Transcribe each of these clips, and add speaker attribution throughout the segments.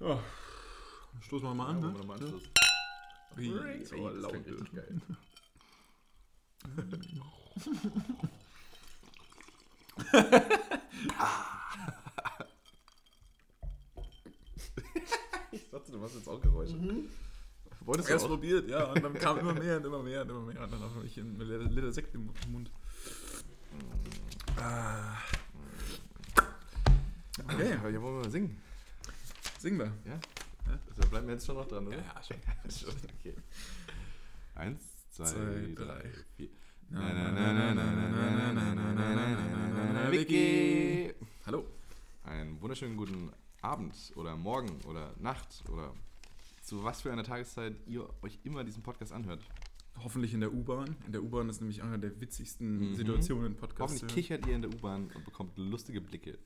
Speaker 1: Ja. Stoßen wir mal an,
Speaker 2: Machen
Speaker 1: ne?
Speaker 2: wir nochmal einen Schluss.
Speaker 1: Ui,
Speaker 2: Ui,
Speaker 1: ist
Speaker 2: ui,
Speaker 1: aber
Speaker 2: das
Speaker 1: laut,
Speaker 2: klingt richtig
Speaker 1: ey.
Speaker 2: geil. ich dachte, du machst jetzt auch Geräusche. Wolltest du
Speaker 1: Erst
Speaker 2: auch?
Speaker 1: probiert, ja, und dann kam immer mehr und immer mehr und immer mehr. Und dann habe ich einen Liter, Liter Sekt im Mund. Ah.
Speaker 2: Ah.
Speaker 1: Okay,
Speaker 2: Ja, wollen wir mal singen.
Speaker 1: singen wir.
Speaker 2: Also da bleiben wir jetzt schon noch dran, oder?
Speaker 1: schon.
Speaker 2: Schon, okay. Eins, zwei,
Speaker 1: Zwei,
Speaker 2: drei,
Speaker 1: drei.
Speaker 2: vier.
Speaker 1: Na, na, na, na, na, na, na, na, na, na, na, na, na, na, Vicky. Hallo.
Speaker 2: Einen wunderschönen guten Abend oder Morgen oder Nacht oder zu was für einer Tageszeit ihr euch immer diesen Podcast anhört.
Speaker 1: Hoffentlich in der U-Bahn. In der U-Bahn ist nämlich eine der witzigsten
Speaker 2: Mhm.
Speaker 1: Situationen im Podcast.
Speaker 2: Hoffentlich kichert ihr in der U-Bahn und bekommt lustige Blicke.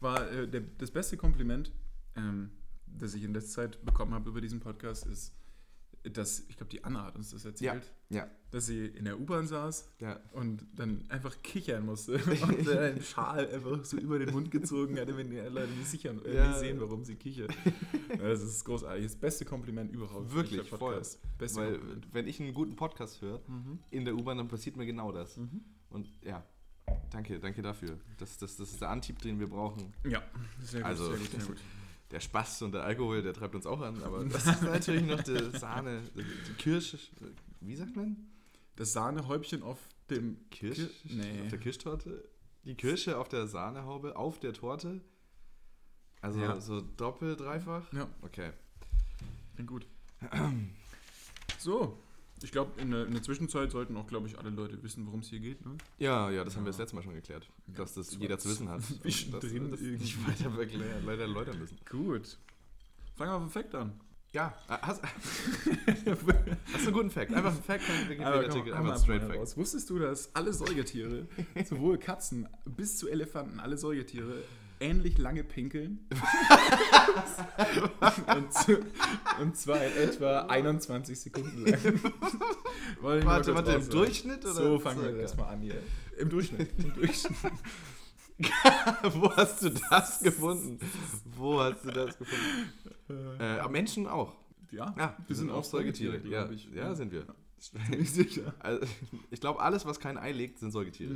Speaker 1: War äh, der, das beste Kompliment, ähm, das ich in letzter Zeit bekommen habe über diesen Podcast, ist, dass, ich glaube, die Anna hat uns das erzählt,
Speaker 2: ja.
Speaker 1: dass sie in der U-Bahn saß
Speaker 2: Ja.
Speaker 1: und dann einfach kichern musste und äh, einen Schal einfach so über den Mund gezogen hatte, wenn die Leute nicht, sichern, äh,
Speaker 2: Ja.
Speaker 1: nicht sehen, warum sie kichert. Ja, das ist großartig. Das beste Kompliment überhaupt. für
Speaker 2: Wirklich,
Speaker 1: den Podcast. Beste
Speaker 2: Weil äh, mhm.
Speaker 1: Kompliment.
Speaker 2: wenn ich einen guten Podcast höre in der U-Bahn, dann passiert mir genau das.
Speaker 1: Mhm.
Speaker 2: Und ja, danke, danke dafür. Das, das, das ist der Antrieb, den wir brauchen.
Speaker 1: Ja, sehr gut,
Speaker 2: Also-
Speaker 1: sehr gut, sehr gut.
Speaker 2: Der Spaß und der Alkohol, der treibt uns auch an, aber das ist natürlich noch die Sahne, die Kirsche. Wie sagt man?
Speaker 1: Das Sahnehäubchen auf dem
Speaker 2: Kirsche?
Speaker 1: Kir- nee.
Speaker 2: Auf der Kirschtorte? Die Kirsche auf der Sahnehaube, auf der Torte. Also
Speaker 1: Ja.
Speaker 2: so doppelt, dreifach.
Speaker 1: Ja.
Speaker 2: Okay.
Speaker 1: Klingt gut. So, ich glaube, in, der- in der Zwischenzeit sollten auch, glaube ich, alle Leute wissen, worum es hier geht. Ne?
Speaker 2: Ja, ja, das haben wir
Speaker 1: Ja.
Speaker 2: das letzte Mal schon geklärt,
Speaker 1: Ja,
Speaker 2: dass das
Speaker 1: das war
Speaker 2: jeder zu wissen hat. und dass wir
Speaker 1: zwischendrin
Speaker 2: das
Speaker 1: irgendwie.
Speaker 2: nicht weiter erklär- leider erläutern müssen.
Speaker 1: Gut. Fangen wir mit dem Fact an.
Speaker 2: Ja, ah, hast, hast du einen guten Fact? Einfach ein Fact, kein Wikipedia-Artikel, einfach ein straight Fact.
Speaker 1: raus. Wusstest du, dass alle Säugetiere, sowohl Katzen bis zu Elefanten, alle Säugetiere ähnlich lange pinkeln? und, zu- und zwar in etwa 21 Sekunden lang. Wollte ich nur
Speaker 2: Warte,
Speaker 1: kurz
Speaker 2: warte, im
Speaker 1: raushauen.
Speaker 2: Durchschnitt? Oder
Speaker 1: So fangen wir
Speaker 2: circa?
Speaker 1: erstmal an hier. Im Durchschnitt. Im Durchschnitt.
Speaker 2: Wo hast du das gefunden? Wo hast du das gefunden? Äh, aber Menschen auch.
Speaker 1: Ja,
Speaker 2: Ja, wir, sind, auch Säugetiere.
Speaker 1: glaub
Speaker 2: Ja,
Speaker 1: ich.
Speaker 2: ja, sind wir.
Speaker 1: Ziemlich sicher.
Speaker 2: Also, ich glaube, alles, was kein Ei legt, sind Säugetiere.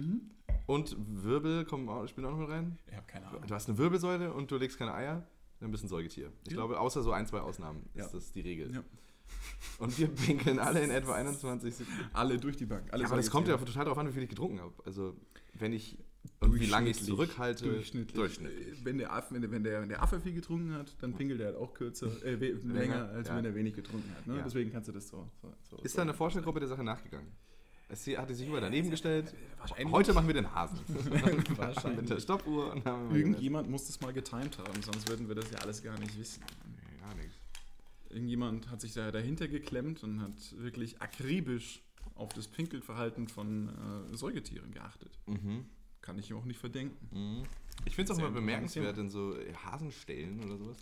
Speaker 2: Und Wirbel kommen auch, spielen auch noch mit rein.
Speaker 1: Ich habe keine Ahnung.
Speaker 2: Du hast eine Wirbelsäule und du legst keine Eier, dann bist du ein Säugetier. Ich
Speaker 1: Ja.
Speaker 2: glaube, außer so ein, zwei Ausnahmen ist
Speaker 1: Ja.
Speaker 2: das die Regel.
Speaker 1: Ja.
Speaker 2: Und wir pinkeln alle in etwa 21 Sekunden.
Speaker 1: Alle durch die Bank. Alle
Speaker 2: Aber das kommt ja
Speaker 1: Säugetiere.
Speaker 2: total darauf an, wie viel ich getrunken habe. Also, wenn ich und wie lange ich es
Speaker 1: Durchschnittlich.
Speaker 2: zurückhalte.
Speaker 1: Durchschnittlich. Äh, Wenn, der Affe, wenn, der, wenn, der, wenn der Affe viel getrunken hat, dann pinkelt er halt auch kürzer, äh, we- länger, als
Speaker 2: ja.
Speaker 1: wenn er wenig getrunken hat. Ne?
Speaker 2: Ja.
Speaker 1: Deswegen kannst du das so. so, so
Speaker 2: Ist
Speaker 1: so.
Speaker 2: da eine Forschergruppe der Sache nachgegangen? Es sie- hatte sich über daneben gestellt.
Speaker 1: wahrscheinlich.
Speaker 2: Heute machen wir den Hasen.
Speaker 1: Wahrscheinlich.
Speaker 2: Mit der Stoppuhr. Und haben wir
Speaker 1: Irgendjemand muss das mal getimed haben, sonst würden wir das ja alles gar nicht wissen.
Speaker 2: gedacht, nee, Gar nichts.
Speaker 1: Irgendjemand hat sich da dahinter geklemmt und hat wirklich akribisch auf das Pinkelverhalten von äh, Säugetieren geachtet.
Speaker 2: Mhm.
Speaker 1: Kann ich ihm auch nicht verdenken.
Speaker 2: Mhm. Ich finde es auch
Speaker 1: Sehr
Speaker 2: mal
Speaker 1: interessantes
Speaker 2: bemerkenswert in so äh, Hasenstellen oder sowas.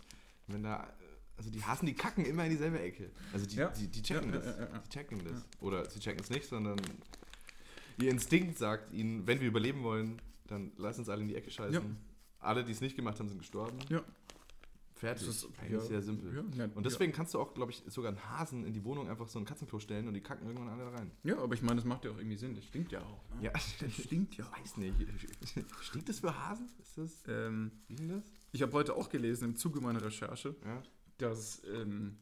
Speaker 2: Wenn da. Also die Hasen, die kacken immer in dieselbe Ecke. Also die,
Speaker 1: Ja.
Speaker 2: die, die checken
Speaker 1: Ja, ja,
Speaker 2: das.
Speaker 1: ja, ja.
Speaker 2: Die checken das. Oder sie checken es nicht, sondern ihr Instinkt sagt ihnen, wenn wir überleben wollen, dann lass uns alle in die Ecke scheißen.
Speaker 1: Ja.
Speaker 2: Alle, die es nicht gemacht haben, sind gestorben.
Speaker 1: Ja.
Speaker 2: Fertig.
Speaker 1: Das ist-
Speaker 2: Eigentlich
Speaker 1: ja.
Speaker 2: sehr simpel.
Speaker 1: Ja, na,
Speaker 2: Und deswegen kannst du auch, glaube ich, sogar einen Hasen in die Wohnung einfach so ein Katzenklo stellen und die kacken irgendwann alle da rein.
Speaker 1: Ja, aber ich meine, das macht ja auch irgendwie Sinn. Das stinkt ja auch. Ne?
Speaker 2: Ja,
Speaker 1: Das stinkt ja.
Speaker 2: weiß nicht. Stinkt das für Hasen? Ist das,
Speaker 1: Ähm,
Speaker 2: riechen das?
Speaker 1: ich habe heute auch gelesen im Zuge meiner Recherche,
Speaker 2: Ja.
Speaker 1: dass, ähm,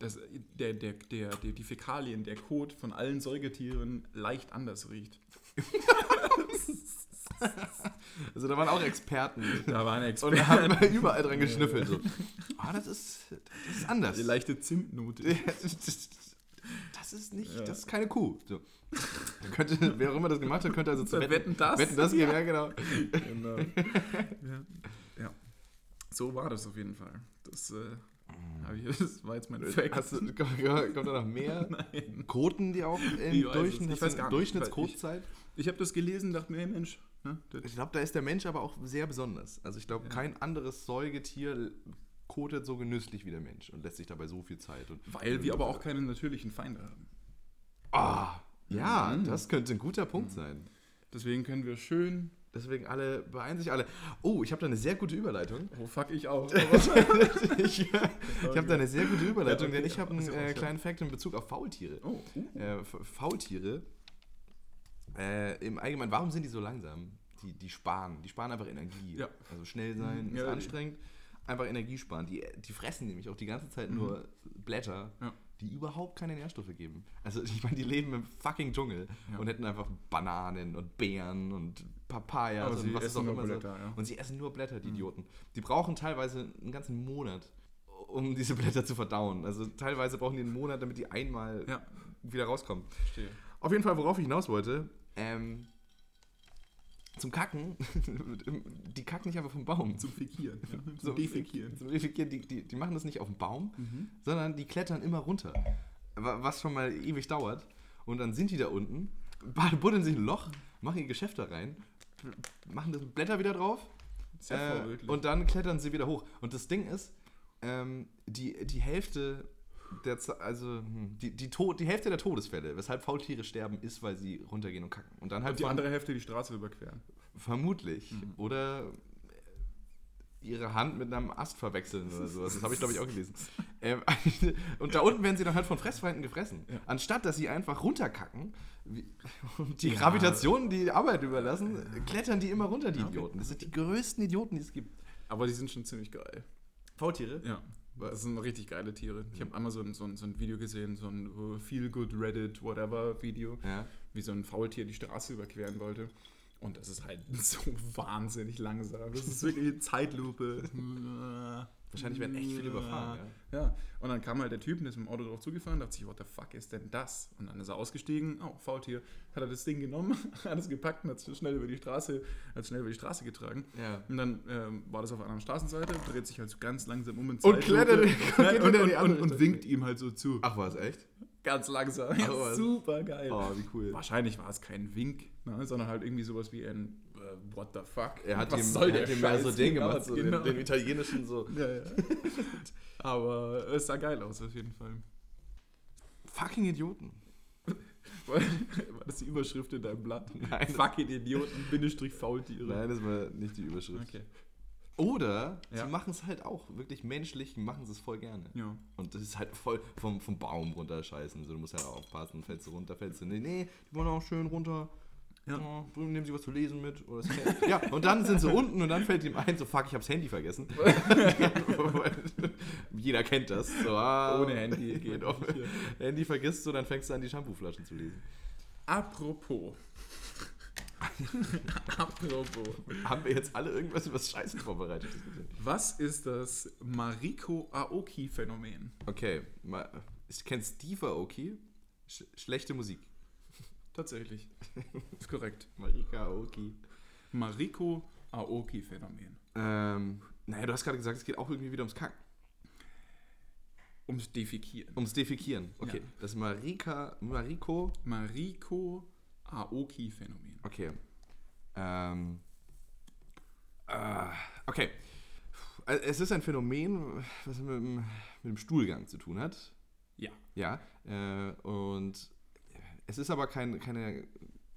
Speaker 1: dass der, der, der, der, die Fäkalien, der Kot von allen Säugetieren leicht anders riecht.
Speaker 2: Also da waren auch Experten
Speaker 1: Da waren
Speaker 2: und
Speaker 1: Experten.
Speaker 2: haben überall dran geschnüffelt. So. Ah, das ist, das ist anders.
Speaker 1: Die leichte Zimtnote.
Speaker 2: Das ist nicht,
Speaker 1: Ja.
Speaker 2: das ist keine Kuh. So. Dann könnte, wer auch immer das gemacht hat, könnte also zu
Speaker 1: Wetten, das?
Speaker 2: Wetten, das ja. genau.
Speaker 1: genau. ja. ja. So war das auf jeden Fall. Das, äh, hab ich, das war jetzt mein Fact.
Speaker 2: Äh, Hast du, kommt, kommt da noch mehr? Koten die auch
Speaker 1: Ich weiß
Speaker 2: in
Speaker 1: es
Speaker 2: Durchschnitt,
Speaker 1: nicht. Ich weiß gar nicht.
Speaker 2: Durchschnittskotzeit?
Speaker 1: Ich habe das gelesen, dachte mir, hey, Mensch. Ne? Das,
Speaker 2: Ich glaube, da ist der Mensch aber auch sehr besonders. Also ich glaube, kein anderes Säugetier kotet so genüsslich wie der Mensch und lässt sich dabei so viel Zeit. Und
Speaker 1: weil wir aber auch keine natürlichen Feinde haben.
Speaker 2: Ah, ja,
Speaker 1: Mhm.
Speaker 2: das könnte ein guter Punkt sein.
Speaker 1: Deswegen können wir schön
Speaker 2: Deswegen alle, beeilen sich alle. Oh, ich habe da eine sehr gute Überleitung.
Speaker 1: Oh, fuck, ich auch.
Speaker 2: ich ich habe da eine sehr gute Überleitung, denn ich habe einen äh, kleinen Fact in Bezug auf Faultiere.
Speaker 1: Oh, uh.
Speaker 2: Äh, F- Faultiere, äh, im Allgemeinen, warum sind die so langsam? Die, die sparen. Die sparen einfach Energie.
Speaker 1: Ja. Mhm.
Speaker 2: Also schnell sein, ist
Speaker 1: Ja,
Speaker 2: anstrengend. Einfach Energie sparen. Die, die fressen nämlich auch die ganze Zeit nur Blätter,
Speaker 1: Mhm. Ja.
Speaker 2: die überhaupt keine Nährstoffe geben. Also ich meine, die leben im fucking Dschungel
Speaker 1: Ja.
Speaker 2: und hätten einfach Bananen und Beeren und Papayas
Speaker 1: Aber
Speaker 2: und
Speaker 1: sie
Speaker 2: also was es
Speaker 1: essen
Speaker 2: auch
Speaker 1: nur
Speaker 2: immer so.
Speaker 1: Blätter, ja.
Speaker 2: Und sie essen nur Blätter, die Idioten. Die brauchen teilweise einen ganzen Monat, um diese Blätter zu verdauen. Also teilweise brauchen die einen Monat, damit die einmal
Speaker 1: Ja,
Speaker 2: wieder rauskommen.
Speaker 1: verstehe.
Speaker 2: Auf jeden Fall, worauf ich hinaus wollte, ähm, zum Kacken, die kacken nicht einfach vom Baum.
Speaker 1: Zum Fekieren. Ja. Zum
Speaker 2: So-
Speaker 1: Defekieren.
Speaker 2: Zum Defekieren, die, die, die machen das nicht auf dem Baum,
Speaker 1: Mhm.
Speaker 2: sondern die klettern immer runter. Wa- Was schon mal ewig dauert. Und dann sind die da unten, ba- buddeln sich ein Loch, machen ihr Geschäft da rein, machen das Blätter wieder drauf
Speaker 1: Sehr
Speaker 2: äh,
Speaker 1: vorbildlich.
Speaker 2: und dann klettern sie wieder hoch. Und das Ding ist, ähm, die, die Hälfte der Ze- also hm, die, die, Tod, die Hälfte der Todesfälle, weshalb Faultiere sterben, ist, weil sie runtergehen und kacken. Und dann halt
Speaker 1: die Mhm.
Speaker 2: vor-
Speaker 1: andere Hälfte die Straße überqueren.
Speaker 2: vermutlich oder ihre Hand mit einem Ast verwechseln oder sowas. Das habe ich glaube ich auch gelesen. ähm, und da unten werden sie dann halt von Fressfeinden gefressen,
Speaker 1: Ja.
Speaker 2: anstatt dass sie einfach runterkacken. wie- Und die Gravitation die Arbeit überlassen, klettern die immer runter, die
Speaker 1: Ja, okay.
Speaker 2: Idioten. Das sind die größten Idioten, die es gibt.
Speaker 1: Aber die sind schon ziemlich geil.
Speaker 2: Faultiere?
Speaker 1: Ja. Das sind richtig geile Tiere. Ich habe einmal so ein, so, ein, so ein Video gesehen, so ein äh, Feel Good Reddit, whatever Video,
Speaker 2: Ja.
Speaker 1: wie so ein Faultier die Straße überqueren wollte. Und das ist halt so wahnsinnig langsam. Das ist wirklich eine Zeitlupe.
Speaker 2: Wahrscheinlich werden echt viele überfahren. Ja.
Speaker 1: Ja, und dann kam halt der Typ und ist mit dem Auto drauf zugefahren, dachte sich, what the fuck ist denn das? Und dann ist er ausgestiegen, oh, Faultier, hat er das Ding genommen, hat es gepackt und hat es schnell über die Straße, hat es schnell über die Straße getragen.
Speaker 2: Ja.
Speaker 1: Und dann ähm, war das auf einer anderen Straßenseite, dreht sich halt so ganz langsam um in
Speaker 2: Und
Speaker 1: Zeitlupe.
Speaker 2: klettert-
Speaker 1: Nein, und,
Speaker 2: klettert in die
Speaker 1: und,
Speaker 2: andere
Speaker 1: und, und
Speaker 2: Richtung.
Speaker 1: winkt ihm halt so zu.
Speaker 2: Ach, war es echt?
Speaker 1: Ganz langsam.
Speaker 2: Ach, was.
Speaker 1: Super geil.
Speaker 2: Oh, wie cool.
Speaker 1: Wahrscheinlich war es kein Wink, ne, sondern halt irgendwie sowas wie ein äh, What the fuck?
Speaker 2: Er hat
Speaker 1: Was
Speaker 2: ihm,
Speaker 1: soll
Speaker 2: er
Speaker 1: der
Speaker 2: hat ihm mehr so
Speaker 1: Scheiß?
Speaker 2: den
Speaker 1: Genau,
Speaker 2: gemacht, so
Speaker 1: genau.
Speaker 2: den, den italienischen so.
Speaker 1: Ja, ja. Aber es sah geil aus, auf jeden Fall.
Speaker 2: Fucking Idioten.
Speaker 1: War das die Überschrift in deinem Blatt?
Speaker 2: Nein.
Speaker 1: Fucking Idioten, Bindestrich Faultiere.
Speaker 2: Nein, das war nicht die Überschrift.
Speaker 1: Okay.
Speaker 2: Oder
Speaker 1: Ja.
Speaker 2: sie machen es halt auch, wirklich menschlich machen sie es voll gerne.
Speaker 1: Ja.
Speaker 2: Und das ist halt voll vom, vom Baum runterscheißen. So, du musst halt aufpassen, fällst du runter, fällst du. Nee, nee, die wollen auch schön runter.
Speaker 1: Ja.
Speaker 2: Ja. nehmen sie was zu lesen mit. Oder das Handy. ja, und dann sind sie unten und dann fällt ihm ein, so fuck, ich hab's Handy vergessen. Jeder kennt das. So, ah,
Speaker 1: Ohne Handy geht
Speaker 2: mit
Speaker 1: auch nicht.
Speaker 2: Handy vergisst du, dann fängst du an, die Shampooflaschen zu lesen.
Speaker 1: Apropos. Apropos.
Speaker 2: Haben wir jetzt alle irgendwas über das Scheißen vorbereitet?
Speaker 1: Was ist das Mariko Aoki-Phänomen?
Speaker 2: Okay, mal, ich kenn Steve Aoki. Sch schlechte Musik.
Speaker 1: Tatsächlich. Ist korrekt.
Speaker 2: Marika Aoki.
Speaker 1: Mariko Aoki-Phänomen.
Speaker 2: Ähm, naja, du hast gerade gesagt, es geht auch irgendwie wieder ums Kacken.
Speaker 1: Ums Defikieren.
Speaker 2: Ums Defekieren. Okay,
Speaker 1: Ja.
Speaker 2: das Marika, Mariko.
Speaker 1: Mariko Aoki-Phänomen.
Speaker 2: Okay. Ähm, äh, okay. Also, Es ist ein Phänomen, was mit dem, mit dem Stuhlgang zu tun hat.
Speaker 1: Ja.
Speaker 2: Ja. Äh, und es ist aber kein, keine,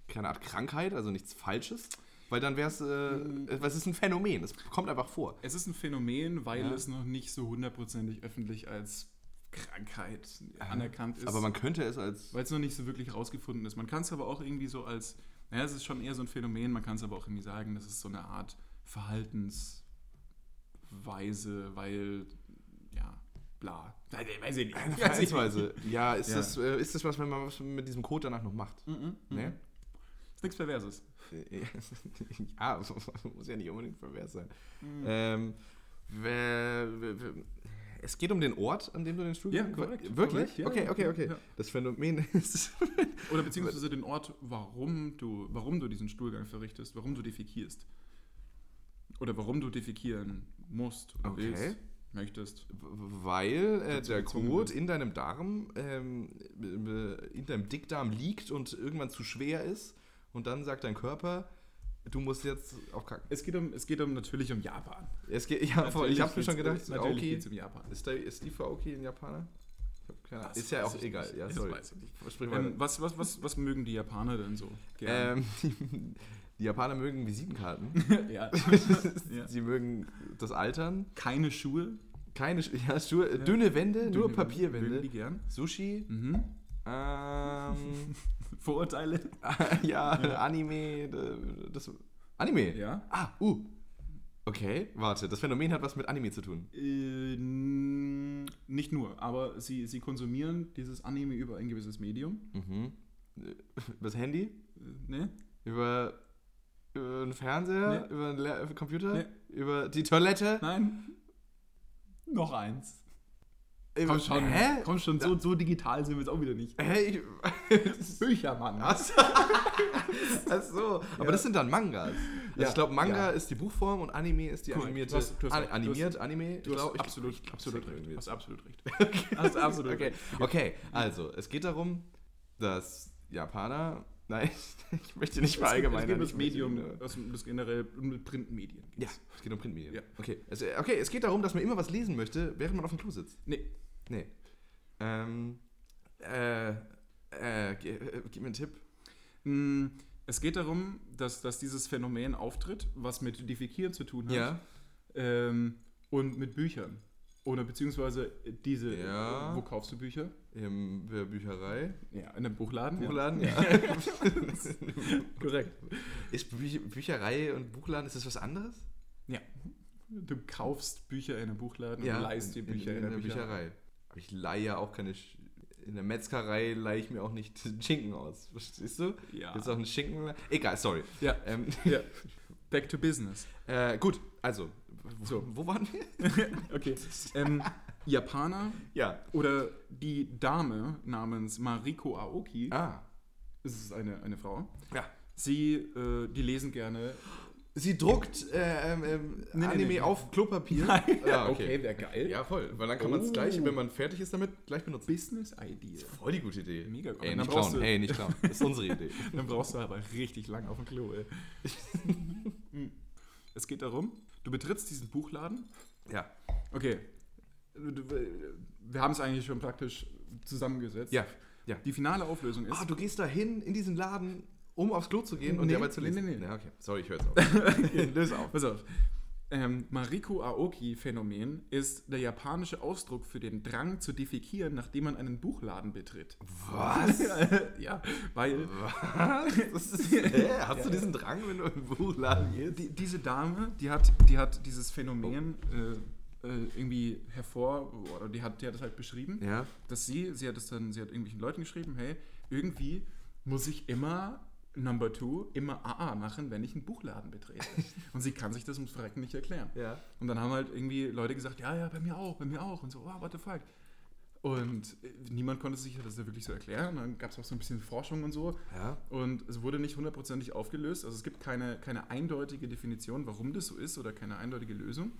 Speaker 2: keine Art Krankheit, also nichts Falsches. Weil dann wäre es.
Speaker 1: Mhm.
Speaker 2: Äh, es ist ein Phänomen. Es kommt einfach vor.
Speaker 1: Es ist ein Phänomen, weil
Speaker 2: Ja.
Speaker 1: es noch nicht so hundertprozentig öffentlich als Krankheit anerkannt ist.
Speaker 2: Aber man könnte es als.
Speaker 1: weil es noch nicht so wirklich rausgefunden ist. Man kann es aber auch irgendwie so als, naja, es ist schon eher so ein Phänomen, man kann es aber auch irgendwie sagen, das ist so eine Art Verhaltensweise, weil, ja, bla. Nein, ich Weiß ich nicht. Weiß ich nicht.
Speaker 2: Verhaltensweise. Ja, ist,
Speaker 1: Ja.
Speaker 2: Das, äh, ist das was, wenn man was mit diesem Code danach noch macht?
Speaker 1: Mhm, mhm.
Speaker 2: Ne?
Speaker 1: Ist nichts Perverses.
Speaker 2: ja, muss ja nicht unbedingt pervers sein. Ähm, wer- wer- wer- es geht um den Ort, an dem du den Stuhl
Speaker 1: Ja, korrekt.
Speaker 2: Wirklich?
Speaker 1: Korrekt, ja,
Speaker 2: okay,
Speaker 1: ja,
Speaker 2: okay,
Speaker 1: ja,
Speaker 2: okay.
Speaker 1: ja.
Speaker 2: Das Phänomen ist.
Speaker 1: Oder beziehungsweise den Ort, warum du, warum du diesen Stuhlgang verrichtest, warum du defekierst. Oder warum du defekieren musst oder
Speaker 2: Okay.
Speaker 1: willst, möchtest.
Speaker 2: Weil äh,
Speaker 1: Dazu
Speaker 2: der
Speaker 1: gezwungen
Speaker 2: Kot
Speaker 1: wirst.
Speaker 2: in deinem Darm, ähm, b- b- in deinem Dickdarm liegt und irgendwann zu schwer ist. Und dann sagt dein Körper, du musst jetzt aufkacken.
Speaker 1: Es geht, um, es geht um natürlich um Japan.
Speaker 2: Es geht, ja, voll, ich habe
Speaker 1: Natürlich
Speaker 2: mir schon gedacht,
Speaker 1: geht's- natürlich
Speaker 2: Aoki-
Speaker 1: geht's um Japan.
Speaker 2: Ist, der, ist die für Aoki ein Japaner? Ich hab keine Ahnung.
Speaker 1: Das
Speaker 2: Ist
Speaker 1: weiß
Speaker 2: ja auch
Speaker 1: ich
Speaker 2: egal.
Speaker 1: nicht.
Speaker 2: Ja,
Speaker 1: Das
Speaker 2: sorry.
Speaker 1: weiß Ähm, ich nicht.
Speaker 2: Sprich weiter.
Speaker 1: Ähm, was, was, was, was mögen die Japaner denn so? gerne?
Speaker 2: Ähm, die, Die Japaner mögen Visitenkarten.
Speaker 1: ja. Ja.
Speaker 2: Sie mögen das Altern.
Speaker 1: Keine Schuhe.
Speaker 2: Keine Sch ja, Schuhe, äh, dünne Wände, nur
Speaker 1: Mögen- Mögen
Speaker 2: Papierwände.
Speaker 1: die gern.
Speaker 2: Sushi.
Speaker 1: Mhm.
Speaker 2: Ähm, ah,
Speaker 1: Vorurteile.
Speaker 2: ja, Anime. d- Das, Anime?
Speaker 1: Ja.
Speaker 2: Ah, uh. Okay, warte, das Phänomen hat was mit Anime zu tun.
Speaker 1: Äh, n- nicht nur, aber sie, sie konsumieren dieses Anime über ein gewisses Medium.
Speaker 2: Mhm. Äh, Das Handy?
Speaker 1: Äh, Ne?
Speaker 2: Über, über einen Fernseher?
Speaker 1: Nee.
Speaker 2: Über einen Le äh, Computer?
Speaker 1: Nee.
Speaker 2: Über die Toilette?
Speaker 1: Nein. Noch eins.
Speaker 2: Über,
Speaker 1: Komm schon.
Speaker 2: Hä?
Speaker 1: Komm schon, so, so digital sind wir jetzt auch wieder nicht.
Speaker 2: Hä? Ich,
Speaker 1: Büchermann.
Speaker 2: Ach so. Ach so. Aber das sind dann Mangas. Also
Speaker 1: Ja.
Speaker 2: ich glaube, Manga
Speaker 1: Ja.
Speaker 2: ist die Buchform und Anime ist die
Speaker 1: Korrekt.
Speaker 2: animierte.
Speaker 1: Du hast- du hast-
Speaker 2: an,
Speaker 1: du hast-
Speaker 2: animiert, Anime.
Speaker 1: Du hast
Speaker 2: glaub,
Speaker 1: absolut,
Speaker 2: ich-
Speaker 1: absolut
Speaker 2: ich-
Speaker 1: recht.
Speaker 2: irgendwie-
Speaker 1: Hast absolut recht. Hast absolut
Speaker 2: Okay.
Speaker 1: recht.
Speaker 2: okay, also, es geht darum, dass Japaner. Nein, ich möchte
Speaker 1: Es
Speaker 2: nicht äh.
Speaker 1: geht
Speaker 2: verallgemeinern.
Speaker 1: um das
Speaker 2: ich möchte
Speaker 1: Medium,
Speaker 2: nur-
Speaker 1: das, das generell um Printmedien.
Speaker 2: Ja, es geht um Printmedien.
Speaker 1: Ja.
Speaker 2: Okay. Also, okay, es geht darum, dass man immer was lesen möchte, während man auf dem Klo sitzt.
Speaker 1: Nee,
Speaker 2: Nee. Ähm. Äh. Äh, ge- äh, gib mir einen Tipp.
Speaker 1: Mm, Es geht darum, dass, dass dieses Phänomen auftritt, was mit Defekieren zu tun hat ähm, und mit Büchern. Oder beziehungsweise diese.
Speaker 2: Ja.
Speaker 1: Wo kaufst du Bücher?
Speaker 2: In der äh, Bücherei.
Speaker 1: Ja, in einem Buchladen.
Speaker 2: Buchladen, ja.
Speaker 1: Ja. Korrekt.
Speaker 2: ist Bü Bücherei und Buchladen, ist das was anderes?
Speaker 1: Ja. Du kaufst Bücher in einem Buchladen und leihst dir
Speaker 2: in-
Speaker 1: Bücher
Speaker 2: in, in, der
Speaker 1: Bücherei.
Speaker 2: Bücherei. Aber ich leihe ja auch keine. Sch in der Metzgerei leihe ich mir auch nicht Schinken aus. Verstehst du?
Speaker 1: Ja.
Speaker 2: Jetzt auch ein Schinken. Egal, sorry.
Speaker 1: Ja.
Speaker 2: Ähm,
Speaker 1: ja. Back to business.
Speaker 2: äh, gut, also. Wo, wo waren wir?
Speaker 1: Okay. ähm, Japaner
Speaker 2: Ja.
Speaker 1: oder die Dame namens Mariko Aoki,
Speaker 2: Ah.
Speaker 1: es ist eine, eine Frau,
Speaker 2: Ja.
Speaker 1: sie, äh, die lesen gerne
Speaker 2: Sie druckt äh, ähm, ähm,
Speaker 1: nee,
Speaker 2: Anime
Speaker 1: nee.
Speaker 2: auf Klopapier.
Speaker 1: Ja,
Speaker 2: Ja,
Speaker 1: Ah, okay, wäre geil.
Speaker 2: Ja, voll. Weil dann kann man es
Speaker 1: Oh.
Speaker 2: gleich, wenn man fertig ist damit, gleich benutzen.
Speaker 1: Business Idea.
Speaker 2: Voll die gute Idee.
Speaker 1: Mega gut.
Speaker 2: Ey,
Speaker 1: Dann
Speaker 2: nicht
Speaker 1: brauchst
Speaker 2: klauen.
Speaker 1: du-
Speaker 2: Ey, nicht klauen. Das ist unsere Idee.
Speaker 1: Dann brauchst du aber richtig lang auf dem Klo, ey. Hm. es geht darum, du betrittst diesen Buchladen.
Speaker 2: Ja.
Speaker 1: Okay. Du- du- Wir haben es eigentlich schon praktisch zusammengesetzt.
Speaker 2: Ja. Ja.
Speaker 1: Die finale Auflösung ist.
Speaker 2: Ah, du gehst da hin in diesen Laden, um aufs Klo zu gehen und
Speaker 1: Nee,
Speaker 2: dir dabei zu
Speaker 1: nee,
Speaker 2: lesen.
Speaker 1: nee, nee.
Speaker 2: Ja, okay. Sorry, ich höre auf. Löse auf.
Speaker 1: Pass auf. Ähm, Mariko Aoki-Phänomen ist der japanische Ausdruck für den Drang zu defekieren, nachdem man einen Buchladen betritt.
Speaker 2: Was?
Speaker 1: ja, weil
Speaker 2: Was? Ist, hä? Hast du diesen Drang, wenn du in den Buchladen gehst?
Speaker 1: Die, diese Dame, die hat, die hat dieses Phänomen äh, äh, irgendwie hervor, oder die hat, die hat es halt beschrieben,
Speaker 2: Ja.
Speaker 1: dass sie, sie hat es dann, sie hat irgendwelchen Leuten geschrieben, hey, irgendwie muss ich immer Number Two, immer AA machen, wenn ich einen Buchladen betrete. und sie kann sich das ums Verrecken nicht erklären.
Speaker 2: Ja.
Speaker 1: Und dann haben halt irgendwie Leute gesagt, ja, ja, bei mir auch, bei mir auch. Und so, oh, what the fuck. Und äh, niemand konnte sich das da wirklich so erklären. Und dann gab es auch so ein bisschen Forschung und so.
Speaker 2: Ja.
Speaker 1: Und es wurde nicht hundertprozentig aufgelöst. Also es gibt keine, keine eindeutige Definition, warum das so ist oder keine eindeutige Lösung.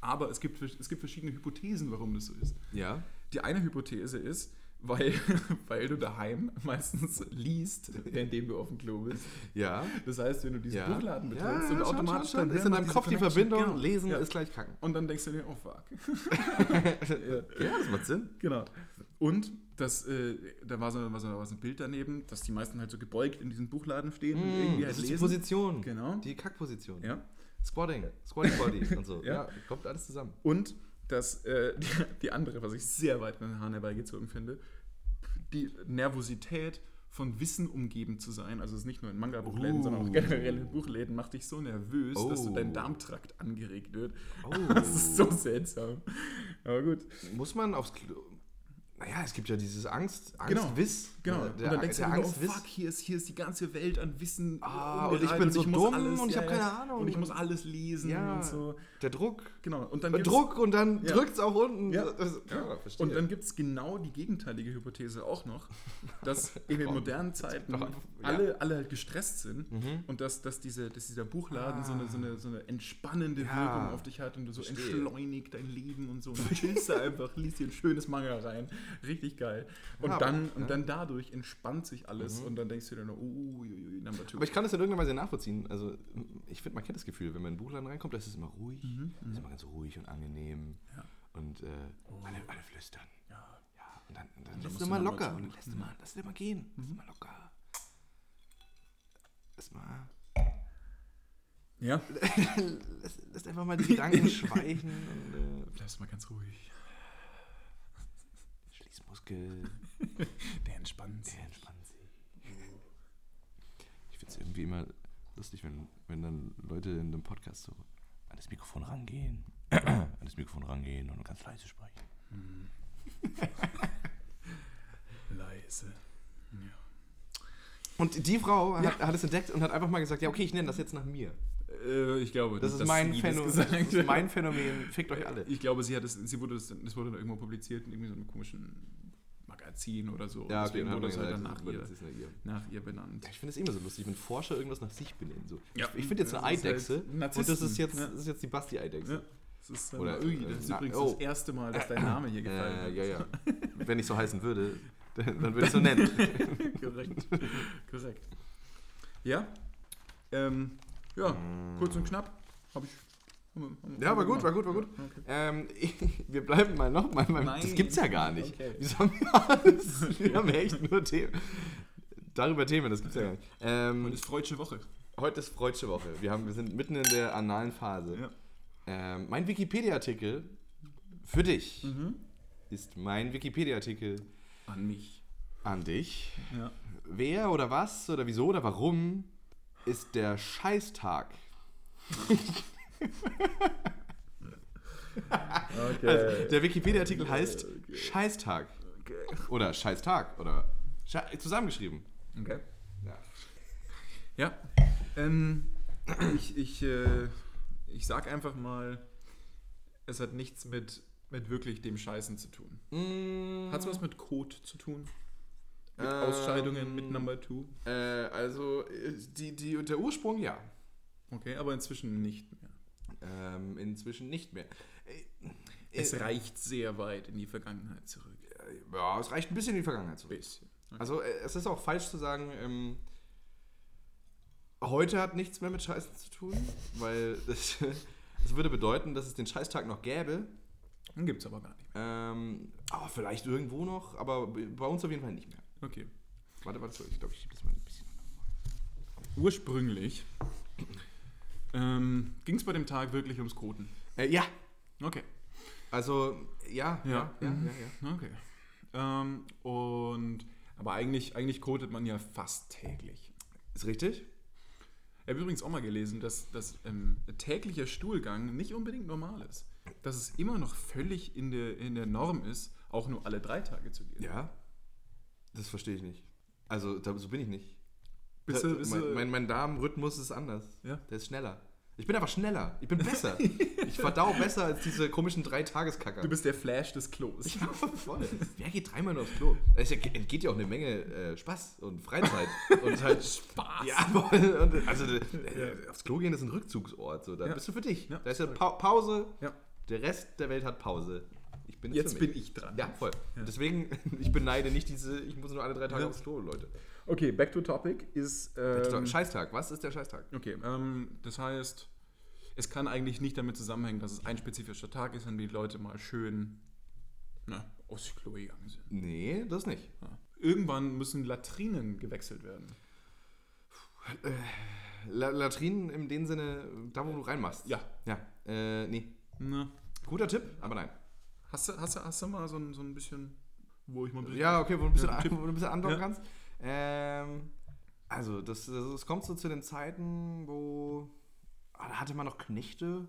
Speaker 1: Aber es gibt, es gibt verschiedene Hypothesen, warum das so ist.
Speaker 2: Ja.
Speaker 1: Die eine Hypothese ist, weil, weil du daheim meistens liest, indem du auf dem Klo bist.
Speaker 2: Ja.
Speaker 1: Das heißt, wenn du diesen
Speaker 2: Ja.
Speaker 1: Buchladen betrittst
Speaker 2: schon,
Speaker 1: und
Speaker 2: schon,
Speaker 1: automatisch hören
Speaker 2: schon. ist in
Speaker 1: wir
Speaker 2: deinem
Speaker 1: diese
Speaker 2: Kopf die
Speaker 1: Connection.
Speaker 2: Verbindung,
Speaker 1: Genau.
Speaker 2: lesen
Speaker 1: ja.
Speaker 2: ist gleich kacken.
Speaker 1: Und dann denkst du dir, oh fuck.
Speaker 2: Ja, das macht Sinn.
Speaker 1: Genau. Und das, äh, da war so, war, so, war so ein Bild daneben, dass die meisten halt so gebeugt in diesem Buchladen stehen und irgendwie halt
Speaker 2: Mm, das ist die
Speaker 1: lesen.
Speaker 2: Position.
Speaker 1: Genau.
Speaker 2: Die Kackposition.
Speaker 1: Ja.
Speaker 2: Squatting. Squatting Body und so.
Speaker 1: Ja.
Speaker 2: ja. Kommt alles zusammen.
Speaker 1: Und das, äh, die, die andere, was ich sehr weit mit den Haaren herbeigezogen finde, die Nervosität von Wissen umgeben zu sein, also es ist nicht nur in Manga-Buchläden,
Speaker 2: Oh.
Speaker 1: sondern auch generell in Buchläden, macht dich so nervös, dass du
Speaker 2: Oh.
Speaker 1: dein Darmtrakt angeregt wird.
Speaker 2: Oh.
Speaker 1: Das ist so seltsam. Aber gut.
Speaker 2: Muss man aufs Klo. Naja, es gibt ja dieses Angst,
Speaker 1: Genau.
Speaker 2: Angstwiss.
Speaker 1: Genau.
Speaker 2: Der,
Speaker 1: und dann denkst
Speaker 2: der
Speaker 1: du, dir, oh
Speaker 2: Angstwiss.
Speaker 1: fuck, hier ist, hier ist die ganze Welt an Wissen.
Speaker 2: Ah,
Speaker 1: um mir
Speaker 2: und ich
Speaker 1: rein
Speaker 2: bin so
Speaker 1: muss
Speaker 2: dumm und ich hab keine Ahnung.
Speaker 1: Und ich muss alles lesen
Speaker 2: Ja. Äh,
Speaker 1: und so.
Speaker 2: Der Druck.
Speaker 1: Genau. Und dann
Speaker 2: Und
Speaker 1: gibt's-
Speaker 2: Druck und dann
Speaker 1: Ja.
Speaker 2: drückt's auch unten.
Speaker 1: Ja.
Speaker 2: Das- ja, verstehe.
Speaker 1: Und dann gibt es genau die gegenteilige Hypothese auch noch, dass in den
Speaker 2: Komm,
Speaker 1: modernen Zeiten
Speaker 2: doch- ja. Mhm.
Speaker 1: alle, alle halt gestresst sind und dass, dass, diese, dass dieser Buchladen so, eine, so, eine, so eine entspannende
Speaker 2: Ja.
Speaker 1: Wirkung auf dich hat und du so
Speaker 2: Verstehe.
Speaker 1: entschleunigt dein Leben und so. Und du chillst da einfach, liest dir ein schönes Manga rein. Richtig geil. Und,
Speaker 2: Ja,
Speaker 1: dann,
Speaker 2: ja. Mhm.
Speaker 1: und dann dadurch entspannt sich alles und dann denkst du dir nur, oh, ui, ui, ui, number two.
Speaker 2: aber ich kann das in irgendeiner Weise nachvollziehen. Also, ich finde, man kennt das Gefühl, wenn man in den Buchladen reinkommt, das ist immer ruhig.
Speaker 1: Mhm,
Speaker 2: Das ist immer ganz ruhig und angenehm. Und äh, alle, alle flüstern.
Speaker 1: Oh. Ja.
Speaker 2: Ja, und dann, dann,
Speaker 1: musst
Speaker 2: lässt
Speaker 1: du Mhm.
Speaker 2: du mal
Speaker 1: noch mal
Speaker 2: locker.
Speaker 1: zu.
Speaker 2: Und dann lässt du mal, lässt du mal gehen. Lass mal locker. Lass mal.
Speaker 1: Ja.
Speaker 2: Lass, lass einfach mal die Gedanken schweichen und äh,
Speaker 1: Lass mal ganz ruhig.
Speaker 2: Schließmuskel,
Speaker 1: Der entspannt.
Speaker 2: der entspannt sich. Ich finde es irgendwie immer lustig, wenn, wenn dann Leute in einem Podcast so an das Mikrofon rangehen, an das Mikrofon rangehen und ganz leise sprechen.
Speaker 1: Hm. Leise. Ja.
Speaker 2: Und die Frau hat, hat es entdeckt und hat einfach mal gesagt, ja okay, ich nenne das jetzt nach mir.
Speaker 1: Äh, ich glaube,
Speaker 2: Das ist,
Speaker 1: dass
Speaker 2: mein,
Speaker 1: sie
Speaker 2: Phänomen, das
Speaker 1: gesagt
Speaker 2: ist
Speaker 1: hat.
Speaker 2: mein Phänomen. Fickt euch alle.
Speaker 1: Ich glaube, sie hat es, sie wurde das, das wurde dann irgendwo publiziert in irgendwie so einem komischen Magazin oder so.
Speaker 2: Ja, okay,
Speaker 1: Deswegen
Speaker 2: dann
Speaker 1: wurde es
Speaker 2: hat man
Speaker 1: halt dann
Speaker 2: gesagt,
Speaker 1: nach ihr,
Speaker 2: das ist nach ihr.
Speaker 1: nach ihr benannt.
Speaker 2: Ja, Ich finde es immer so lustig, wenn Forscher irgendwas nach sich benennen. So.
Speaker 1: Ja,
Speaker 2: ich ich finde jetzt eine
Speaker 1: das ist halt
Speaker 2: Eidechse und das
Speaker 1: Narzissten,
Speaker 2: ist jetzt,
Speaker 1: ja.
Speaker 2: das ist jetzt die Basti-Eidechse.
Speaker 1: Ja. Das ist dann
Speaker 2: Oder,
Speaker 1: Ögi.
Speaker 2: äh,
Speaker 1: Das ist
Speaker 2: na-
Speaker 1: übrigens
Speaker 2: oh.
Speaker 1: das erste Mal, dass dein Name hier gefallen wird.
Speaker 2: Äh, ja, ja. Wenn ich so heißen würde, dann, dann würde ich so nennen.
Speaker 1: Korrekt. Korrekt. Ja. Ähm, ja, kurz und knapp. Hab ich. haben wir- haben wir-
Speaker 2: Mm. Ja, war
Speaker 1: haben wir
Speaker 2: gut, war gut,
Speaker 1: gemacht.
Speaker 2: war gut.
Speaker 1: Ja, okay.
Speaker 2: Ähm, wir bleiben mal nochmal beim. Das
Speaker 1: Nein.
Speaker 2: gibt's ja gar nicht.
Speaker 1: Okay.
Speaker 2: Wieso haben wir alles? Wir haben echt nur Themen. Darüber Themen, das gibt's ja gar nicht.
Speaker 1: Und
Speaker 2: Ähm,
Speaker 1: ist freudsche Woche.
Speaker 2: heute ist Freudsche Woche. Wir, haben, wir sind mitten in der analen Phase.
Speaker 1: Ja.
Speaker 2: Ähm, mein Wikipedia-Artikel für dich ist mein Wikipedia-Artikel
Speaker 1: An mich.
Speaker 2: an dich.
Speaker 1: Ja.
Speaker 2: Wer oder was oder wieso oder warum ist der Scheißtag?
Speaker 1: Okay.
Speaker 2: Also, der
Speaker 1: äh,
Speaker 2: Wikipedia-Artikel heißt Scheißtag
Speaker 1: okay.
Speaker 2: oder Scheißtag oder Sche zusammengeschrieben.
Speaker 1: okay.
Speaker 2: Ja.
Speaker 1: Ja. Ähm, ich, ich, äh, ich sag einfach mal, es hat nichts mit, mit wirklich dem Scheißen zu tun.
Speaker 2: Mm.
Speaker 1: Hat es was mit Code zu tun? Mit
Speaker 2: Ähm,
Speaker 1: Ausscheidungen, mit Number Two?
Speaker 2: Äh, also äh, die, die, der Ursprung ja.
Speaker 1: Okay, aber inzwischen nicht mehr.
Speaker 2: Ähm, inzwischen nicht mehr. Äh,
Speaker 1: Es
Speaker 2: äh,
Speaker 1: reicht sehr weit in die Vergangenheit zurück.
Speaker 2: ja, es reicht ein bisschen in die Vergangenheit zurück.
Speaker 1: Bisschen.
Speaker 2: Also äh, es ist auch falsch zu sagen, ähm, heute hat nichts mehr mit Scheißen zu tun, weil das, das würde bedeuten, dass es den Scheißtag noch gäbe.
Speaker 1: Dann gibt es aber gar nicht mehr.
Speaker 2: Ähm, aber vielleicht irgendwo noch, aber bei uns auf jeden Fall nicht mehr.
Speaker 1: Okay.
Speaker 2: Warte, warte, sorry, ich glaube, ich schiebe das mal ein bisschen.
Speaker 1: Ursprünglich ähm, ging es bei dem Tag wirklich ums Koten.
Speaker 2: Äh, ja,
Speaker 1: Okay.
Speaker 2: also ja, ja,
Speaker 1: Ja.
Speaker 2: ja,
Speaker 1: Mhm.
Speaker 2: ja, ja.
Speaker 1: Okay. Ähm, und aber eigentlich, eigentlich kotet man ja fast täglich.
Speaker 2: Ist richtig?
Speaker 1: Ich habe übrigens auch mal gelesen, dass, dass ähm, täglicher Stuhlgang nicht unbedingt normal ist. Dass es immer noch völlig in der, in der Norm ist, auch nur alle drei Tage zu gehen.
Speaker 2: Ja. Das verstehe ich nicht. Also da, so bin ich nicht.
Speaker 1: Bist du, bist
Speaker 2: äh, mein,
Speaker 1: du,
Speaker 2: mein, mein Darmrhythmus ist anders.
Speaker 1: Ja.
Speaker 2: Der ist schneller. Ich bin einfach schneller. Ich bin besser. ich verdau besser als diese komischen drei Tageskacker.
Speaker 1: du bist der Flash des Klos.
Speaker 2: voll. Wer geht dreimal nur aufs Klo? Es ja- entgeht ja auch eine Menge äh, Spaß und Freizeit. und halt Spaß. Ja, aber, und, also äh, aufs Klo gehen ist ein Rückzugsort. So, da
Speaker 1: Ja.
Speaker 2: bist du für dich.
Speaker 1: Ja,
Speaker 2: Da ist ja pa Pause.
Speaker 1: Ja.
Speaker 2: Der Rest der Welt hat Pause. Ich bin
Speaker 1: Jetzt
Speaker 2: für
Speaker 1: bin
Speaker 2: mich.
Speaker 1: ich dran.
Speaker 2: Ja, voll. Deswegen, ich beneide nicht diese, ich muss nur alle drei Tage aufs Klo, Leute.
Speaker 1: Okay, back to topic ist. Ähm,
Speaker 2: Scheißtag, was ist der Scheißtag?
Speaker 1: okay, ähm, das heißt, es kann eigentlich nicht damit zusammenhängen, dass es ein spezifischer Tag ist, an dem die Leute mal schön na, aufs Klo gegangen sind.
Speaker 2: Nee, das nicht.
Speaker 1: Ja. Irgendwann müssen Latrinen gewechselt werden.
Speaker 2: La Latrinen im dem Sinne, da wo du reinmachst.
Speaker 1: Ja.
Speaker 2: Ja. Äh, nee.
Speaker 1: Na,
Speaker 2: Guter Tipp, aber nein.
Speaker 1: hast, du, hast, du, hast du mal so ein, so ein bisschen, wo ich mal ein bisschen.
Speaker 2: Ja, okay, wo du ein bisschen,
Speaker 1: Ja, Tipp.
Speaker 2: wo du ein bisschen andocken
Speaker 1: Ja.
Speaker 2: kannst. Ähm, also, das, das, das kommt so zu den Zeiten, wo. Ah, da hatte man noch Knechte.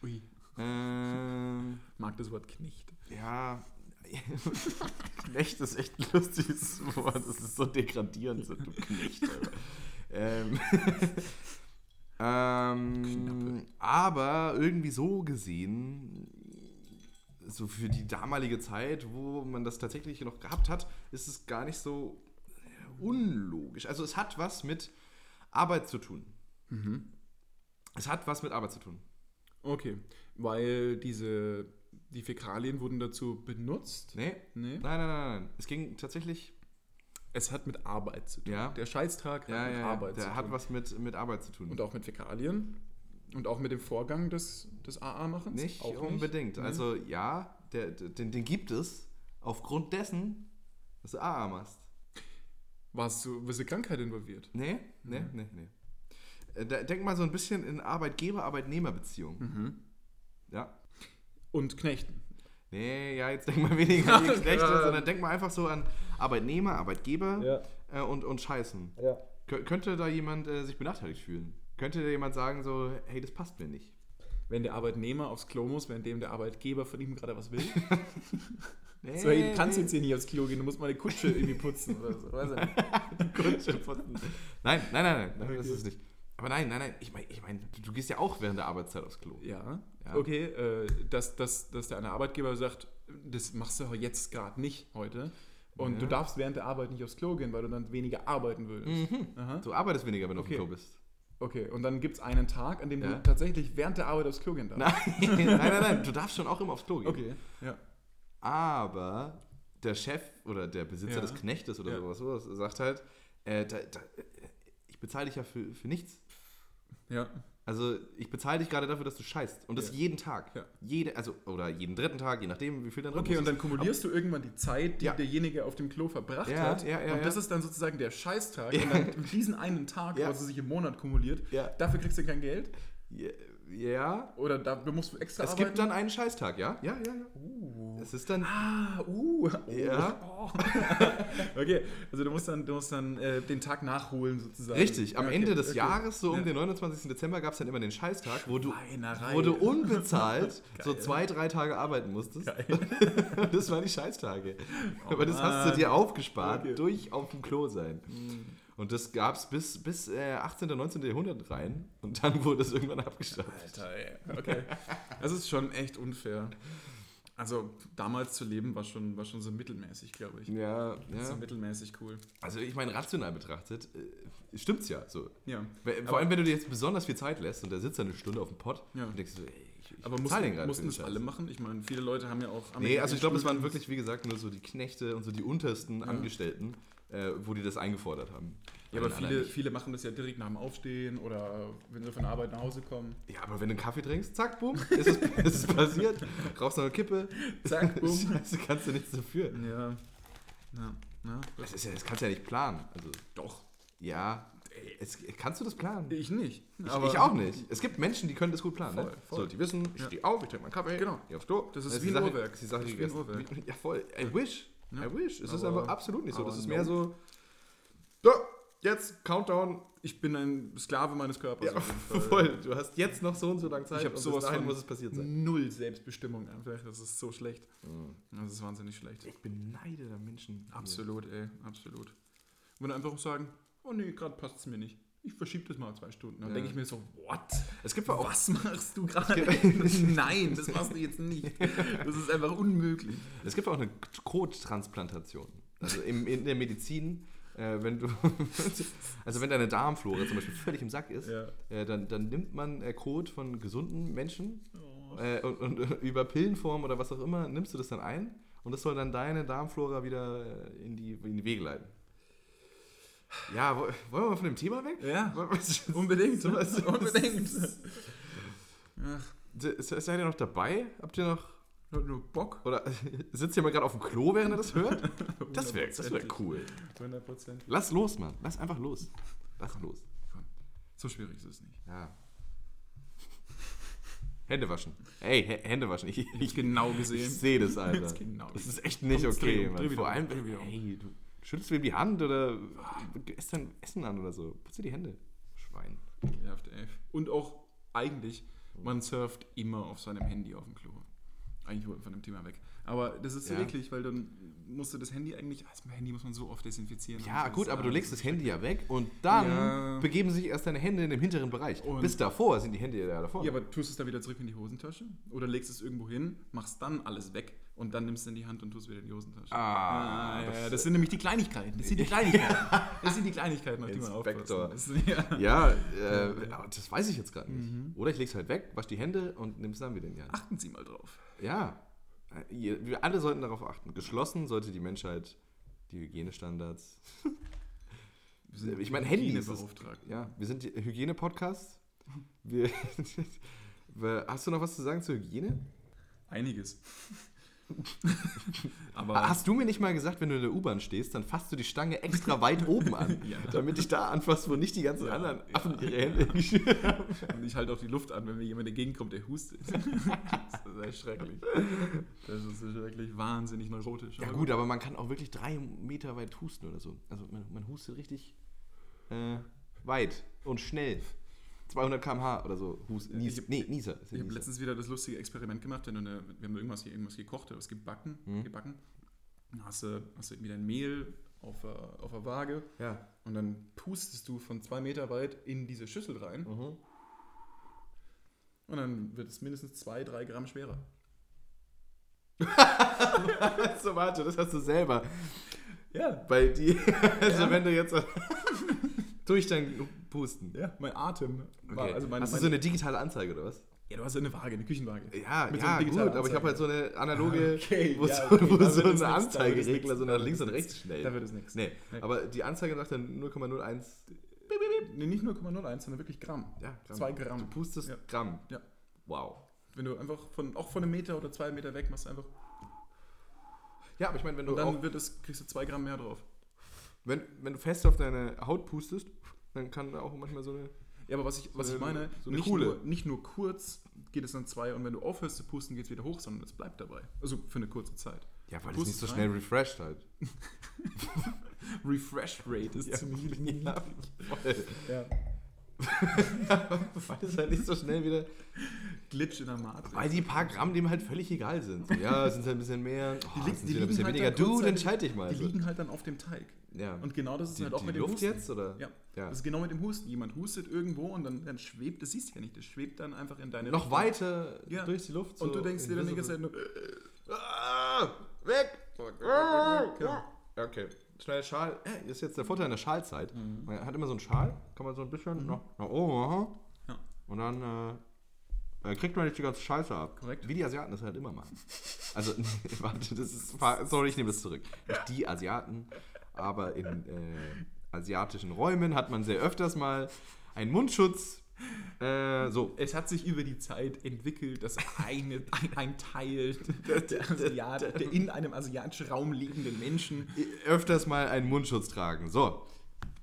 Speaker 1: Ui,
Speaker 2: Ähm,
Speaker 1: mag das Wort Knecht.
Speaker 2: ja. Knecht ist echt ein lustiges Wort. Das ist so degradierend, so du Knecht. Alter. ähm, ähm, aber irgendwie so gesehen, so für die damalige Zeit, wo man das tatsächlich noch gehabt hat, ist es gar nicht so unlogisch. Also es hat was mit Arbeit zu tun. Es hat was mit Arbeit zu tun.
Speaker 1: Okay, weil diese. Die Fäkalien wurden dazu benutzt.
Speaker 2: Nee?
Speaker 1: Nee.
Speaker 2: Nein, nein, nein, nein. Es ging tatsächlich
Speaker 1: Es hat mit Arbeit zu tun.
Speaker 2: Ja.
Speaker 1: Der Scheißtag hat
Speaker 2: ja,
Speaker 1: mit
Speaker 2: ja, ja,
Speaker 1: Arbeit
Speaker 2: der
Speaker 1: zu
Speaker 2: hat
Speaker 1: tun.
Speaker 2: was mit, mit Arbeit zu tun.
Speaker 1: Und auch mit Fäkalien. Und auch mit dem Vorgang des, des AA-Machens?
Speaker 2: nicht
Speaker 1: auch
Speaker 2: unbedingt.
Speaker 1: Nee.
Speaker 2: Also ja, der, der- den, den gibt es aufgrund dessen, dass du AA machst.
Speaker 1: Warst du, bist du Krankheit involviert?
Speaker 2: Nee, nee, nee, nee. Äh, da- Denk mal so ein bisschen in Arbeitgeber-Arbeitnehmer-Beziehung.
Speaker 1: Mhm.
Speaker 2: Ja.
Speaker 1: Und Knechten.
Speaker 2: Nee, ja, jetzt denk mal weniger
Speaker 1: Oh
Speaker 2: an die Knechte,
Speaker 1: Ja.
Speaker 2: sondern denk mal einfach so an Arbeitnehmer, Arbeitgeber äh, und, und Scheißen.
Speaker 1: Ja.
Speaker 2: Kö- könnte da jemand äh, sich benachteiligt fühlen? Könnte da jemand sagen so, hey, das passt mir nicht?
Speaker 1: Wenn der Arbeitnehmer aufs Klo muss, während dem der Arbeitgeber von ihm gerade was will.
Speaker 2: Nee,
Speaker 1: So, hey, du kannst jetzt hier nicht aufs Klo gehen, du musst mal die Kutsche irgendwie putzen oder so. Weiß ich nicht.
Speaker 2: Kutsche putzen. Nein, nein, nein, nein, nein das ist es nicht. Aber nein, nein, nein, ich meine, ich mein, du, du gehst ja auch während der Arbeitszeit aufs Klo.
Speaker 1: Ja.
Speaker 2: Ja.
Speaker 1: Okay, äh, dass, dass, dass der eine Arbeitgeber sagt, das machst du jetzt gerade nicht heute. Und
Speaker 2: Ja. Mhm.
Speaker 1: du darfst während der Arbeit nicht aufs Klo gehen, weil du dann weniger arbeiten würdest. Aha.
Speaker 2: Du arbeitest weniger, wenn du
Speaker 1: Okay.
Speaker 2: auf dem Klo bist.
Speaker 1: Okay, und dann gibt es einen Tag, an dem
Speaker 2: Ja.
Speaker 1: du tatsächlich während der Arbeit aufs Klo gehen darfst.
Speaker 2: Nein, nein, nein, nein, du darfst schon auch immer aufs Klo gehen.
Speaker 1: Okay, ja.
Speaker 2: Aber der Chef oder der Besitzer
Speaker 1: Ja.
Speaker 2: des Knechtes oder
Speaker 1: Ja.
Speaker 2: sowas, sowas sagt halt, äh, da, da, äh, ich bezahle dich ja für, für nichts.
Speaker 1: Ja,
Speaker 2: Also ich bezahle dich gerade dafür, dass du scheißt. Und das
Speaker 1: Ja.
Speaker 2: jeden Tag.
Speaker 1: Ja.
Speaker 2: Jede, also, oder jeden dritten Tag, je nachdem, wie viel dann drin
Speaker 1: Okay,
Speaker 2: muss.
Speaker 1: und dann kumulierst du irgendwann die Zeit, die
Speaker 2: Ja.
Speaker 1: derjenige auf dem Klo verbracht
Speaker 2: Ja,
Speaker 1: hat.
Speaker 2: ja, ja,
Speaker 1: und das
Speaker 2: ja.
Speaker 1: ist dann sozusagen der Scheißtag. Und dann diesen einen Tag,
Speaker 2: Ja.
Speaker 1: was es sich im Monat kumuliert,
Speaker 2: Ja.
Speaker 1: dafür kriegst du kein Geld.
Speaker 2: Ja, ja.
Speaker 1: Oder da du musst du extra
Speaker 2: Es gibt
Speaker 1: arbeiten. Uh.
Speaker 2: dann einen Scheißtag, ja? Ja, ja, ja. Es ist dann.
Speaker 1: ah, uh. Oh.
Speaker 2: Ja.
Speaker 1: Oh. okay, also du musst dann, du musst dann äh, den Tag nachholen sozusagen.
Speaker 2: Richtig, am
Speaker 1: Ja, okay,
Speaker 2: Ende des
Speaker 1: okay.
Speaker 2: Jahres, so um
Speaker 1: Ja.
Speaker 2: den 29. Dezember, gab es dann immer den Scheißtag, wo du,
Speaker 1: Schweinerei.
Speaker 2: wo du unbezahlt so
Speaker 1: Geil.
Speaker 2: zwei, drei Tage arbeiten musstest.
Speaker 1: Geil. Oh
Speaker 2: Das waren die Scheißtage. Aber das hast du dir aufgespart
Speaker 1: Okay. Mhm.
Speaker 2: durch auf dem Klo sein. Und das gab es bis, bis äh, 18. 19. Jahrhundert rein. Und dann wurde es irgendwann abgeschafft.
Speaker 1: Alter, ey. Okay. Das ist schon echt unfair. Also damals zu leben war schon, war schon so mittelmäßig, glaube ich.
Speaker 2: Ja,
Speaker 1: So
Speaker 2: ja.
Speaker 1: mittelmäßig cool.
Speaker 2: Also ich meine, rational betrachtet, äh, stimmt's ja so.
Speaker 1: Ja.
Speaker 2: Vor
Speaker 1: Aber-
Speaker 2: allem, wenn du dir jetzt besonders viel Zeit lässt und der sitzt dann eine Stunde auf dem Pott
Speaker 1: Ja.
Speaker 2: und denkst so, ey, ich, ich
Speaker 1: Aber
Speaker 2: bezahl
Speaker 1: mussten,
Speaker 2: den gerade für
Speaker 1: mussten
Speaker 2: den
Speaker 1: das
Speaker 2: Scheiß.
Speaker 1: alle machen? Ich meine, viele Leute haben ja auch.
Speaker 2: Nee, also ich glaube, es waren
Speaker 1: Studiums-
Speaker 2: wirklich, wie gesagt, nur so die Knechte und so die untersten Angestellten, äh, wo die das eingefordert haben.
Speaker 1: Ja, aber
Speaker 2: Alle anderen
Speaker 1: viele,
Speaker 2: nicht.
Speaker 1: viele machen das ja direkt nach dem Aufstehen oder wenn sie von der Arbeit nach Hause kommen.
Speaker 2: Ja, aber wenn du einen Kaffee trinkst, zack, bumm, ist es, ist es passiert. Rauchst noch eine Kippe,
Speaker 1: Zack, bumm.
Speaker 2: Scheiße, kannst du nichts dafür.
Speaker 1: Ja. Na, na,
Speaker 2: Das, ist ja, das kannst du ja nicht planen. Also,
Speaker 1: doch.
Speaker 2: ja, es, kannst du das planen?
Speaker 1: Ich nicht.
Speaker 2: Ich, ich auch nicht. Es gibt Menschen, die können das gut planen.
Speaker 1: Voll,
Speaker 2: ne?
Speaker 1: voll.
Speaker 2: So, die wissen, ich
Speaker 1: Ja.
Speaker 2: stehe auf, ich trinke meinen Kaffee,
Speaker 1: Genau.
Speaker 2: gehe aufs Klo.
Speaker 1: Das ist
Speaker 2: Dann
Speaker 1: wie
Speaker 2: die
Speaker 1: ein
Speaker 2: Sache-
Speaker 1: Uhrwerk.
Speaker 2: ist Die Sache
Speaker 1: Das ist wie ein
Speaker 2: gegessen.
Speaker 1: Uhrwerk.
Speaker 2: Ja, voll. I wish.
Speaker 1: Ja.
Speaker 2: I wish. Es ist
Speaker 1: Aber-
Speaker 2: aber absolut nicht so. Das
Speaker 1: aber
Speaker 2: ist mehr
Speaker 1: no.
Speaker 2: so, so, jetzt Countdown.
Speaker 1: Ich bin ein Sklave meines Körpers.
Speaker 2: Ja,
Speaker 1: auf jeden Fall.
Speaker 2: voll. Du hast jetzt noch so und so lange
Speaker 1: Also, äh,
Speaker 2: Zeit
Speaker 1: Ich hab
Speaker 2: und
Speaker 1: sowas
Speaker 2: bis dahin
Speaker 1: von-
Speaker 2: muss es passiert sein.
Speaker 1: Null Selbstbestimmung einfach. Das ist so schlecht. Das ist wahnsinnig schlecht.
Speaker 2: Ich beneide da Menschen.
Speaker 1: Mm. Absolut, ey. Absolut. Und einfach auch sagen, oh nee, gerade passt es mir nicht. Ich verschiebe das mal zwei Stunden. Dann
Speaker 2: Ja.
Speaker 1: denke ich mir so, what?
Speaker 2: Es gibt ja auch
Speaker 1: Was machst du gerade? Nein, das machst du jetzt nicht. Das ist einfach unmöglich.
Speaker 2: Es gibt auch eine Kottransplantation. Also im, in der Medizin, äh, wenn du, also wenn deine Darmflora zum Beispiel völlig im Sack ist,
Speaker 1: Ja.
Speaker 2: äh, dann, dann nimmt man äh, Kot von gesunden Menschen äh, und, und äh, über Pillenform oder was auch immer nimmst du das dann ein und das soll dann deine Darmflora wieder äh, in die, in die Wege leiten. Ja, wo, wollen wir mal von dem Thema weg?
Speaker 1: Ja,
Speaker 2: Was-
Speaker 1: unbedingt.
Speaker 2: So was-
Speaker 1: unbedingt. Ach,
Speaker 2: Se- Seid ihr noch dabei? Habt ihr noch.
Speaker 1: hat nur Bock.
Speaker 2: Oder sitzt jemand gerade auf dem Klo, während er das hört? Das wäre das wär
Speaker 1: Hundertprozentig.
Speaker 2: cool.
Speaker 1: 100%.
Speaker 2: Lass los, Mann. Lass einfach los. Lass los.
Speaker 1: So schwierig ist es nicht.
Speaker 2: Ja. Hände waschen. Ey, Hä- Hände waschen. Ich,
Speaker 1: Ich
Speaker 2: ich,
Speaker 1: genau
Speaker 2: ich
Speaker 1: gesehen.
Speaker 2: sehe das, Alter.
Speaker 1: Jetzt genau.
Speaker 2: Das ist echt nicht
Speaker 1: Komm, dreh
Speaker 2: okay,
Speaker 1: um,
Speaker 2: Mann.
Speaker 1: dreh wieder
Speaker 2: Vor
Speaker 1: um,
Speaker 2: allem,
Speaker 1: dreh wieder um.
Speaker 2: ey, du schüttelst mir die Hand oder isst dann Essen an oder so. Putz dir die Hände. Schwein.
Speaker 1: Ekelhaft, ey. Und auch eigentlich, man surft immer auf seinem Handy auf dem Klo. Eigentlich wollten wir von dem Thema weg. Aber das ist so
Speaker 2: Ja.
Speaker 1: eklig, weil dann musst du das Handy eigentlich, ah, das Handy muss man so oft desinfizieren.
Speaker 2: Ja,
Speaker 1: Das
Speaker 2: gut,
Speaker 1: ist,
Speaker 2: aber
Speaker 1: ah,
Speaker 2: du legst das Handy ja weg und dann
Speaker 1: Ja.
Speaker 2: begeben sich erst deine Hände in den hinteren Bereich.
Speaker 1: Und-
Speaker 2: Bis davor sind die Hände ja davor.
Speaker 1: Ja, aber tust es dann wieder zurück in die Hosentasche? Oder legst es irgendwo hin, machst dann alles weg und dann nimmst du in die Hand und tust wieder in die Hosentasche?
Speaker 2: Ah,
Speaker 1: ja,
Speaker 2: das-
Speaker 1: das, sind nämlich die Kleinigkeiten. Das sind die Kleinigkeiten. Das sind die Kleinigkeiten, auf die man aufpasst.
Speaker 2: Inspektor.
Speaker 1: Ja.
Speaker 2: Ja, äh, aber das weiß ich jetzt gerade nicht.
Speaker 1: Mhm.
Speaker 2: Oder ich lege es halt weg, wasche die Hände und nimm es dann wieder in die Hand.
Speaker 1: Achten Sie mal drauf.
Speaker 2: Ja, Äh, ihr- wir alle sollten darauf achten. Geschlossen sollte die Menschheit die Hygienestandards.
Speaker 1: Wir sind
Speaker 2: Ich meine, Handy ist es.
Speaker 1: beauftragt.
Speaker 2: Ja, wir sind die Hygiene-Podcast. Wir, Wir- hast du noch was zu sagen zur Hygiene?
Speaker 1: Einiges. Aber
Speaker 2: Ah, Hast du mir nicht mal gesagt, wenn du in der U-Bahn stehst, dann fasst du die Stange extra weit oben an,
Speaker 1: Ja.
Speaker 2: damit ich da anfasst, wo nicht die ganzen
Speaker 1: Ja,
Speaker 2: anderen
Speaker 1: ja.
Speaker 2: Affen ihre Hände hingeschieben haben.
Speaker 1: Und ich halte auch die Luft an, wenn mir jemand entgegenkommt, der hustet. Das ist echt schrecklich. Das ist wirklich wahnsinnig neurotisch.
Speaker 2: Ja
Speaker 1: Aber
Speaker 2: gut, aber man kann auch wirklich drei Meter weit husten oder so. Also man, man hustet richtig äh, weit und schnell. 200 km/h oder so. Hus,
Speaker 1: Ja,
Speaker 2: nies,
Speaker 1: ich-
Speaker 2: nee, Nieser. Ist ja
Speaker 1: Ich habe
Speaker 2: Nieser.
Speaker 1: letztens wieder das lustige Experiment gemacht, wenn du eine, wir haben irgendwas, irgendwas gekocht oder was gebacken,
Speaker 2: Mhm.
Speaker 1: gebacken. Dann hast du, hast du irgendwie dein Mehl auf, der- auf der Waage
Speaker 2: ja.
Speaker 1: und dann pustest du von zwei Meter weit in diese Schüssel rein
Speaker 2: Mhm.
Speaker 1: und dann wird es mindestens zwei, drei Gramm schwerer.
Speaker 2: so, warte, das hast du selber.
Speaker 1: Ja,
Speaker 2: Bei dir. Also wenn du jetzt durch dein Pusten.
Speaker 1: ja, mein Atem. War,
Speaker 2: Okay.
Speaker 1: also mein,
Speaker 2: hast du
Speaker 1: mein,
Speaker 2: so eine digitale Anzeige oder was?
Speaker 1: ja, du hast ja eine Waage, eine Küchenwaage.
Speaker 2: Ja,
Speaker 1: Mit so
Speaker 2: ja,
Speaker 1: einer
Speaker 2: gut,
Speaker 1: digitalen Ah,
Speaker 2: aber ich habe halt so eine analoge,
Speaker 1: Okay,
Speaker 2: wo,
Speaker 1: ja,
Speaker 2: so,
Speaker 1: okay,
Speaker 2: wo
Speaker 1: da
Speaker 2: so
Speaker 1: wird es nix, da
Speaker 2: ein
Speaker 1: wird es
Speaker 2: Anzeigeregler
Speaker 1: nix,
Speaker 2: so
Speaker 1: da wird
Speaker 2: nach
Speaker 1: es
Speaker 2: links und
Speaker 1: nix.
Speaker 2: rechts schnellt.
Speaker 1: Da wird es nichts.
Speaker 2: Nee,
Speaker 1: Nee.
Speaker 2: aber die Anzeige sagt dann 0,01.
Speaker 1: Nee, nicht 0,01, sondern wirklich Gramm.
Speaker 2: Ja, Gramm.
Speaker 1: Zwei Gramm.
Speaker 2: Du pustest
Speaker 1: Ja.
Speaker 2: Gramm.
Speaker 1: Ja.
Speaker 2: Wow.
Speaker 1: Wenn du einfach von, auch von einem Meter oder zwei Meter weg machst, einfach.
Speaker 2: Ja, aber ich meine, wenn du
Speaker 1: Und dann
Speaker 2: auch,
Speaker 1: wird es, kriegst du zwei Gramm mehr drauf.
Speaker 2: wenn, wenn du fest auf deine Haut pustest, dann kann da auch manchmal so eine.
Speaker 1: Ja, aber was ich, was
Speaker 2: So
Speaker 1: ich
Speaker 2: eine-
Speaker 1: meine,
Speaker 2: so eine
Speaker 1: nicht,
Speaker 2: Kuhle.
Speaker 1: nur, nicht nur kurz geht es dann zwei und wenn du aufhörst zu pusten, geht es wieder hoch, sondern es bleibt dabei. Also für eine kurze Zeit.
Speaker 2: Ja, weil
Speaker 1: Du
Speaker 2: es nicht so
Speaker 1: pustest
Speaker 2: schnell refreshed halt.
Speaker 1: Refresh Rate ist
Speaker 2: Ja.
Speaker 1: ziemlich niedrig.
Speaker 2: Ja, voll.
Speaker 1: Ja.
Speaker 2: weil es halt nicht so schnell wieder.
Speaker 1: Glitch in der Matrix.
Speaker 2: Weil die paar Gramm dem halt völlig egal sind. So, ja, sind halt ein bisschen mehr. Oh,
Speaker 1: liegen-
Speaker 2: sind
Speaker 1: die
Speaker 2: wieder ein bisschen
Speaker 1: liegen halt dann
Speaker 2: weniger. Du, dann
Speaker 1: kurzzeitig-
Speaker 2: schalte ich mal.
Speaker 1: Die
Speaker 2: so.
Speaker 1: liegen halt dann auf dem Teig.
Speaker 2: ja.
Speaker 1: Und genau das ist
Speaker 2: die,
Speaker 1: halt auch
Speaker 2: die
Speaker 1: mit
Speaker 2: Luft
Speaker 1: dem Husten.
Speaker 2: jetzt oder?
Speaker 1: Ja.
Speaker 2: Ja.
Speaker 1: Das ist genau mit dem Husten. Jemand hustet irgendwo und dann, dann schwebt, das siehst du ja nicht, das schwebt dann einfach in deine
Speaker 2: Noch
Speaker 1: Richtung.
Speaker 2: weiter
Speaker 1: Ja.
Speaker 2: durch die Luft.
Speaker 1: Und
Speaker 2: so
Speaker 1: du denkst dir dann die ganze
Speaker 2: invisible.
Speaker 1: Zeit nur,
Speaker 2: Ah, weg!
Speaker 1: Genau.
Speaker 2: Ah, Okay. Schnell Schal. Äh, ist jetzt der Vorteil in der Schalzeit. Man hat immer so einen Schal, kann man so ein bisschen nach, nach oben machen.
Speaker 1: Ja.
Speaker 2: Und dann äh, äh, kriegt man nicht die ganze Scheiße ab.
Speaker 1: Korrekt.
Speaker 2: Wie die Asiaten das halt immer machen. Also, warte, das ist. Sorry, ich nehme das zurück. Nicht die Asiaten, aber in äh, asiatischen Räumen hat man sehr öfters mal einen Mundschutz. Äh, so,
Speaker 1: Es hat sich über die Zeit entwickelt, dass eine, ein, ein Teil der, der, Asiaten- der in einem asiatischen Raum lebenden Menschen
Speaker 2: öfters mal einen Mundschutz tragen. So.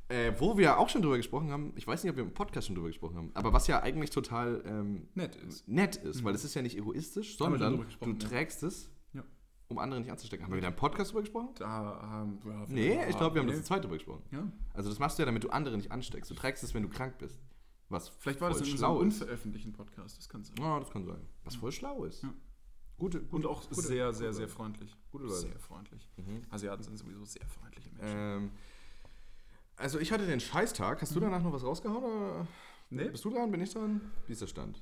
Speaker 2: Äh, wo wir auch schon drüber gesprochen haben, ich weiß nicht, ob wir im Podcast schon drüber gesprochen haben, aber was ja eigentlich total ähm,
Speaker 1: nett ist.
Speaker 2: nett ist, weil es ist ja nicht egoistisch,
Speaker 1: Mhm. Haben wir schon
Speaker 2: sondern
Speaker 1: drüber
Speaker 2: du
Speaker 1: gesprochen, ja.
Speaker 2: trägst es,
Speaker 1: Ja.
Speaker 2: um andere nicht anzustecken. Haben wir wieder im Podcast drüber gesprochen?
Speaker 1: Da haben wir.
Speaker 2: Nee, ich glaube, wir haben das
Speaker 1: nee.
Speaker 2: zu zweit drüber gesprochen.
Speaker 1: Ja.
Speaker 2: Also das machst du ja, damit du andere nicht ansteckst. Du trägst es, wenn du krank bist. Was
Speaker 1: Vielleicht war
Speaker 2: voll
Speaker 1: das in
Speaker 2: schlau
Speaker 1: unserem
Speaker 2: ist.
Speaker 1: unveröffentlichten Podcast, das kann sein.
Speaker 2: Ja, das kann sein. Was voll schlau ist.
Speaker 1: Ja.
Speaker 2: Gute,
Speaker 1: Und
Speaker 2: gute,
Speaker 1: auch
Speaker 2: gute,
Speaker 1: sehr, sehr,
Speaker 2: gute
Speaker 1: sehr
Speaker 2: Leute.
Speaker 1: freundlich.
Speaker 2: Gute Mhm. Leute.
Speaker 1: Sehr freundlich. Asiaten sind sowieso sehr freundliche Menschen.
Speaker 2: Ähm, also ich hatte den Scheißtag.
Speaker 1: Mhm.
Speaker 2: Hast du danach noch was rausgehauen? Oder?
Speaker 1: Nee.
Speaker 2: Bist du dran? Bin ich dran? Wie ist der Stand?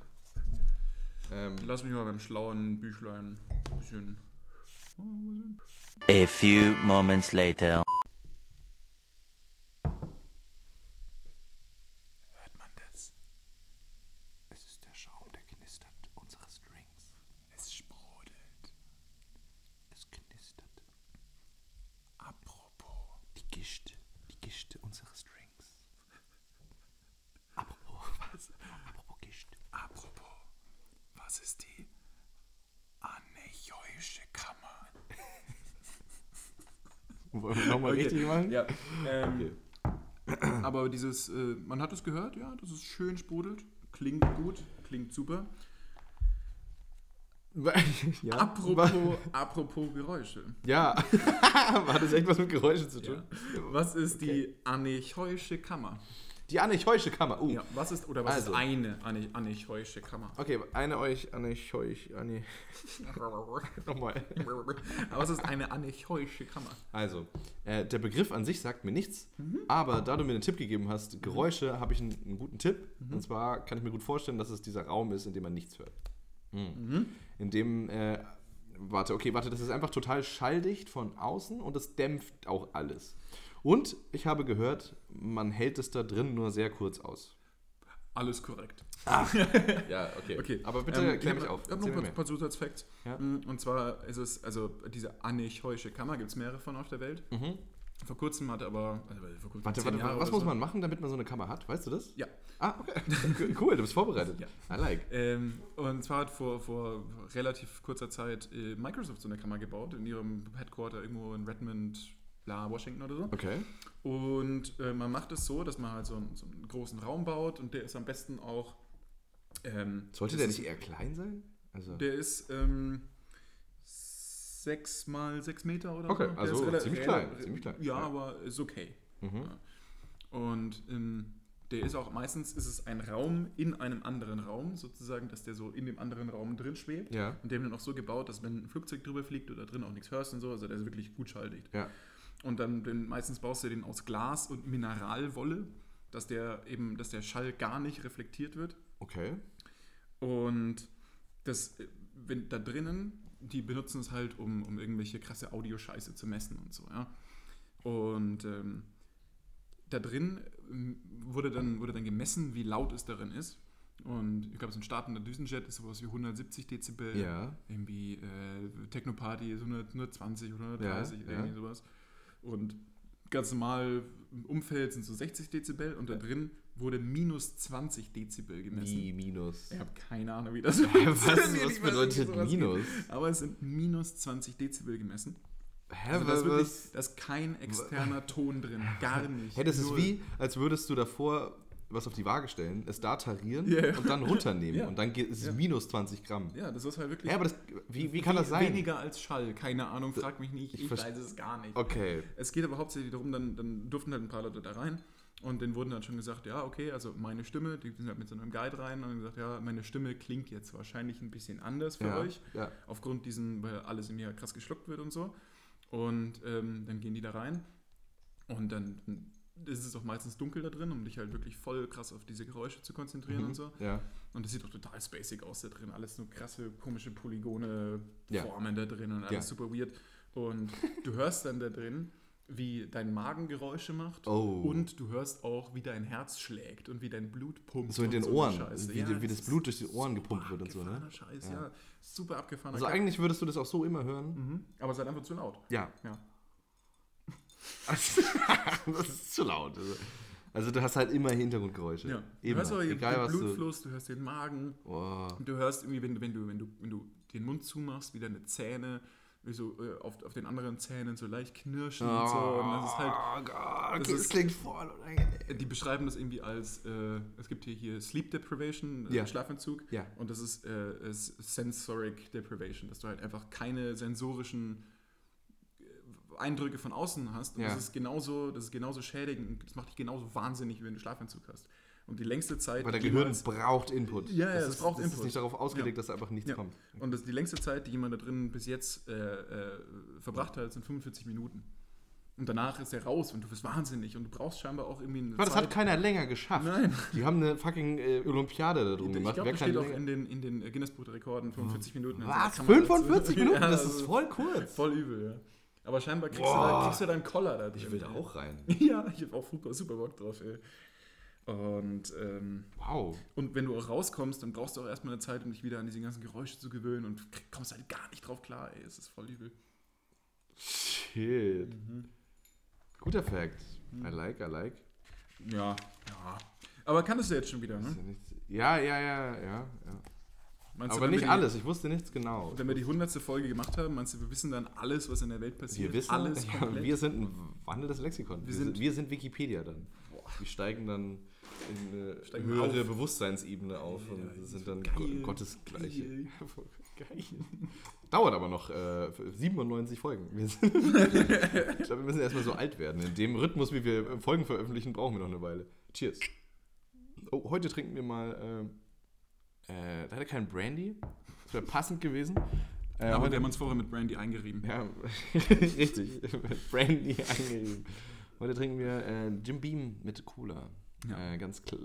Speaker 2: Ähm,
Speaker 1: Lass mich mal beim schlauen Büchlein ein bisschen.
Speaker 3: A few moments later.
Speaker 1: Hört man das?
Speaker 2: es ist der Schaum, der knistert unseres Drinks.
Speaker 1: Es sprudelt.
Speaker 2: Es knistert.
Speaker 1: Apropos.
Speaker 2: Die Gischt. Die Gischt unseres Drinks. Apropos was? Apropos Gischt.
Speaker 1: Apropos, was ist die Anäjoische Kammer?
Speaker 2: Wollen wir nochmal richtig machen?
Speaker 1: Ja. Ähm, Aber dieses, äh, man hat es gehört, ja, dass es schön sprudelt, klingt gut, klingt super.
Speaker 2: ja.
Speaker 1: Apropos, apropos Geräusche.
Speaker 2: Ja. Hat das echt was mit Geräuschen zu tun?
Speaker 1: Was ist die Anächoische Kammer?
Speaker 2: Die anechäusche Kammer. Uh.
Speaker 1: Ja, was ist, oder was
Speaker 2: Also.
Speaker 1: ist eine Ane- Anächoische Kammer?
Speaker 2: Okay, eine euch, anechäusch, ane... Nochmal.
Speaker 1: Aber was ist eine Anächoische Kammer?
Speaker 2: Also, äh, der Begriff an sich sagt mir nichts, aber da du mir einen Tipp gegeben hast, Geräusche, habe ich einen, einen guten Tipp.
Speaker 1: Mhm.
Speaker 2: Und zwar kann ich mir gut vorstellen, dass es dieser Raum ist, in dem man nichts hört. Mhm. In dem, äh, warte, okay, warte, das ist einfach total schalldicht von außen und es dämpft auch alles. Und ich habe gehört, man hält es da drin nur sehr kurz aus.
Speaker 1: Alles korrekt.
Speaker 2: Ja, okay.
Speaker 1: Okay.
Speaker 2: Aber bitte
Speaker 1: Ähm,
Speaker 2: klär
Speaker 1: ich
Speaker 2: mich
Speaker 1: hab-
Speaker 2: auf.
Speaker 1: Ich habe noch
Speaker 2: Erzähl
Speaker 1: ein
Speaker 2: mir
Speaker 1: paar,
Speaker 2: mehr.
Speaker 1: paar Zusatzfacts.
Speaker 2: Ja.
Speaker 1: Mm, Und zwar ist es, also diese anächoische Kammer, gibt es mehrere von auf der Welt. Vor kurzem hat aber. Also vor kurzem
Speaker 2: Mhm. Warte,
Speaker 1: zehn
Speaker 2: warte,
Speaker 1: Jahre
Speaker 2: was
Speaker 1: oder
Speaker 2: muss
Speaker 1: so.
Speaker 2: man machen, damit man so eine Kammer hat? Weißt du das?
Speaker 1: Ja.
Speaker 2: Ah, okay. Cool, du bist vorbereitet.
Speaker 1: Ja.
Speaker 2: I like.
Speaker 1: Ähm, und zwar hat vor, vor relativ kurzer Zeit äh, Microsoft so eine Kammer gebaut, in ihrem Headquarter irgendwo in Redmond, bla, Washington oder so.
Speaker 2: Okay.
Speaker 1: Und äh, man macht es so, dass man halt so einen, so einen großen Raum baut und der ist am besten auch. Ähm,
Speaker 2: Sollte
Speaker 1: das
Speaker 2: der
Speaker 1: ist-
Speaker 2: nicht eher klein sein? Also,
Speaker 1: Der ist ähm, sechs mal sechs Meter oder
Speaker 2: Okay,
Speaker 1: so. Der
Speaker 2: also
Speaker 1: ist rela-
Speaker 2: ziemlich
Speaker 1: rela-
Speaker 2: klein, ziemlich klein.
Speaker 1: Ja,
Speaker 2: Ja.
Speaker 1: aber ist okay.
Speaker 2: mhm.
Speaker 1: Und ähm, der ist auch meistens ist es ein Raum in einem anderen Raum, sozusagen, dass der so in dem anderen Raum drin schwebt.
Speaker 2: ja.
Speaker 1: Und dem dann auch so gebaut, dass wenn ein Flugzeug drüber fliegt oder drin auch nichts hörst und so, also der ist wirklich gut schalldicht.
Speaker 2: Ja.
Speaker 1: Und dann den, meistens baust du den aus Glas und Mineralwolle, dass der eben, dass der Schall gar nicht reflektiert wird.
Speaker 2: Okay.
Speaker 1: Und das, äh, wenn da drinnen, die benutzen es halt, um, um irgendwelche krasse Audioscheiße zu messen und so, ja. Und ähm, da drin ähm, wurde dann, wurde dann gemessen, wie laut es darin ist. Und ich glaube, so ein startender Düsenjet ist sowas wie 170 Dezibel.
Speaker 2: Ja.
Speaker 1: Irgendwie äh, Technoparty ist 100, 120 oder 130,
Speaker 2: Ja,
Speaker 1: oder irgendwie
Speaker 2: ja.
Speaker 1: sowas. Und ganz normal im Umfeld sind so 60 Dezibel und da drin wurde minus 20 Dezibel gemessen.
Speaker 2: Die Minus.
Speaker 1: Ich habe keine Ahnung, wie das
Speaker 2: Was,
Speaker 1: funktioniert. Ich weiß
Speaker 2: was
Speaker 1: nicht,
Speaker 2: bedeutet
Speaker 1: sowas
Speaker 2: Minus?
Speaker 1: geht. Aber es sind minus 20 Dezibel gemessen.
Speaker 2: Hä,
Speaker 1: Also da, ist wirklich,
Speaker 2: was?
Speaker 1: da ist kein externer Ton drin. Gar nicht.
Speaker 2: Hä, das ist
Speaker 1: Null.
Speaker 2: wie, als würdest du davor was auf die Waage stellen, es da tarieren
Speaker 1: Ja, ja.
Speaker 2: und dann runternehmen.
Speaker 1: Ja.
Speaker 2: Und dann geht es
Speaker 1: Ja.
Speaker 2: minus 20 Gramm.
Speaker 1: Ja, das ist halt wirklich
Speaker 2: Ja, aber das, wie, wie kann das sein?
Speaker 1: weniger als Schall. Keine Ahnung, frag mich nicht.
Speaker 2: Ich
Speaker 1: Ich,
Speaker 2: verste-
Speaker 1: weiß es gar nicht.
Speaker 2: Okay.
Speaker 1: Es geht aber hauptsächlich darum, dann, dann durften halt ein paar Leute da rein und denen wurden dann schon gesagt, ja, okay, also meine Stimme, die sind halt mit so einem Guide rein und haben gesagt, ja, meine Stimme klingt jetzt wahrscheinlich ein bisschen anders für
Speaker 2: Ja,
Speaker 1: euch.
Speaker 2: ja.
Speaker 1: aufgrund diesen, weil alles im Jahr krass geschluckt wird und so. Und ähm, dann gehen die da rein und dann ist es auch meistens dunkel da drin, um dich halt wirklich voll krass auf diese Geräusche zu konzentrieren
Speaker 2: Mhm.
Speaker 1: und so.
Speaker 2: Ja.
Speaker 1: Und das sieht auch total spacig aus da drin. Alles so krasse, komische Polygone,
Speaker 2: Ja.
Speaker 1: Formen da drin und alles
Speaker 2: Ja.
Speaker 1: super weird. Und du hörst dann da drin, wie dein Magen Geräusche macht
Speaker 2: Oh.
Speaker 1: und du hörst auch, wie dein Herz schlägt und wie dein Blut pumpt.
Speaker 2: So in
Speaker 1: und
Speaker 2: den
Speaker 1: eine
Speaker 2: Ohren,
Speaker 1: Scheiße.
Speaker 2: wie, wie das
Speaker 1: ist
Speaker 2: Blut durch die Ohren
Speaker 1: super
Speaker 2: gepumpt wird und so, ne?
Speaker 1: abgefahrener Scheiß, ja. Super abgefahrener
Speaker 2: Also
Speaker 1: Kack.
Speaker 2: eigentlich würdest du das auch so immer hören.
Speaker 1: Mhm. Aber es ist halt einfach zu laut.
Speaker 2: Ja.
Speaker 1: Ja.
Speaker 2: Also, das ist zu laut. Also, also du hast halt immer Hintergrundgeräusche.
Speaker 1: ja. Du
Speaker 2: Immer.
Speaker 1: hörst aber
Speaker 2: Egal
Speaker 1: den
Speaker 2: was du.
Speaker 1: Blutfluss, du hörst den Magen,
Speaker 2: Oh.
Speaker 1: und du hörst irgendwie, wenn du, wenn du, wenn du, wenn du den Mund zumachst, wie deine Zähne wie so, äh, auf, auf den anderen Zähnen so leicht knirschen und so. Und das ist halt,
Speaker 2: Oh Gott,
Speaker 1: das
Speaker 2: das
Speaker 1: ist-
Speaker 2: klingt voll unangenehm.
Speaker 1: die beschreiben das irgendwie als, äh, es gibt hier, hier Sleep Deprivation, äh,
Speaker 2: Ja.
Speaker 1: Schlafentzug.
Speaker 2: Ja.
Speaker 1: Und das ist äh, es- Sensoric Deprivation, dass du halt einfach keine sensorischen äh, Eindrücke von außen hast. Und
Speaker 2: Ja.
Speaker 1: das ist genauso, das ist genauso schädigend, und das macht dich genauso wahnsinnig, wie wenn du Schlafentzug hast. Und die längste Zeit.
Speaker 2: Weil dein
Speaker 1: die
Speaker 2: Gehirn
Speaker 1: jemals-
Speaker 2: braucht Input.
Speaker 1: Ja, ja,
Speaker 2: das
Speaker 1: das
Speaker 2: ist,
Speaker 1: braucht
Speaker 2: das ist
Speaker 1: Input.
Speaker 2: nicht darauf ausgelegt, dass einfach nichts
Speaker 1: Ja.
Speaker 2: kommt.
Speaker 1: Und das, die längste Zeit, die jemand da drin bis jetzt äh, äh, verbracht hat, sind 45 Minuten. Und danach ist er raus und du bist wahnsinnig und du brauchst scheinbar auch irgendwie eine
Speaker 2: Aber das hat
Speaker 1: Zeit.
Speaker 2: keiner länger geschafft.
Speaker 1: Nein.
Speaker 2: Die haben eine fucking äh, Olympiade da drum
Speaker 1: Ich
Speaker 2: gemacht.
Speaker 1: glaube,
Speaker 2: Wer
Speaker 1: das
Speaker 2: kann
Speaker 1: steht auch
Speaker 2: länger-
Speaker 1: in den, in den Guinness-Buch der Rekorden 45 Minuten. in so einer
Speaker 2: Was?
Speaker 1: Kammer dazu.
Speaker 2: 45 Minuten?
Speaker 1: Ja,
Speaker 2: Das ist voll kurz.
Speaker 1: voll übel, ja. Aber scheinbar kriegst,
Speaker 2: Boah.
Speaker 1: du da, kriegst du da einen Koller da drin.
Speaker 2: Ich will da auch rein.
Speaker 1: Ja, ich habe auch super, super Bock drauf, ey. Und, ähm,
Speaker 2: Wow.
Speaker 1: und wenn du auch rauskommst, dann brauchst du auch erstmal eine Zeit, um dich wieder an diese ganzen Geräusche zu gewöhnen und krieg- kommst halt gar nicht drauf klar, ey. Es ist voll übel.
Speaker 2: Shit.
Speaker 1: Mhm.
Speaker 2: Guter Fact. I like, I like.
Speaker 1: Ja. ja. Aber kanntest du jetzt schon wieder,
Speaker 2: Ist
Speaker 1: ne?
Speaker 2: ja nichts- Ja, ja, ja, ja. ja.
Speaker 1: Meinst du,
Speaker 2: Also, Aber
Speaker 1: wenn
Speaker 2: nicht
Speaker 1: wir die,
Speaker 2: alles. Ich wusste nichts genau.
Speaker 1: Wenn wir die hundertste Folge gemacht haben, meinst du, wir wissen dann alles, was in der Welt passiert?
Speaker 2: Wir wissen,
Speaker 1: alles
Speaker 2: ja,
Speaker 1: komplett?
Speaker 2: wir sind ein wandelndes Lexikon. Wir sind,
Speaker 1: sind-
Speaker 2: wir sind Wikipedia dann.
Speaker 1: Boah.
Speaker 2: Wir steigen dann in eine
Speaker 1: Steigen
Speaker 2: höhere
Speaker 1: auf.
Speaker 2: Bewusstseinsebene auf und
Speaker 1: Ja,
Speaker 2: sind dann
Speaker 1: geil,
Speaker 2: Go- Gottesgleiche.
Speaker 1: geil.
Speaker 2: Dauert aber noch äh, 97 Folgen. Wir sind ich glaube, wir müssen erstmal so alt werden. In dem Rhythmus, wie wir äh, Folgen veröffentlichen, brauchen wir noch eine Weile. Cheers. Oh, heute trinken wir mal äh, äh, leider keinen Brandy. Das wäre passend gewesen. Äh,
Speaker 1: Aber
Speaker 2: heute-
Speaker 1: wir haben uns vorher mit Brandy eingerieben.
Speaker 2: ja, richtig. Brandy eingegeben. Heute trinken wir äh, Jim Beam mit Cola.
Speaker 1: Ja.
Speaker 2: Äh, ganz kl-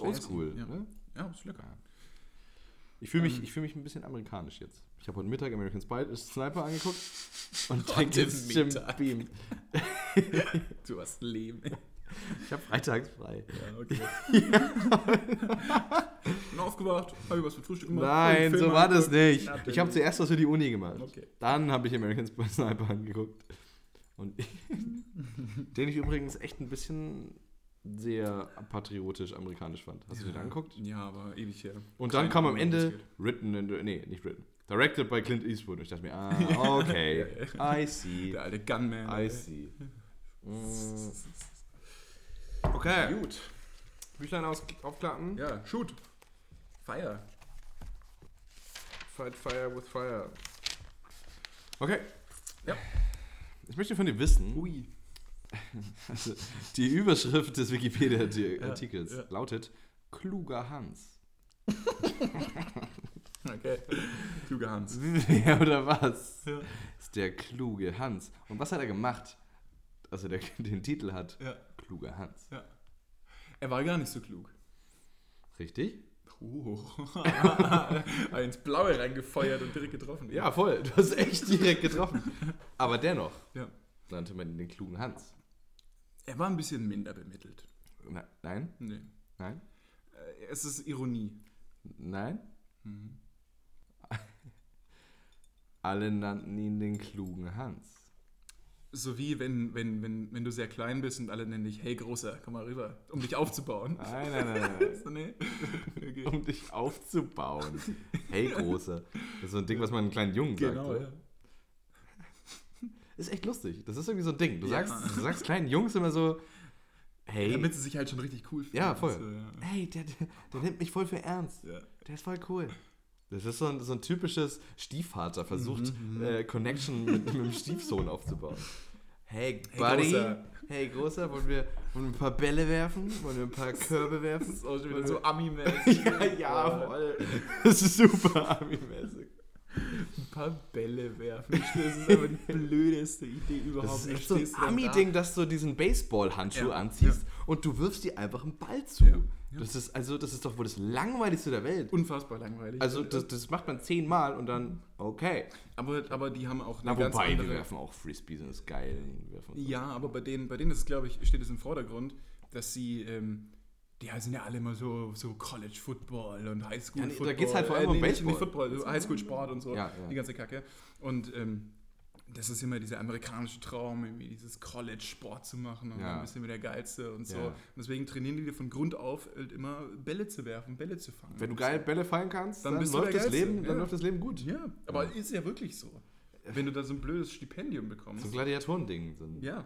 Speaker 1: Classy,
Speaker 2: oldschool.
Speaker 1: ja.
Speaker 2: Ne?
Speaker 1: Ja, ist lecker.
Speaker 2: Ich fühle mich,
Speaker 1: Ähm.
Speaker 2: ich fühl mich ein bisschen amerikanisch jetzt. Ich habe heute Mittag American Spy äh, Sniper angeguckt und trinke jetzt Jim
Speaker 1: Mittag.
Speaker 2: Beam.
Speaker 1: Du hast Leben.
Speaker 2: Ich habe freitags frei.
Speaker 1: Ja, okay. Bin aufgewacht, habe ich was für Frühstück gemacht. hab
Speaker 2: Nein,
Speaker 1: einen
Speaker 2: so
Speaker 1: Film
Speaker 2: war das
Speaker 1: angeguckt.
Speaker 2: nicht.
Speaker 1: Ja,
Speaker 2: Ich habe
Speaker 1: natürlich.
Speaker 2: zuerst was für die Uni gemacht.
Speaker 1: Okay.
Speaker 2: Dann habe ich American Spy Sniper angeguckt. Und den ich übrigens echt ein bisschen sehr patriotisch amerikanisch fand. Hast du den angeguckt?
Speaker 1: Ja, aber ewig her.
Speaker 2: Und dann
Speaker 1: Keine
Speaker 2: kam am
Speaker 1: Ahnung, was
Speaker 2: Ende
Speaker 1: das geht.
Speaker 2: written and, nee, nicht written. Directed by Clint Eastwood. Und ich dachte mir, ah, okay. I see.
Speaker 1: Der alte Gunman.
Speaker 2: I see. Mm. Okay.
Speaker 1: Gut.
Speaker 2: Büchlein aus, aufklappen.
Speaker 1: Ja, shoot. Fire.
Speaker 2: Fight fire with fire. Okay.
Speaker 1: Ja.
Speaker 2: Ich möchte von dir wissen,
Speaker 1: Ui.
Speaker 2: also die Überschrift des Wikipedia-Artikels
Speaker 1: Ja, ja.
Speaker 2: lautet Kluger Hans.
Speaker 1: Okay. Kluger Hans.
Speaker 2: Wer oder was?
Speaker 1: Ja.
Speaker 2: Ist der kluge Hans. Und was hat er gemacht, als er der, den Titel hat?
Speaker 1: Ja.
Speaker 2: Kluger Hans.
Speaker 1: Er war gar nicht so klug.
Speaker 2: Richtig?
Speaker 1: Oh. ins Blaue reingefeuert und direkt getroffen.
Speaker 2: Ja, voll. Du hast echt direkt getroffen. Aber dennoch
Speaker 1: Ja.
Speaker 2: nannte man ihn den klugen Hans.
Speaker 1: Er war ein bisschen minder bemittelt.
Speaker 2: Na, nein?
Speaker 1: Nee.
Speaker 2: Nein?
Speaker 1: Äh, Es ist Ironie. Mhm.
Speaker 2: Nein? Alle nannten ihn den klugen Hans.
Speaker 1: So wie wenn, wenn, wenn, wenn du sehr klein bist und alle nennen dich, hey Großer, komm mal rüber, um dich aufzubauen.
Speaker 2: Nein, nein, nein, nein.
Speaker 1: So, nee. Okay.
Speaker 2: Um dich aufzubauen. Hey, Großer. Das ist so ein Ding, was man einen kleinen Jungen sagt.
Speaker 1: Genau,
Speaker 2: oder?
Speaker 1: ja.
Speaker 2: Ist echt lustig. Das ist irgendwie so ein Ding. Du,
Speaker 1: Ja.
Speaker 2: sagst, du sagst kleinen Jungs immer so, hey,
Speaker 1: Damit sie sich halt schon richtig cool fühlen.
Speaker 2: Ja, voll.
Speaker 1: So, ja.
Speaker 2: hey, der, der, der nimmt mich voll für ernst.
Speaker 1: Ja.
Speaker 2: Der ist voll cool. Das ist so ein, so ein typisches Stiefvater, versucht äh, Connection mit, mit dem Stiefsohn aufzubauen. Hey,
Speaker 1: Hey,
Speaker 2: Buddy.
Speaker 1: Großer.
Speaker 2: Hey, Großer, wollen wir, wollen wir ein paar Bälle werfen? Wollen wir ein paar Körbe werfen?
Speaker 1: Das ist auch schon wieder
Speaker 2: Wollen
Speaker 1: so
Speaker 2: wir-
Speaker 1: Ami-mäßig.
Speaker 2: ja, ja, voll. Das ist super Ami-mäßig.
Speaker 1: Ein paar Bälle werfen. Das ist aber die blödeste Idee überhaupt.
Speaker 2: Das ist
Speaker 1: Da
Speaker 2: echt so ein
Speaker 1: stehst du dann
Speaker 2: Ami-Ding, dass du diesen Baseball-Handschuh
Speaker 1: Ja,
Speaker 2: anziehst und du wirfst dir einfach einen Ball zu.
Speaker 1: Ja, ja.
Speaker 2: Das ist also, das ist doch wohl das Langweiligste der Welt.
Speaker 1: da. Unfassbar langweilig.
Speaker 2: Also das, das macht man zehnmal und dann, okay.
Speaker 1: aber, aber die haben auch eine
Speaker 2: Na,
Speaker 1: ganz
Speaker 2: wobei, die
Speaker 1: andere...
Speaker 2: werfen auch Frisbees und das ist geil. Die werfen-
Speaker 1: Ja, aber bei denen, bei denen ist, glaube ich, steht es im Vordergrund, dass sie, ähm, die sind ja alle immer so, so College Football und Highschool
Speaker 2: Ja, nee, da
Speaker 1: Football. Äh,
Speaker 2: geht's halt vor allem um
Speaker 1: nicht-
Speaker 2: Baseball.
Speaker 1: Nicht Football, so Highschool Sport und so,
Speaker 2: Ja, ja.
Speaker 1: die ganze Kacke. Und ähm, das ist immer dieser amerikanische Traum, irgendwie dieses College Sport zu machen und
Speaker 2: Ja.
Speaker 1: dann ein bisschen wie der Geilste und so.
Speaker 2: Ja.
Speaker 1: Und deswegen trainieren die von Grund auf halt immer Bälle zu werfen, Bälle zu fangen.
Speaker 2: Wenn du geil Bälle fallen kannst, dann,
Speaker 1: Dann bist du
Speaker 2: läuft,
Speaker 1: der
Speaker 2: das
Speaker 1: Geilste,
Speaker 2: Leben, dann
Speaker 1: ja.
Speaker 2: läuft das Leben gut.
Speaker 1: Ja, aber ist ja wirklich so. Wenn du da so ein blödes Stipendium bekommst.
Speaker 2: So ein Gladiatorending. So ein-
Speaker 1: Ja,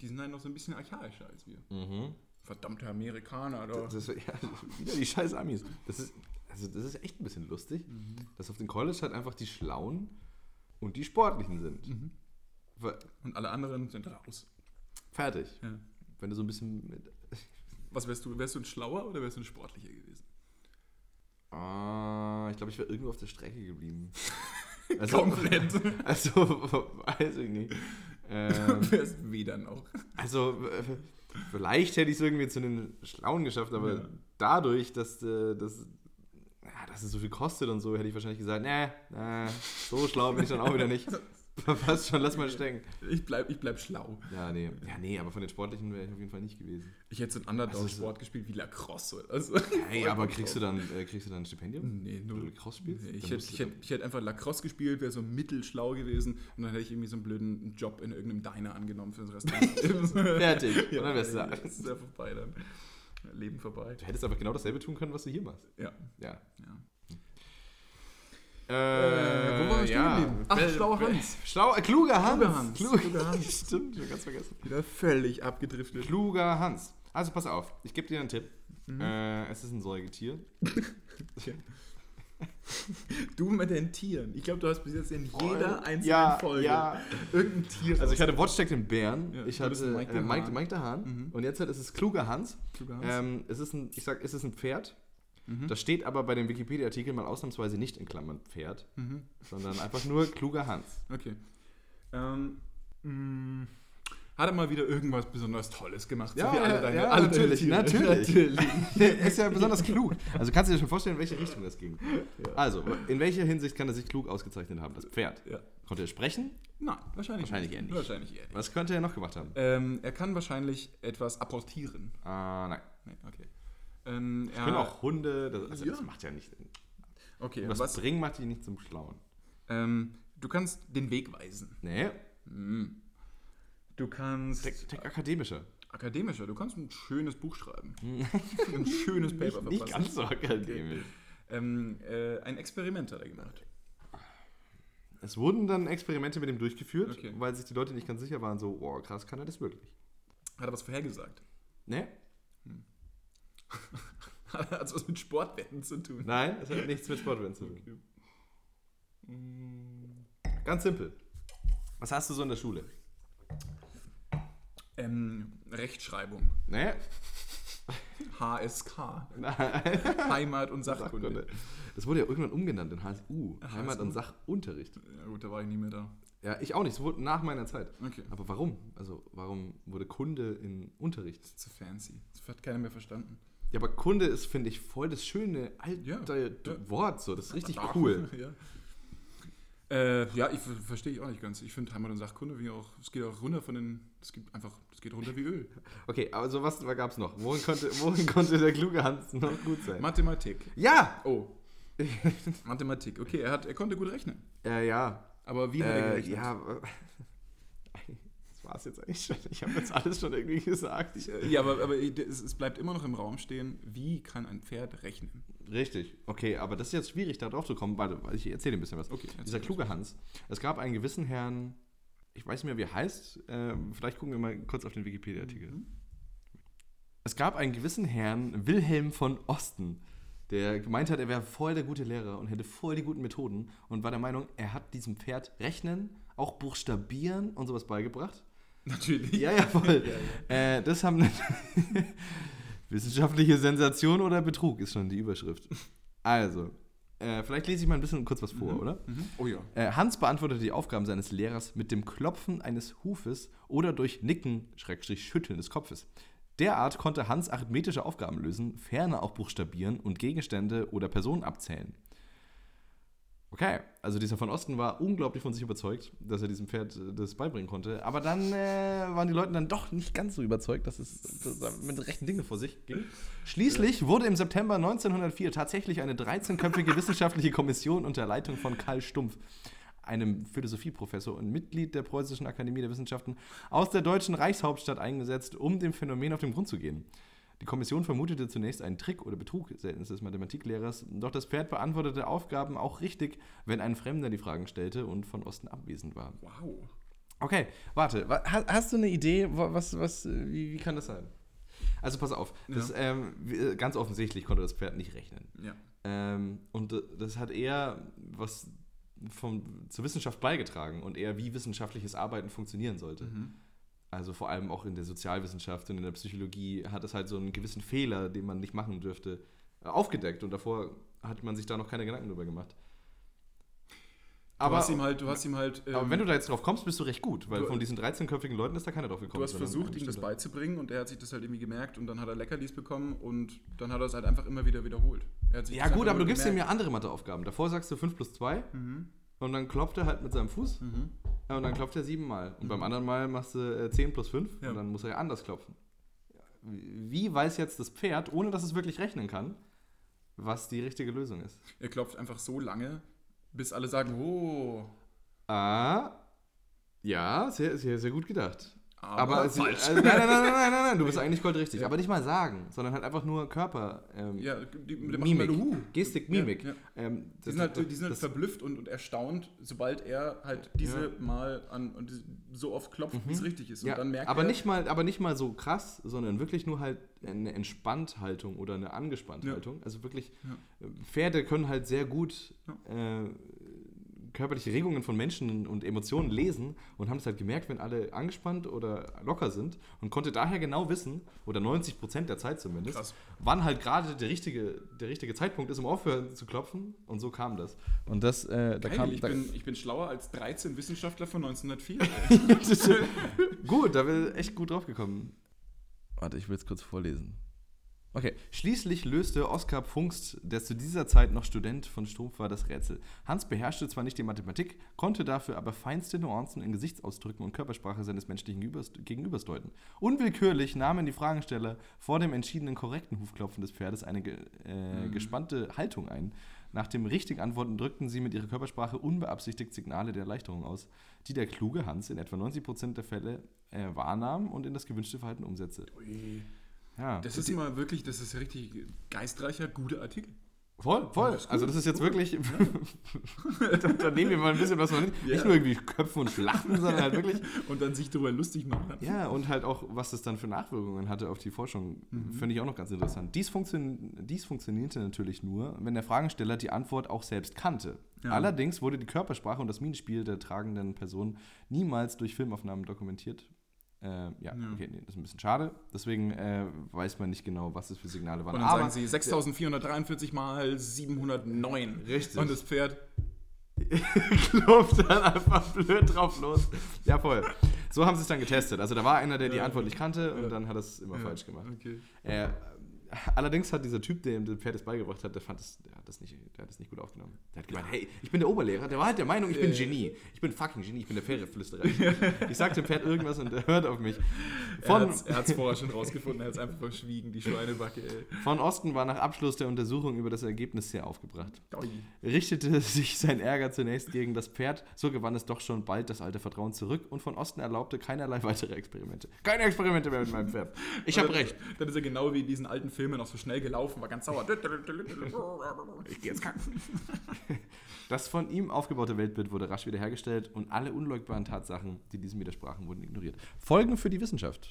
Speaker 1: die sind halt noch so ein bisschen archaischer als wir.
Speaker 2: Mhm.
Speaker 1: Verdammte Amerikaner, da.
Speaker 2: Das, ja, wieder die scheiß Amis. Das ist, also das ist echt ein bisschen lustig,
Speaker 1: Mhm.
Speaker 2: dass auf dem College halt einfach die Schlauen und die Sportlichen sind.
Speaker 1: Mhm.
Speaker 2: Ver-
Speaker 1: Und alle anderen sind raus.
Speaker 2: Fertig.
Speaker 1: Ja.
Speaker 2: Wenn du so ein bisschen mit.
Speaker 1: Was wärst du? Wärst du ein Schlauer oder wärst du ein Sportlicher gewesen?
Speaker 2: Ah, ich glaube, ich wäre irgendwo auf der Strecke geblieben.
Speaker 1: Komplett.
Speaker 2: Also, weiß ich nicht. Ähm,
Speaker 1: wärst weder noch.
Speaker 2: also, äh, vielleicht hätte ich es irgendwie zu den Schlauen geschafft, aber dadurch, dass, äh, dass, ja, dass es so viel kostet und so, hätte ich wahrscheinlich gesagt: Nee, nee, so schlau bin ich dann auch wieder nicht. Passt schon, lass mal stecken.
Speaker 1: Ich bleib, ich bleib schlau.
Speaker 2: Ja, nee. Ja, nee, aber von den Sportlichen wäre ich auf jeden Fall nicht gewesen.
Speaker 1: Ich hätte so einen
Speaker 2: Also
Speaker 1: Underdog-Sport gespielt wie Lacrosse. oder so.
Speaker 2: Hey, aber kriegst du dann, äh, kriegst du dann ein Stipendium?
Speaker 1: Nee,
Speaker 2: Wenn du
Speaker 1: null.
Speaker 2: Lacrosse spielst?
Speaker 1: Nee, Ich
Speaker 2: Dann
Speaker 1: hätte,
Speaker 2: musst du
Speaker 1: ich, hätte, ich hätte einfach Lacrosse gespielt, wäre so mittelschlau gewesen und dann hätte ich irgendwie so einen blöden Job in irgendeinem Diner angenommen für den Rest meines Lebens.
Speaker 2: Fertig. Und dann wärst du
Speaker 1: ja,
Speaker 2: da.
Speaker 1: das ist ja vorbei dann. Leben vorbei.
Speaker 2: Du hättest aber genau dasselbe tun können, was du hier machst.
Speaker 1: Ja.
Speaker 2: Ja.
Speaker 1: ja.
Speaker 2: Äh,
Speaker 1: wo waren wir stehen geblieben? Ach, schlauer Hans.
Speaker 2: Schlau, äh, kluger Hans.
Speaker 1: Kluger Hans.
Speaker 2: Klug-
Speaker 1: Kluger Hans.
Speaker 2: Stimmt, ich hab ganz vergessen.
Speaker 1: Wieder völlig abgedriftet.
Speaker 2: Kluger Hans. Also pass auf, ich gebe dir einen Tipp.
Speaker 1: Mhm.
Speaker 2: Äh, es ist ein Säugetier.
Speaker 1: Du mit den Tieren. Ich glaube, du hast bis jetzt in jeder einzelnen
Speaker 2: ja,
Speaker 1: Folge
Speaker 2: ja.
Speaker 1: irgendein Tier.
Speaker 2: Also ich hatte Watchtag den Bären,
Speaker 1: Ja,
Speaker 2: ich
Speaker 1: du bist
Speaker 2: hatte
Speaker 1: Mike
Speaker 2: Mike, äh,
Speaker 1: der
Speaker 2: Mike,
Speaker 1: Hahn. Mhm.
Speaker 2: Mike der Hahn und jetzt halt ist es kluger Hans.
Speaker 1: Kluger Hans.
Speaker 2: Ähm, es ist ein, ich sag, es ist ein Pferd.
Speaker 1: Mhm.
Speaker 2: Das steht aber bei dem Wikipedia-Artikel mal ausnahmsweise nicht in Klammern Pferd, sondern einfach nur kluger Hans.
Speaker 1: Mhm. Okay. Ähm, mh, hat er mal wieder irgendwas besonders Tolles gemacht? so wie alle deine, alle
Speaker 2: natürlich,
Speaker 1: deine Tiere.
Speaker 2: natürlich. Der ist ja besonders klug. Also kannst du dir schon vorstellen, in welche Richtung das ging. Also, in welcher Hinsicht kann er sich klug ausgezeichnet haben? Das Pferd.
Speaker 1: Ja.
Speaker 2: Konnte er sprechen?
Speaker 1: Nein, wahrscheinlich
Speaker 2: Wahrscheinlich
Speaker 1: nicht.
Speaker 2: eher nicht.
Speaker 1: Wahrscheinlich eher nicht.
Speaker 2: Was könnte er noch gemacht haben?
Speaker 1: Ähm, er kann wahrscheinlich etwas apportieren.
Speaker 2: Ah, nein.
Speaker 1: Nee, okay. Ähm, er,
Speaker 2: Können auch Hunde, das, also
Speaker 1: Ja.
Speaker 2: das macht ja nicht.
Speaker 1: Okay,
Speaker 2: Das
Speaker 1: was?
Speaker 2: Bringen macht die nicht zum Schlauen.
Speaker 1: Ähm, du kannst den Weg weisen.
Speaker 2: Nee.
Speaker 1: Du kannst
Speaker 2: Denk, denk akademischer.
Speaker 1: akademischer, du kannst ein schönes Buch schreiben. ein schönes Paper
Speaker 2: Mhm. Nicht
Speaker 1: verfassen.
Speaker 2: ganz so akademisch.
Speaker 1: Ähm, äh, ein Experiment hat er gemacht.
Speaker 2: Es wurden dann Experimente mit ihm durchgeführt,
Speaker 1: Okay.
Speaker 2: weil sich die Leute nicht ganz sicher waren, so, oh krass, kann er das wirklich?
Speaker 1: Hat er was vorhergesagt?
Speaker 2: Ne?
Speaker 1: Hat es was mit Sportwetten zu tun?
Speaker 2: Nein, es hat nichts mit Sportwetten zu tun.
Speaker 1: Mhm.
Speaker 2: Ganz simpel. Was hast du so in der Schule?
Speaker 1: Ähm, Rechtschreibung.
Speaker 2: Ne?
Speaker 1: HSK.
Speaker 2: Nein.
Speaker 1: Heimat und Sachkunde.
Speaker 2: Sachkunde. Das wurde ja irgendwann umgenannt in HSU, Heimat- und Sachunterricht.
Speaker 1: Ja gut, da war ich nie mehr da.
Speaker 2: Ja, ich auch nicht, es wurde nach meiner Zeit.
Speaker 1: Okay.
Speaker 2: Aber warum? Also, warum wurde Kunde in Unterricht?
Speaker 1: Zu fancy. Das hat keiner mehr verstanden.
Speaker 2: Ja, aber Kunde ist, finde ich, voll das schöne alte
Speaker 1: Ja,
Speaker 2: D-
Speaker 1: ja.
Speaker 2: Wort, so, das ist richtig cool.
Speaker 1: ja. Äh, ja, ich ver- verstehe ich auch nicht ganz. Ich finde Heimat und Sachkunde wie auch, es geht auch runter von den, es gibt einfach, es geht runter wie Öl.
Speaker 2: Okay, also was gab's noch? Wohin konnte, wohin konnte der kluge Hans noch gut sein?
Speaker 1: Mathematik.
Speaker 2: ja!
Speaker 1: Oh. Mathematik. Okay, er, hat, er konnte gut rechnen.
Speaker 2: Äh, ja.
Speaker 1: Aber wie hat er
Speaker 2: Äh,
Speaker 1: gerechnet?
Speaker 2: ja, aber- das war's jetzt eigentlich schon. Ich habe jetzt alles schon irgendwie gesagt. Ich,
Speaker 1: Äh, Ja, aber, aber es, es bleibt immer noch im Raum stehen, wie kann ein Pferd rechnen?
Speaker 2: Richtig. Okay, aber das ist jetzt schwierig, da drauf zu kommen. Warte, ich erzähle ein bisschen was.
Speaker 1: Okay, erzähl
Speaker 2: Dieser
Speaker 1: was.
Speaker 2: kluge Hans. Es gab einen gewissen Herrn, ich weiß nicht mehr, wie er heißt. ähm, vielleicht gucken wir mal kurz auf den Wikipedia-Artikel.
Speaker 1: Mhm.
Speaker 2: Es gab einen gewissen Herrn, Wilhelm von Osten, der gemeint hat, er wäre voll der gute Lehrer und hätte voll die guten Methoden und war der Meinung, er hat diesem Pferd Rechnen, auch Buchstabieren und sowas beigebracht.
Speaker 1: Natürlich.
Speaker 2: Ja, ja, voll. Äh, das haben. Wissenschaftliche Sensation oder Betrug ist schon die Überschrift. Also, äh, vielleicht lese ich mal ein bisschen kurz was vor, oder?
Speaker 1: Oh ja.
Speaker 2: Äh, Hans beantwortete die Aufgaben seines Lehrers mit dem Klopfen eines Hufes oder durch Nicken, Schrägstrich Schütteln des Kopfes. Derart konnte Hans arithmetische Aufgaben lösen, ferner auch buchstabieren und Gegenstände oder Personen abzählen. Okay, also dieser von Osten war unglaublich von sich überzeugt, dass er diesem Pferd äh, das beibringen konnte. Aber dann äh, waren die Leute dann doch nicht ganz so überzeugt, dass es sozusagen mit rechten Dingen vor sich ging. Schließlich wurde im September 1904 tatsächlich eine 13-köpfige wissenschaftliche Kommission unter Leitung von Karl Stumpf, einem Philosophieprofessor und Mitglied der Preußischen Akademie der Wissenschaften, aus der deutschen Reichshauptstadt eingesetzt, um dem Phänomen auf den Grund zu gehen. Die Kommission vermutete zunächst einen Trick oder Betrug seitens des Mathematiklehrers, doch das Pferd beantwortete Aufgaben auch richtig, wenn ein Fremder die Fragen stellte und von Osten abwesend war.
Speaker 1: Wow.
Speaker 2: Okay, warte, wa- ha- hast du eine Idee, wa- was, was, äh, wie, wie kann das sein? Also pass auf, das, ähm, wie- äh, ganz offensichtlich konnte das Pferd nicht rechnen.
Speaker 1: Ja.
Speaker 2: Ähm, und d- das hat eher was vom, zur Wissenschaft beigetragen und eher wie wissenschaftliches Arbeiten funktionieren sollte.
Speaker 1: Mhm.
Speaker 2: Also vor allem auch in der Sozialwissenschaft und in der Psychologie hat es halt so einen gewissen Fehler, den man nicht machen dürfte, äh, aufgedeckt und davor hat man sich da noch keine Gedanken drüber gemacht.
Speaker 1: Du
Speaker 2: Aber,
Speaker 1: hast ihm halt, du hast ihm halt, ähm,
Speaker 2: aber wenn du da jetzt drauf kommst, bist du recht gut, weil
Speaker 1: du-
Speaker 2: von diesen 13-köpfigen Leuten ist da keiner drauf gekommen.
Speaker 1: du hast
Speaker 2: sondern
Speaker 1: versucht,
Speaker 2: ein
Speaker 1: ihm das
Speaker 2: bestimmter-
Speaker 1: beizubringen und er hat sich das halt irgendwie gemerkt und dann hat er Leckerlis bekommen und dann hat er es halt einfach immer wieder wiederholt. Er hat sich
Speaker 2: Ja
Speaker 1: das einfach
Speaker 2: gut, aber du
Speaker 1: halt nur Mhm.
Speaker 2: gibst ihm ja
Speaker 1: gemerkt.
Speaker 2: andere Matheaufgaben. Davor sagst du 5 plus 2 und dann klopft er halt mit seinem Fuß
Speaker 1: Mhm.
Speaker 2: Ja, und dann klopft er siebenmal. Und beim anderen Mal machst du äh, 10 plus 5
Speaker 1: Ja.
Speaker 2: und dann muss er ja anders klopfen. Wie weiß jetzt das Pferd, ohne dass es wirklich rechnen kann, was die richtige Lösung ist?
Speaker 1: Er klopft einfach so lange, bis alle sagen, oh,
Speaker 2: Ah, ja, sehr, sehr, sehr gut gedacht.
Speaker 1: Aber
Speaker 2: Aber, sie,
Speaker 1: falsch.
Speaker 2: Also, nein, nein, nein, nein, nein, nein, nein, du bist eigentlich goldrichtig. Aber nicht mal sagen, sondern halt einfach nur Körper. Ähm,
Speaker 1: ja, die, die machen
Speaker 2: Mimik,
Speaker 1: immer so, "Huh."
Speaker 2: Gestik, Mimik.
Speaker 1: Ja, ja.
Speaker 2: Ähm,
Speaker 1: Die
Speaker 2: das-
Speaker 1: sind halt, die
Speaker 2: das-
Speaker 1: sind halt
Speaker 2: das-
Speaker 1: verblüfft und, und erstaunt, sobald er halt diese Mal an und diese- so oft klopft, wie es richtig ist. Und
Speaker 2: Mhm. Ja,
Speaker 1: dann merkt
Speaker 2: aber,
Speaker 1: er,
Speaker 2: nicht mal, aber nicht mal so krass, sondern wirklich nur halt eine Entspannthaltung oder eine Angespannthaltung. Also wirklich, äh, Pferde können halt sehr gut äh, körperliche Regungen von Menschen und Emotionen lesen und haben es halt gemerkt, wenn alle angespannt oder locker sind und konnte daher genau wissen, oder 90 Prozent der Zeit zumindest,
Speaker 1: Krass.
Speaker 2: wann halt gerade der richtige, der richtige Zeitpunkt ist, um aufhören zu klopfen. Und so kam das. Und das, äh, da
Speaker 1: Geil,
Speaker 2: kam.
Speaker 1: ich,
Speaker 2: da,
Speaker 1: bin, ich bin schlauer als 13 Wissenschaftler von 1904.
Speaker 2: gut, da bin ich echt gut drauf gekommen. Warte, ich will es kurz vorlesen. Okay. Schließlich löste Oskar Pfungst, der zu dieser Zeit noch Student von Strumpf war, das Rätsel. Hans beherrschte zwar nicht die Mathematik, konnte dafür aber feinste Nuancen in Gesichtsausdrücken und Körpersprache seines menschlichen Gegenübers, Gegenübers deuten. Unwillkürlich nahmen die
Speaker 1: Mhm.
Speaker 2: Fragensteller vor dem entschiedenen korrekten Hufklopfen des Pferdes eine ge, äh, gespannte Haltung ein, Nach dem richtigen Antworten drückten sie mit ihrer Körpersprache unbeabsichtigt Signale der Erleichterung aus, die der kluge Hans in etwa 90% der Fälle äh, wahrnahm und in das gewünschte Verhalten umsetzte.
Speaker 1: Ui.
Speaker 2: Ja.
Speaker 1: Das ist mal wirklich, das ist richtig geistreicher, guter Artikel.
Speaker 2: Voll, voll. also das ist jetzt wirklich, da, da nehmen wir mal ein bisschen was von hin. Nicht
Speaker 1: Ja.
Speaker 2: nur irgendwie Köpfe und Schlachten, sondern halt wirklich,
Speaker 1: Und dann sich darüber lustig machen.
Speaker 2: ja, und halt auch, was das dann für Nachwirkungen hatte auf die Forschung,
Speaker 1: Mhm.
Speaker 2: finde ich auch noch ganz interessant. Dies, funktion dies funktionierte natürlich nur, wenn der Fragesteller die Antwort auch selbst kannte.
Speaker 1: Ja.
Speaker 2: Allerdings wurde die Körpersprache und das Mienenspiel der tragenden Person niemals durch Filmaufnahmen dokumentiert. Äh, ja, okay, nee, das ist ein bisschen schade. Deswegen äh, weiß man nicht genau, was es für Signale waren.
Speaker 1: Und dann sagen sie 6443 mal 709.
Speaker 2: Richtig.
Speaker 1: Und das Pferd.
Speaker 2: klopft dann einfach blöd drauf los. Ja, voll. So haben sie es dann getestet. Also da war einer, der die
Speaker 1: Ja.
Speaker 2: Antwort nicht kannte und dann hat er es immer falsch gemacht.
Speaker 1: Okay.
Speaker 2: Äh, allerdings hat dieser Typ, der ihm das Pferd das beigebracht hat, der, fand das, der, hat das nicht, der hat das nicht gut aufgenommen. Der hat gemeint, hey, ich bin der Oberlehrer. Der war halt der Meinung, ich bin Genie. Ich bin fucking Genie, ich bin der Pferdeflüsterer. Ich sag dem Pferd irgendwas und er hört auf mich.
Speaker 1: Er
Speaker 2: Von,
Speaker 1: hat's- er hat es vorher schon rausgefunden, er hat es einfach verschwiegen, die Schweinebacke, ey.
Speaker 2: von Osten war nach Abschluss der Untersuchung über das Ergebnis sehr aufgebracht.
Speaker 1: Ui.
Speaker 2: richtete sich sein Ärger zunächst gegen das Pferd, so gewann es doch schon bald das alte Vertrauen zurück und von Osten erlaubte keinerlei weitere Experimente. Keine Experimente mehr mit meinem Pferd. Ich habe recht.
Speaker 1: Dann ist er genau wie in diesen alten Filmen noch so schnell gelaufen, war ganz sauer.
Speaker 2: Ich gehe jetzt kacken. Das von ihm aufgebaute Weltbild wurde rasch wiederhergestellt und alle unleugbaren Tatsachen, die diesem widersprachen, wurden ignoriert. Folgen für die Wissenschaft.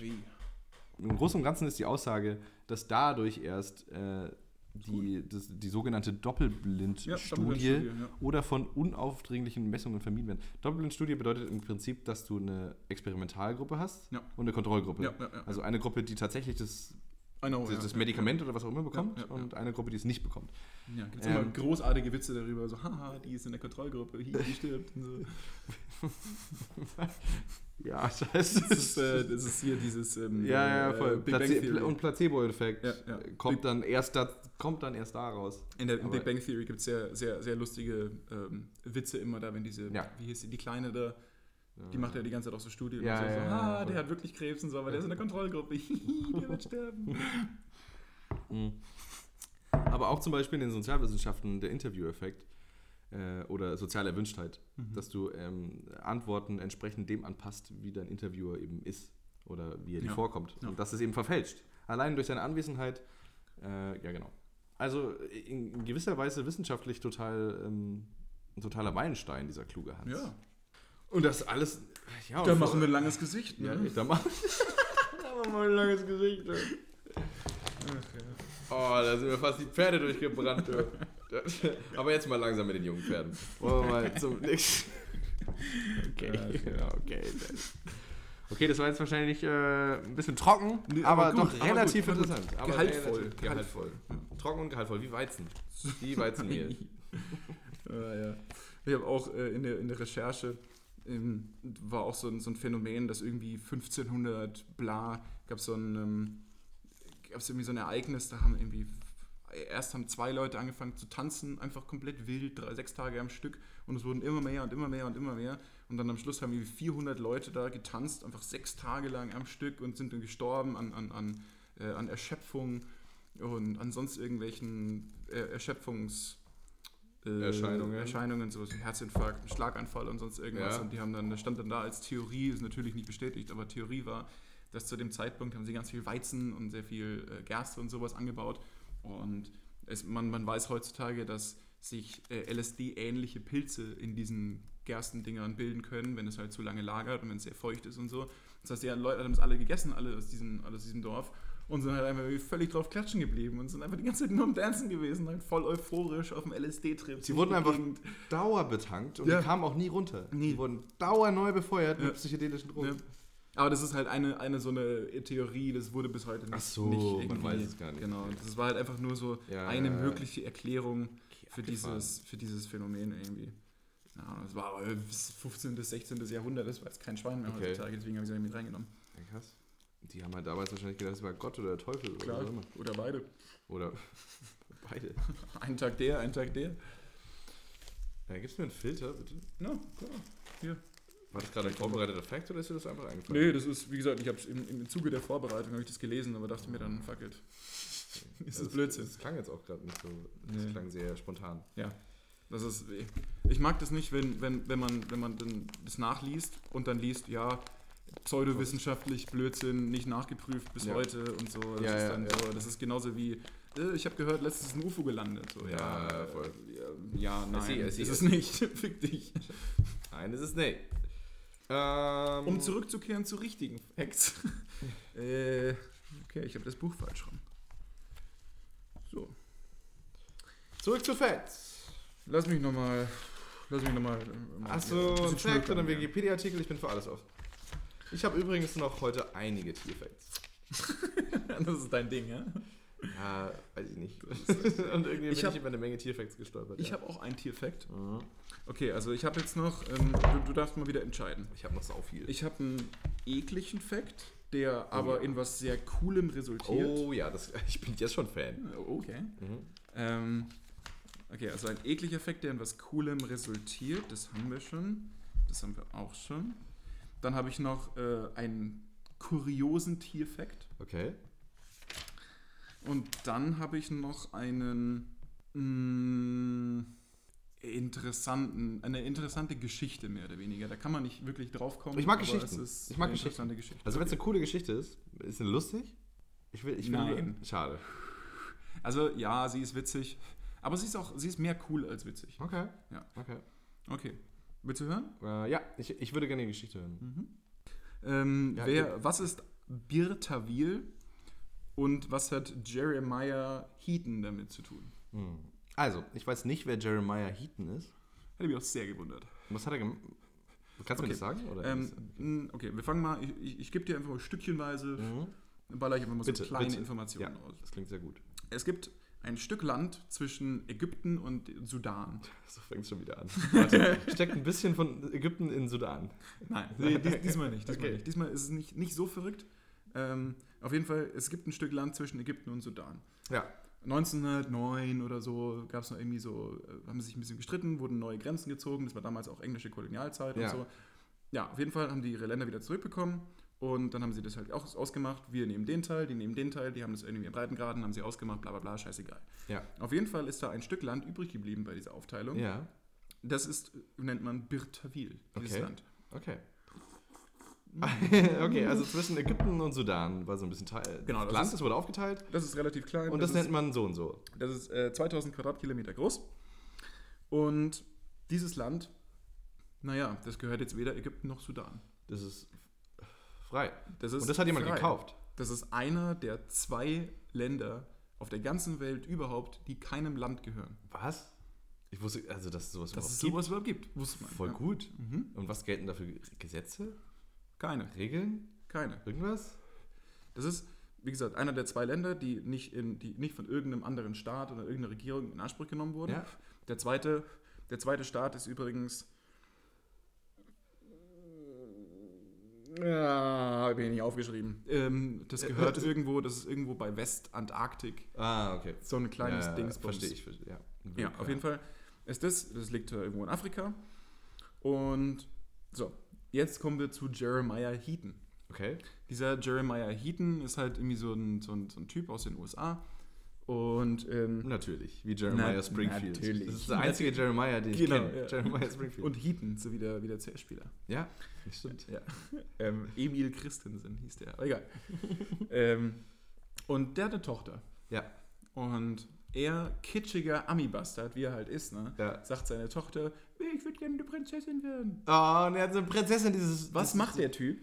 Speaker 2: Im Großen und Ganzen ist die Aussage, dass dadurch erst äh, die, das, die sogenannte Doppelblindstudie
Speaker 1: Ja, Doppelblindstudie, ja.
Speaker 2: oder von unaufdringlichen Messungen vermieden werden. Doppelblindstudie bedeutet im Prinzip, dass du eine Experimentalgruppe hast
Speaker 1: Ja.
Speaker 2: und eine Kontrollgruppe.
Speaker 1: Ja, ja, ja.
Speaker 2: also eine Gruppe, die tatsächlich das,
Speaker 1: I know,
Speaker 2: das, das
Speaker 1: ja.
Speaker 2: Medikament oder was auch immer bekommt
Speaker 1: ja, ja.
Speaker 2: und eine Gruppe, die es nicht bekommt.
Speaker 1: Ja, gibt's
Speaker 2: Ähm.
Speaker 1: immer großartige Witze darüber, so, haha, die ist in der Kontrollgruppe, hi, die stirbt. Und so.
Speaker 2: Ja, scheiße.
Speaker 1: das, ist, äh, das ist hier dieses ähm,
Speaker 2: Ja, ja,
Speaker 1: äh,
Speaker 2: voll.
Speaker 1: Big Bang
Speaker 2: Place
Speaker 1: Theory.
Speaker 2: und Placebo-Effekt
Speaker 1: Ja, ja.
Speaker 2: kommt dann erst da, kommt dann erst da raus.
Speaker 1: In der in
Speaker 2: Aber-
Speaker 1: Big Bang Theory gibt es sehr, sehr, sehr lustige ähm, Witze immer da, wenn diese,
Speaker 2: Ja.
Speaker 1: wie hieß die, die Kleine da, die macht ja die ganze Zeit auch so Studien
Speaker 2: Ja,
Speaker 1: und so,
Speaker 2: ja,
Speaker 1: so
Speaker 2: ja,
Speaker 1: ah,
Speaker 2: ja,
Speaker 1: der
Speaker 2: voll.
Speaker 1: hat wirklich Krebs und so, aber der ist in der Kontrollgruppe, Hihi, der wird sterben.
Speaker 2: Mhm. Aber auch zum Beispiel in den Sozialwissenschaften der Interview-Effekt äh, oder soziale Erwünschtheit,
Speaker 1: Mhm.
Speaker 2: dass du ähm, Antworten entsprechend dem anpasst, wie dein Interviewer eben ist oder wie er dir
Speaker 1: Ja.
Speaker 2: vorkommt.
Speaker 1: Ja.
Speaker 2: Und das ist eben verfälscht. Allein durch seine Anwesenheit, äh, ja genau. Also in, in gewisser Weise wissenschaftlich total ähm, ein totaler Meilenstein, dieser kluge Hans.
Speaker 1: Ja,
Speaker 2: Und das alles, ja.
Speaker 1: da
Speaker 2: und-
Speaker 1: machen wir ein langes Gesicht.
Speaker 2: Ja,
Speaker 1: ne?
Speaker 2: ich, da machen wir mal ein langes Gesicht. du. Oh, da sind mir fast die Pferde durchgebrannt. du. Aber jetzt mal langsam mit den jungen Pferden. Wollen wir mal zum nächsten. Okay, ja, okay. Okay, das war jetzt wahrscheinlich äh, ein bisschen trocken,
Speaker 1: Nee,
Speaker 2: aber,
Speaker 1: aber gut,
Speaker 2: doch
Speaker 1: aber
Speaker 2: relativ
Speaker 1: gut, aber gut.
Speaker 2: interessant. Aber
Speaker 1: Gehaltvoll,
Speaker 2: relativ- gehaltvoll. Trocken und gehaltvoll, wie Weizen. Wie Weizenmehl.
Speaker 1: Ja, Ah, ja. Ich habe auch äh, in, der, in der Recherche ähm, war auch so ein, so ein Phänomen, dass irgendwie 1500 bla gab es so ein ähm, gab's irgendwie so ein Ereignis, da haben irgendwie erst haben zwei Leute angefangen zu tanzen, einfach komplett wild, drei, sechs Tage am Stück und es wurden immer mehr und immer mehr und immer mehr und dann am Schluss haben irgendwie 400 Leute da getanzt, einfach sechs Tage lang am Stück und sind dann gestorben an, an, an, äh, an Erschöpfung und an sonst irgendwelchen äh, Erschöpfungs äh,
Speaker 2: Erscheinungen.
Speaker 1: Erscheinungen, sowas wie Herzinfarkt, ein Schlaganfall und sonst irgendwas.
Speaker 2: Ja.
Speaker 1: Und die haben dann, das stand dann da als Theorie, ist natürlich nicht bestätigt, aber Theorie war, dass zu dem Zeitpunkt haben sie ganz viel Weizen und sehr viel äh, Gerste und sowas angebaut. Und es, man, man weiß heutzutage, dass sich äh, LSD-ähnliche Pilze in diesen Gerstendingern bilden können, wenn es halt zu lange lagert und wenn es sehr feucht ist und so. Das heißt, die Leute haben es alle gegessen, alle aus diesem, alle aus diesem Dorf. Und sind halt einfach irgendwie völlig drauf klatschen geblieben und sind einfach die ganze Zeit nur am Dancen gewesen, halt voll euphorisch auf dem LSD-Trip.
Speaker 2: Sie wurden
Speaker 1: durch die
Speaker 2: einfach
Speaker 1: Gegend.
Speaker 2: dauerbetankt und
Speaker 1: Ja.
Speaker 2: die kamen auch nie runter.
Speaker 1: Nee.
Speaker 2: Die wurden dauerneu befeuert
Speaker 1: Ja.
Speaker 2: mit psychedelischen Drogen.
Speaker 1: Ne? Aber das ist halt eine, eine so eine Theorie, das wurde bis heute nicht,
Speaker 2: Ach so,
Speaker 1: nicht
Speaker 2: man
Speaker 1: irgendwie-
Speaker 2: weiß es gar nicht.
Speaker 1: Genau, das war halt einfach nur so
Speaker 2: Ja,
Speaker 1: eine
Speaker 2: ja, ja.
Speaker 1: mögliche Erklärung für
Speaker 2: abgefahren.
Speaker 1: dieses, für dieses Phänomen irgendwie. Ja, das war aber 15. bis 16. Jahrhundert, das war jetzt kein Schwein mehr
Speaker 2: Okay.
Speaker 1: heutzutage, deswegen habe ich es nicht mit reingenommen.
Speaker 2: Ja, krass. Die haben halt damals wahrscheinlich gedacht, es war Gott oder der Teufel oder
Speaker 1: Klar,
Speaker 2: was auch immer.
Speaker 1: oder beide.
Speaker 2: Oder beide.
Speaker 1: Einen Tag der, einen Tag der.
Speaker 2: Ja, gibst du mir einen Filter, bitte?
Speaker 1: Na, klar. Hier.
Speaker 2: War das gerade ein vorbereiteter Fact oder ist dir das einfach eingefallen?
Speaker 1: Nee, das ist, wie gesagt, ich habe im, im Zuge der Vorbereitung habe ich das gelesen, aber dachte mir dann, fuck it. Es ist Blödsinn.
Speaker 2: Das klang jetzt auch gerade nicht so. Das
Speaker 1: Nee.
Speaker 2: klang sehr spontan.
Speaker 1: Ja. Das ist, ich mag das nicht, wenn, wenn, wenn man, wenn man dann das nachliest und dann liest, ja, pseudowissenschaftlich, Blödsinn, nicht nachgeprüft bis
Speaker 2: Ja.
Speaker 1: heute und so. Das,
Speaker 2: Ja,
Speaker 1: ist,
Speaker 2: ja,
Speaker 1: dann
Speaker 2: ja.
Speaker 1: So, das ist genauso wie, äh, ich habe gehört, letztens ist ein UFO gelandet. So, ja,
Speaker 2: Ja,
Speaker 1: äh,
Speaker 2: voll.
Speaker 1: Ja, ja nein,
Speaker 2: see, I
Speaker 1: ist
Speaker 2: see, I
Speaker 1: es
Speaker 2: see.
Speaker 1: nicht. Fick dich.
Speaker 2: Nein, es ist nicht. Ähm,
Speaker 1: Um zurückzukehren zu richtigen Facts. äh, okay, ich habe das Buch falsch rum. So,
Speaker 2: zurück zu Facts.
Speaker 1: lass mich nochmal. Lass mich äh, nochmal.
Speaker 2: Achso, ein Fact oder ein Wikipedia-Artikel, ich bin für alles offen. Ich habe übrigens noch heute einige Tierfacts.
Speaker 1: Das ist dein Ding, ja?
Speaker 2: Ja, weiß ich nicht. Und irgendwie
Speaker 1: Ich
Speaker 2: bin
Speaker 1: hab-
Speaker 2: ich über eine Menge Tierfacts gestolpert.
Speaker 1: Ich
Speaker 2: ja.
Speaker 1: habe auch einen Tierfact.
Speaker 2: Mhm.
Speaker 1: Okay, also ich habe jetzt noch, ähm, du, du darfst mal wieder entscheiden.
Speaker 2: Ich habe noch so viel.
Speaker 1: Ich habe einen ekligen Fact, der aber
Speaker 2: Oh ja.
Speaker 1: in was sehr Coolem resultiert. Oh,
Speaker 2: oh ja, das, ich bin jetzt schon Fan.
Speaker 1: Okay.
Speaker 2: Mhm.
Speaker 1: Ähm, okay, also ein ekliger Fact, der in was Coolem resultiert. Das haben wir schon. Das haben wir auch schon. Dann habe ich noch äh, einen kuriosen Tierfact.
Speaker 2: Okay.
Speaker 1: Und dann habe ich noch einen mh, interessanten, eine interessante Geschichte mehr oder weniger. Da kann man nicht wirklich drauf kommen.
Speaker 2: Ich mag
Speaker 1: aber
Speaker 2: Geschichten.
Speaker 1: Es ist
Speaker 2: Ich mag
Speaker 1: eine
Speaker 2: Geschichten.
Speaker 1: interessante Geschichte.
Speaker 2: Also wenn es eine coole Geschichte ist, ist sie lustig? Ich will, ich will
Speaker 1: Nein.
Speaker 2: Schade.
Speaker 1: Also ja, sie ist witzig, aber sie ist auch, sie ist mehr cool als witzig.
Speaker 2: Okay.
Speaker 1: Ja.
Speaker 2: Okay.
Speaker 1: Okay. Willst du hören?
Speaker 2: Äh, ja, ich, ich würde gerne die Geschichte hören.
Speaker 1: Mhm. Ähm,
Speaker 2: Ja,
Speaker 1: wer, Was ist Birtawil und was hat Jeremiah Heaton damit zu tun?
Speaker 2: Mhm. Also, ich weiß nicht, wer Jeremiah Heaton ist.
Speaker 1: Hätte mich auch sehr gewundert.
Speaker 2: Was hat er gemacht? Kannst
Speaker 1: Okay.
Speaker 2: du mir das sagen? Oder
Speaker 1: Ähm, mh, okay, wir fangen mal. Ich, ich, ich gebe dir einfach mal stückchenweise,
Speaker 2: Mhm.
Speaker 1: baller ich einfach mal
Speaker 2: Bitte,
Speaker 1: so kleine
Speaker 2: bitte.
Speaker 1: Informationen
Speaker 2: Ja.
Speaker 1: aus.
Speaker 2: das klingt sehr gut.
Speaker 1: Es gibt ein Stück Land zwischen Ägypten und Sudan.
Speaker 2: So fängt schon wieder an. Warte, steckt ein bisschen von Ägypten in Sudan.
Speaker 1: Nein, nee, dies, diesmal nicht. Diesmal,
Speaker 2: Okay.
Speaker 1: nicht. diesmal ist es nicht, nicht so verrückt. Ähm, auf jeden Fall, es gibt ein Stück Land zwischen Ägypten und Sudan.
Speaker 2: Ja.
Speaker 1: 1909 oder so gab es noch irgendwie so, äh, haben sie sich ein bisschen gestritten, wurden neue Grenzen gezogen. Das war damals auch englische Kolonialzeit
Speaker 2: Ja.
Speaker 1: und so. Ja, auf jeden Fall haben die ihre Länder wieder zurückbekommen und dann haben sie das halt auch ausgemacht. Wir nehmen den Teil, die nehmen den Teil, die haben das irgendwie in Breitengraden, haben sie ausgemacht, bla bla bla, scheißegal.
Speaker 2: Ja.
Speaker 1: Auf jeden Fall ist da ein Stück Land übrig geblieben bei dieser Aufteilung.
Speaker 2: Ja.
Speaker 1: Das ist, nennt man Birtawil, dieses
Speaker 2: Okay.
Speaker 1: Land.
Speaker 2: Okay. okay, also zwischen Ägypten und Sudan war so ein bisschen Teil.
Speaker 1: Genau,
Speaker 2: das
Speaker 1: das
Speaker 2: Land,
Speaker 1: ist-
Speaker 2: das wurde aufgeteilt
Speaker 1: Das ist relativ klein.
Speaker 2: und das, nennt
Speaker 1: ist,
Speaker 2: man so und so.
Speaker 1: das ist äh, 2000 Quadratkilometer groß. Und dieses Land, naja, das gehört jetzt weder Ägypten noch Sudan.
Speaker 2: Das ist frei.
Speaker 1: Das ist
Speaker 2: Und das hat jemand
Speaker 1: frei.
Speaker 2: gekauft.
Speaker 1: Das ist einer der zwei Länder auf der ganzen Welt überhaupt, die keinem Land gehören.
Speaker 2: Was? Ich wusste, also dass es sowas
Speaker 1: Dass es
Speaker 2: gibt.
Speaker 1: sowas überhaupt gibt, wusste man.
Speaker 2: Voll
Speaker 1: ja. Mhm.
Speaker 2: gut. Und was gelten dafür? Gesetze?
Speaker 1: Keine,
Speaker 2: Regeln?
Speaker 1: keine.
Speaker 2: Irgendwas?
Speaker 1: Das ist, wie gesagt, einer der zwei Länder, die nicht, in, die nicht von irgendeinem anderen Staat oder irgendeiner Regierung in Anspruch genommen wurden.
Speaker 2: Ja.
Speaker 1: Der, zweite, der zweite Staat ist übrigens. Ja, hab ich mir nicht aufgeschrieben. Ähm, das gehört
Speaker 2: äh,
Speaker 1: irgendwo, das ist irgendwo bei Westantarktik.
Speaker 2: Ah, okay.
Speaker 1: So ein kleines
Speaker 2: ja,
Speaker 1: Dings.
Speaker 2: Verstehe ich. Verstehe, ja.
Speaker 1: Ja, auf jeden Fall ist das, das liegt äh, irgendwo in Afrika. Und so, jetzt kommen wir zu Jeremiah Heaton.
Speaker 2: Okay.
Speaker 1: Dieser Jeremiah Heaton ist halt irgendwie so ein, so ein, so ein Typ aus den USA. Und ähm,
Speaker 2: Natürlich. Wie Jeremiah
Speaker 1: Na-
Speaker 2: Springfield.
Speaker 1: natürlich.
Speaker 2: Das ist der einzige Jeremiah, den ich
Speaker 1: Genau,
Speaker 2: kenne.
Speaker 1: ja.
Speaker 2: Jeremiah Springfield.
Speaker 1: und Heaton, so wie der, wie der CS-Spieler.
Speaker 2: ja, stimmt.
Speaker 1: Ja. Ähm, Emil Christensen hieß der. Aber egal. ähm, und der hat eine Tochter.
Speaker 2: Ja.
Speaker 1: Und er, kitschiger Ami-Bastard, wie er halt ist, ne,
Speaker 2: Ja.
Speaker 1: sagt seine Tochter, ich würde gerne eine Prinzessin werden.
Speaker 2: Oh, und er hat so eine Prinzessin dieses.
Speaker 1: Was
Speaker 2: dieses-
Speaker 1: macht der Typ?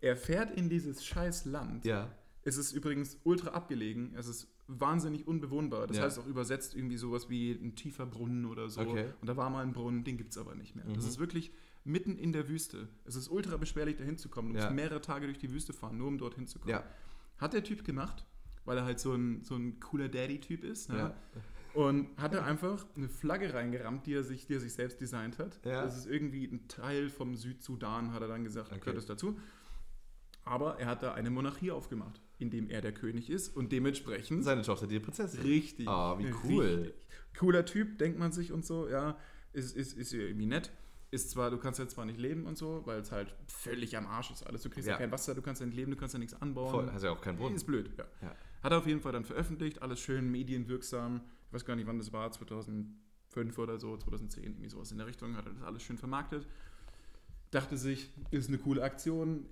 Speaker 1: Er fährt in dieses scheiß Land.
Speaker 2: Ja.
Speaker 1: Es ist übrigens ultra abgelegen. Es ist wahnsinnig unbewohnbar. Das
Speaker 2: Ja.
Speaker 1: heißt auch übersetzt irgendwie sowas wie ein tiefer Brunnen oder so.
Speaker 2: Okay. Mhm.
Speaker 1: Und da war mal ein Brunnen, den gibt es aber nicht mehr. Das ist wirklich mitten in der Wüste. Es ist ultra beschwerlich, da hinzukommen. Du
Speaker 2: Ja.
Speaker 1: musst mehrere Tage durch die Wüste fahren, nur um dorthin zu kommen.
Speaker 2: Ja.
Speaker 1: Hat der Typ gemacht, weil er halt so ein, so ein cooler Daddy-Typ ist. Ne?
Speaker 2: Ja.
Speaker 1: Und hat er einfach eine Flagge reingerammt, die er sich, die er sich selbst designt hat.
Speaker 2: Ja.
Speaker 1: Das ist irgendwie ein Teil vom Südsudan, hat er dann gesagt,
Speaker 2: Okay.
Speaker 1: gehört es dazu. Aber er hat da eine Monarchie aufgemacht, in dem er der König ist und dementsprechend
Speaker 2: Seine Tochter, die Prinzessin.
Speaker 1: richtig.
Speaker 2: Ah, wie cool.
Speaker 1: Richtig. Cooler Typ, denkt man sich und so, ja, ist, ist, ist irgendwie nett. Ist zwar, du kannst ja zwar nicht leben und so, weil es halt völlig am Arsch ist alles. Du kriegst ja,
Speaker 2: Ja.
Speaker 1: kein Wasser, du kannst ja nicht leben, du kannst ja nichts anbauen.
Speaker 2: Voll, hast ja auch keinen Brunnen.
Speaker 1: Ist blöd, ja.
Speaker 2: Ja.
Speaker 1: Hat er auf jeden Fall dann veröffentlicht, alles schön medienwirksam. Ich weiß gar nicht, wann das war, 2005 oder so, 2010, irgendwie sowas in der Richtung, hat er das alles schön vermarktet. Dachte sich, ist eine coole Aktion.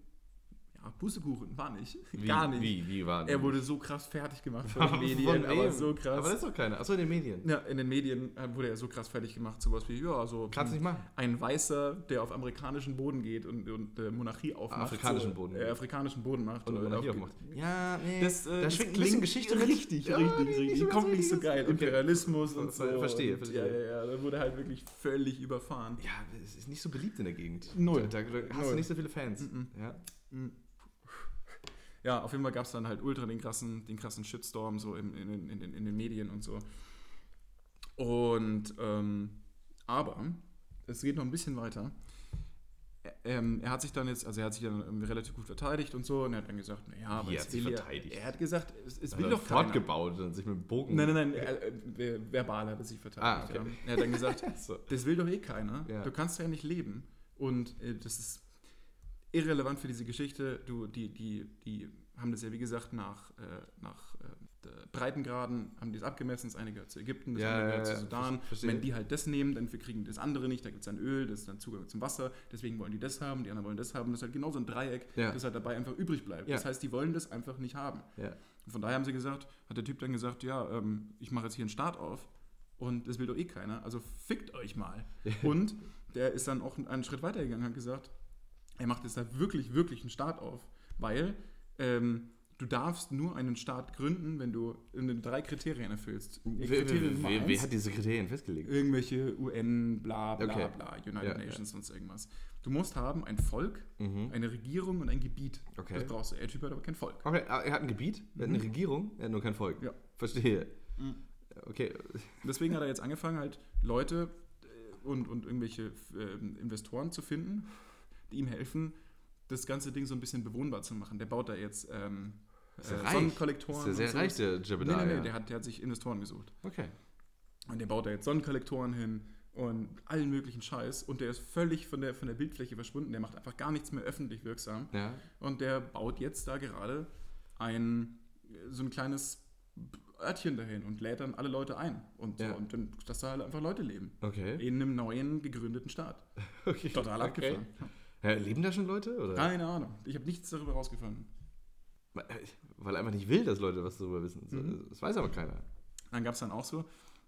Speaker 1: Ja, Bussekuchen war nicht.
Speaker 2: Wie,
Speaker 1: gar nicht.
Speaker 2: Wie, wie war
Speaker 1: Er
Speaker 2: denn?
Speaker 1: wurde so krass fertig gemacht von den Medien,
Speaker 2: Von
Speaker 1: aber
Speaker 2: wem?
Speaker 1: so krass.
Speaker 2: Aber das ist doch keiner. Achso, in den Medien.
Speaker 1: ja, in den Medien äh, wurde er so krass fertig gemacht, sowas wie, ja, so
Speaker 2: Kannst du nicht machen.
Speaker 1: ein Weißer, der auf amerikanischen Boden geht und, und äh, Monarchie aufmacht.
Speaker 2: Ah, Afrikanischen
Speaker 1: so,
Speaker 2: Boden.
Speaker 1: Äh, afrikanischen Boden macht.
Speaker 2: Und
Speaker 1: oder
Speaker 2: Monarchie
Speaker 1: aufge-
Speaker 2: aufmacht. Ja, nee.
Speaker 1: Das, äh,
Speaker 2: da
Speaker 1: das
Speaker 2: schwingt ein bisschen
Speaker 1: klingt
Speaker 2: Geschichte mit.
Speaker 1: Richtig,
Speaker 2: Ja,
Speaker 1: richtig,
Speaker 2: die-
Speaker 1: richtig.
Speaker 2: die-
Speaker 1: Kommt nicht so
Speaker 2: die-
Speaker 1: geil.
Speaker 2: Okay.
Speaker 1: Imperialismus und so.
Speaker 2: Ver- verstehe,
Speaker 1: und,
Speaker 2: verstehe.
Speaker 1: Ja, ja, ja. Da wurde halt wirklich völlig überfahren.
Speaker 2: Ja, es ist nicht so beliebt in der Gegend.
Speaker 1: Null.
Speaker 2: Da, da hast
Speaker 1: Null.
Speaker 2: du nicht so viele Fans. Ja.
Speaker 1: Ja, auf jeden Fall gab es dann halt ultra den krassen, den krassen Shitstorm so in, in, den- in, den- in den Medien und so. Und, ähm, aber, es geht noch ein bisschen weiter. Ä- Ähm, er hat sich dann jetzt, also er hat sich dann ähm, relativ gut verteidigt und so und er hat dann gesagt, naja, aber
Speaker 2: Wie,
Speaker 1: es
Speaker 2: er hat sich
Speaker 1: will ja-
Speaker 2: verteidigt?
Speaker 1: Er hat gesagt, es, es will
Speaker 2: Hat er
Speaker 1: doch keiner.
Speaker 2: fortgebaut und sich mit dem Bogen.
Speaker 1: Nein, nein, nein, äh, äh, verbal hat er sich verteidigt.
Speaker 2: Ah, okay.
Speaker 1: ja. Er hat dann gesagt,
Speaker 2: So.
Speaker 1: das will doch eh keiner.
Speaker 2: Ja.
Speaker 1: Du kannst ja nicht leben. Und äh, das ist irrelevant für diese Geschichte. Du, die, die, die haben das ja, wie gesagt, nach, äh, nach äh, der Breitengraden haben die es abgemessen. Das eine gehört zu Ägypten, das
Speaker 2: Ja,
Speaker 1: andere
Speaker 2: ja,
Speaker 1: gehört
Speaker 2: ja,
Speaker 1: zu Sudan.
Speaker 2: ver- verstehe.
Speaker 1: Wenn die halt das nehmen, dann kriegen die das andere nicht. Da gibt es dann Öl, das ist dann Zugang zum Wasser. Deswegen wollen die das haben, die anderen wollen das haben. Das ist halt genau so ein Dreieck,
Speaker 2: Ja.
Speaker 1: das halt dabei einfach übrig bleibt.
Speaker 2: Ja.
Speaker 1: Das heißt, die wollen das einfach nicht haben.
Speaker 2: Ja.
Speaker 1: Und Von daher haben sie gesagt, hat der Typ dann gesagt, ja, ähm, ich mache jetzt hier einen Start auf und das will doch eh keiner, also fickt euch mal. Und der ist dann auch einen Schritt weitergegangen und hat gesagt, er macht jetzt da wirklich, wirklich einen Start auf, weil ähm, du darfst nur einen Staat gründen, wenn du in drei Kriterien erfüllst.
Speaker 2: Wer,
Speaker 1: Kriterium
Speaker 2: wer,
Speaker 1: Nummer
Speaker 2: wer,
Speaker 1: eins,
Speaker 2: wer hat diese Kriterien festgelegt?
Speaker 1: irgendwelche UN, bla bla
Speaker 2: Okay.
Speaker 1: bla, United
Speaker 2: Ja,
Speaker 1: Nations, sonst irgendwas. Du musst haben ein Volk,
Speaker 2: Mhm.
Speaker 1: eine Regierung und ein Gebiet.
Speaker 2: Okay.
Speaker 1: Das brauchst du. Der Typ hat aber kein Volk.
Speaker 2: Okay, ah, er hat ein Gebiet, er hat eine Regierung, er hat nur kein Volk.
Speaker 1: Ja.
Speaker 2: Verstehe. Okay.
Speaker 1: Deswegen hat er jetzt angefangen, halt Leute äh, und, und irgendwelche ähm, Investoren zu finden, die ihm helfen, das ganze Ding so ein bisschen bewohnbar zu machen. Der baut da jetzt ähm,
Speaker 2: Ist er
Speaker 1: äh,
Speaker 2: reich?
Speaker 1: Sonnenkollektoren.
Speaker 2: Ist ja sehr
Speaker 1: und so.
Speaker 2: reich, der
Speaker 1: Nee,
Speaker 2: Jebediah.
Speaker 1: nee, nee, der, hat, der hat sich Investoren gesucht.
Speaker 2: okay.
Speaker 1: Und der baut da jetzt Sonnenkollektoren hin und allen möglichen Scheiß. Und der ist völlig von der, von der Bildfläche verschwunden. Der macht einfach gar nichts mehr öffentlich wirksam.
Speaker 2: Ja.
Speaker 1: Und der baut jetzt da gerade ein so ein kleines Örtchen dahin und lädt dann alle Leute ein. Und, so.
Speaker 2: Ja.
Speaker 1: und dann, dass da halt einfach Leute leben.
Speaker 2: Okay.
Speaker 1: In einem neuen gegründeten Staat.
Speaker 2: okay.
Speaker 1: Total abgefahren.
Speaker 2: Ja, leben da schon Leute? Oder?
Speaker 1: Keine Ahnung. Ich habe nichts darüber rausgefunden.
Speaker 2: Weil- äh, Weil er einfach nicht will, dass Leute was darüber wissen. So, Das weiß aber keiner.
Speaker 1: Dann gab es dann auch so,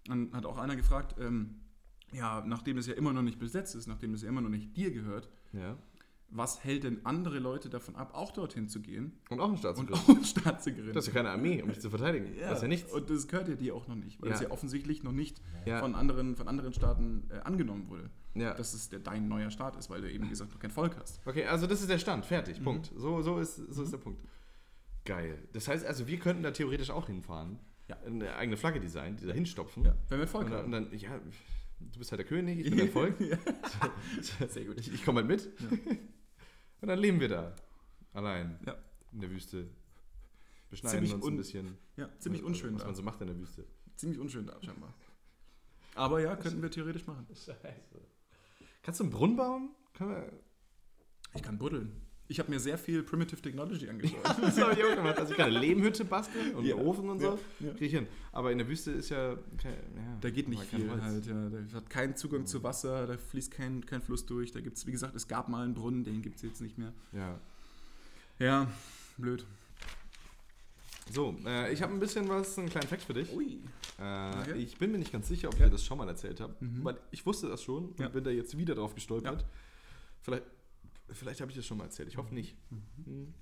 Speaker 1: dann hat auch einer gefragt, ähm, ja, nachdem es ja immer noch nicht besetzt ist, nachdem es ja immer noch nicht dir gehört,
Speaker 2: Ja.
Speaker 1: was hält denn andere Leute davon ab, auch dorthin zu gehen
Speaker 2: Und auch ein
Speaker 1: und
Speaker 2: Staatsbürger.
Speaker 1: auch einen Staat zu gründen?
Speaker 2: Du hast ja keine Armee, um dich zu verteidigen. Das ist ja nichts.
Speaker 1: Und das gehört ja dir auch noch nicht, weil
Speaker 2: Ja.
Speaker 1: es ja offensichtlich noch nicht
Speaker 2: Ja.
Speaker 1: von, anderen, von anderen Staaten äh, angenommen wurde.
Speaker 2: Ja.
Speaker 1: Dass es der, dein neuer Staat ist, weil du eben, wie gesagt, noch kein Volk hast.
Speaker 2: Okay, also das ist der Stand. Fertig.
Speaker 1: Mhm.
Speaker 2: Punkt. So, so, ist, so ist der Punkt. Geil. Das heißt, also wir könnten da theoretisch auch hinfahren.
Speaker 1: Ja.
Speaker 2: Eine eigene Flagge designen, die da hinstopfen.
Speaker 1: Wenn wir ein Volk
Speaker 2: Mhm. Und dann, und
Speaker 1: haben.
Speaker 2: dann, ja, du bist halt der König, ich bin der Volk.
Speaker 1: Sehr gut.
Speaker 2: Ich, ich komme halt mit. Und dann leben wir da. Allein.
Speaker 1: Ja.
Speaker 2: In der Wüste. Beschneiden
Speaker 1: Ziemlich
Speaker 2: uns
Speaker 1: un-
Speaker 2: ein bisschen.
Speaker 1: Ja, ziemlich
Speaker 2: Was-
Speaker 1: unschön
Speaker 2: Was
Speaker 1: da.
Speaker 2: man so macht in der Wüste.
Speaker 1: Ziemlich unschön da, scheinbar. Aber ja, könnten wir theoretisch machen.
Speaker 2: Scheiße. Kannst du einen Brunnen bauen? Kann man,
Speaker 1: Ich kann buddeln. Ich habe mir sehr viel Primitive Technology angeschaut.
Speaker 2: das habe ich auch gemacht. Also ich kann eine Lehmhütte basteln und
Speaker 1: Ja.
Speaker 2: einen Ofen und so.
Speaker 1: Ja, ja.
Speaker 2: Krieg ich hin. Aber in der Wüste ist ja. Kein, ja
Speaker 1: Da geht nicht
Speaker 2: aber kein
Speaker 1: viel
Speaker 2: Holz.
Speaker 1: halt. Ja. Da hat keinen Zugang zu Wasser, da fließt kein, kein Fluss durch. Da gibt es, wie gesagt, es gab mal einen Brunnen, den gibt es jetzt nicht mehr.
Speaker 2: Ja.
Speaker 1: Ja, blöd.
Speaker 2: So, äh, ich habe ein bisschen was, einen kleinen Fact für dich.
Speaker 1: Ui.
Speaker 2: Äh,
Speaker 1: Okay.
Speaker 2: Ich bin mir nicht ganz sicher, ob
Speaker 1: Ja. Mhm.
Speaker 2: ich dir das schon mal erzählt habe, weil ich wusste das schon und
Speaker 1: Ja.
Speaker 2: bin da jetzt wieder drauf gestolpert. Vielleicht, vielleicht habe ich das schon mal erzählt, ich hoffe nicht. Mhm.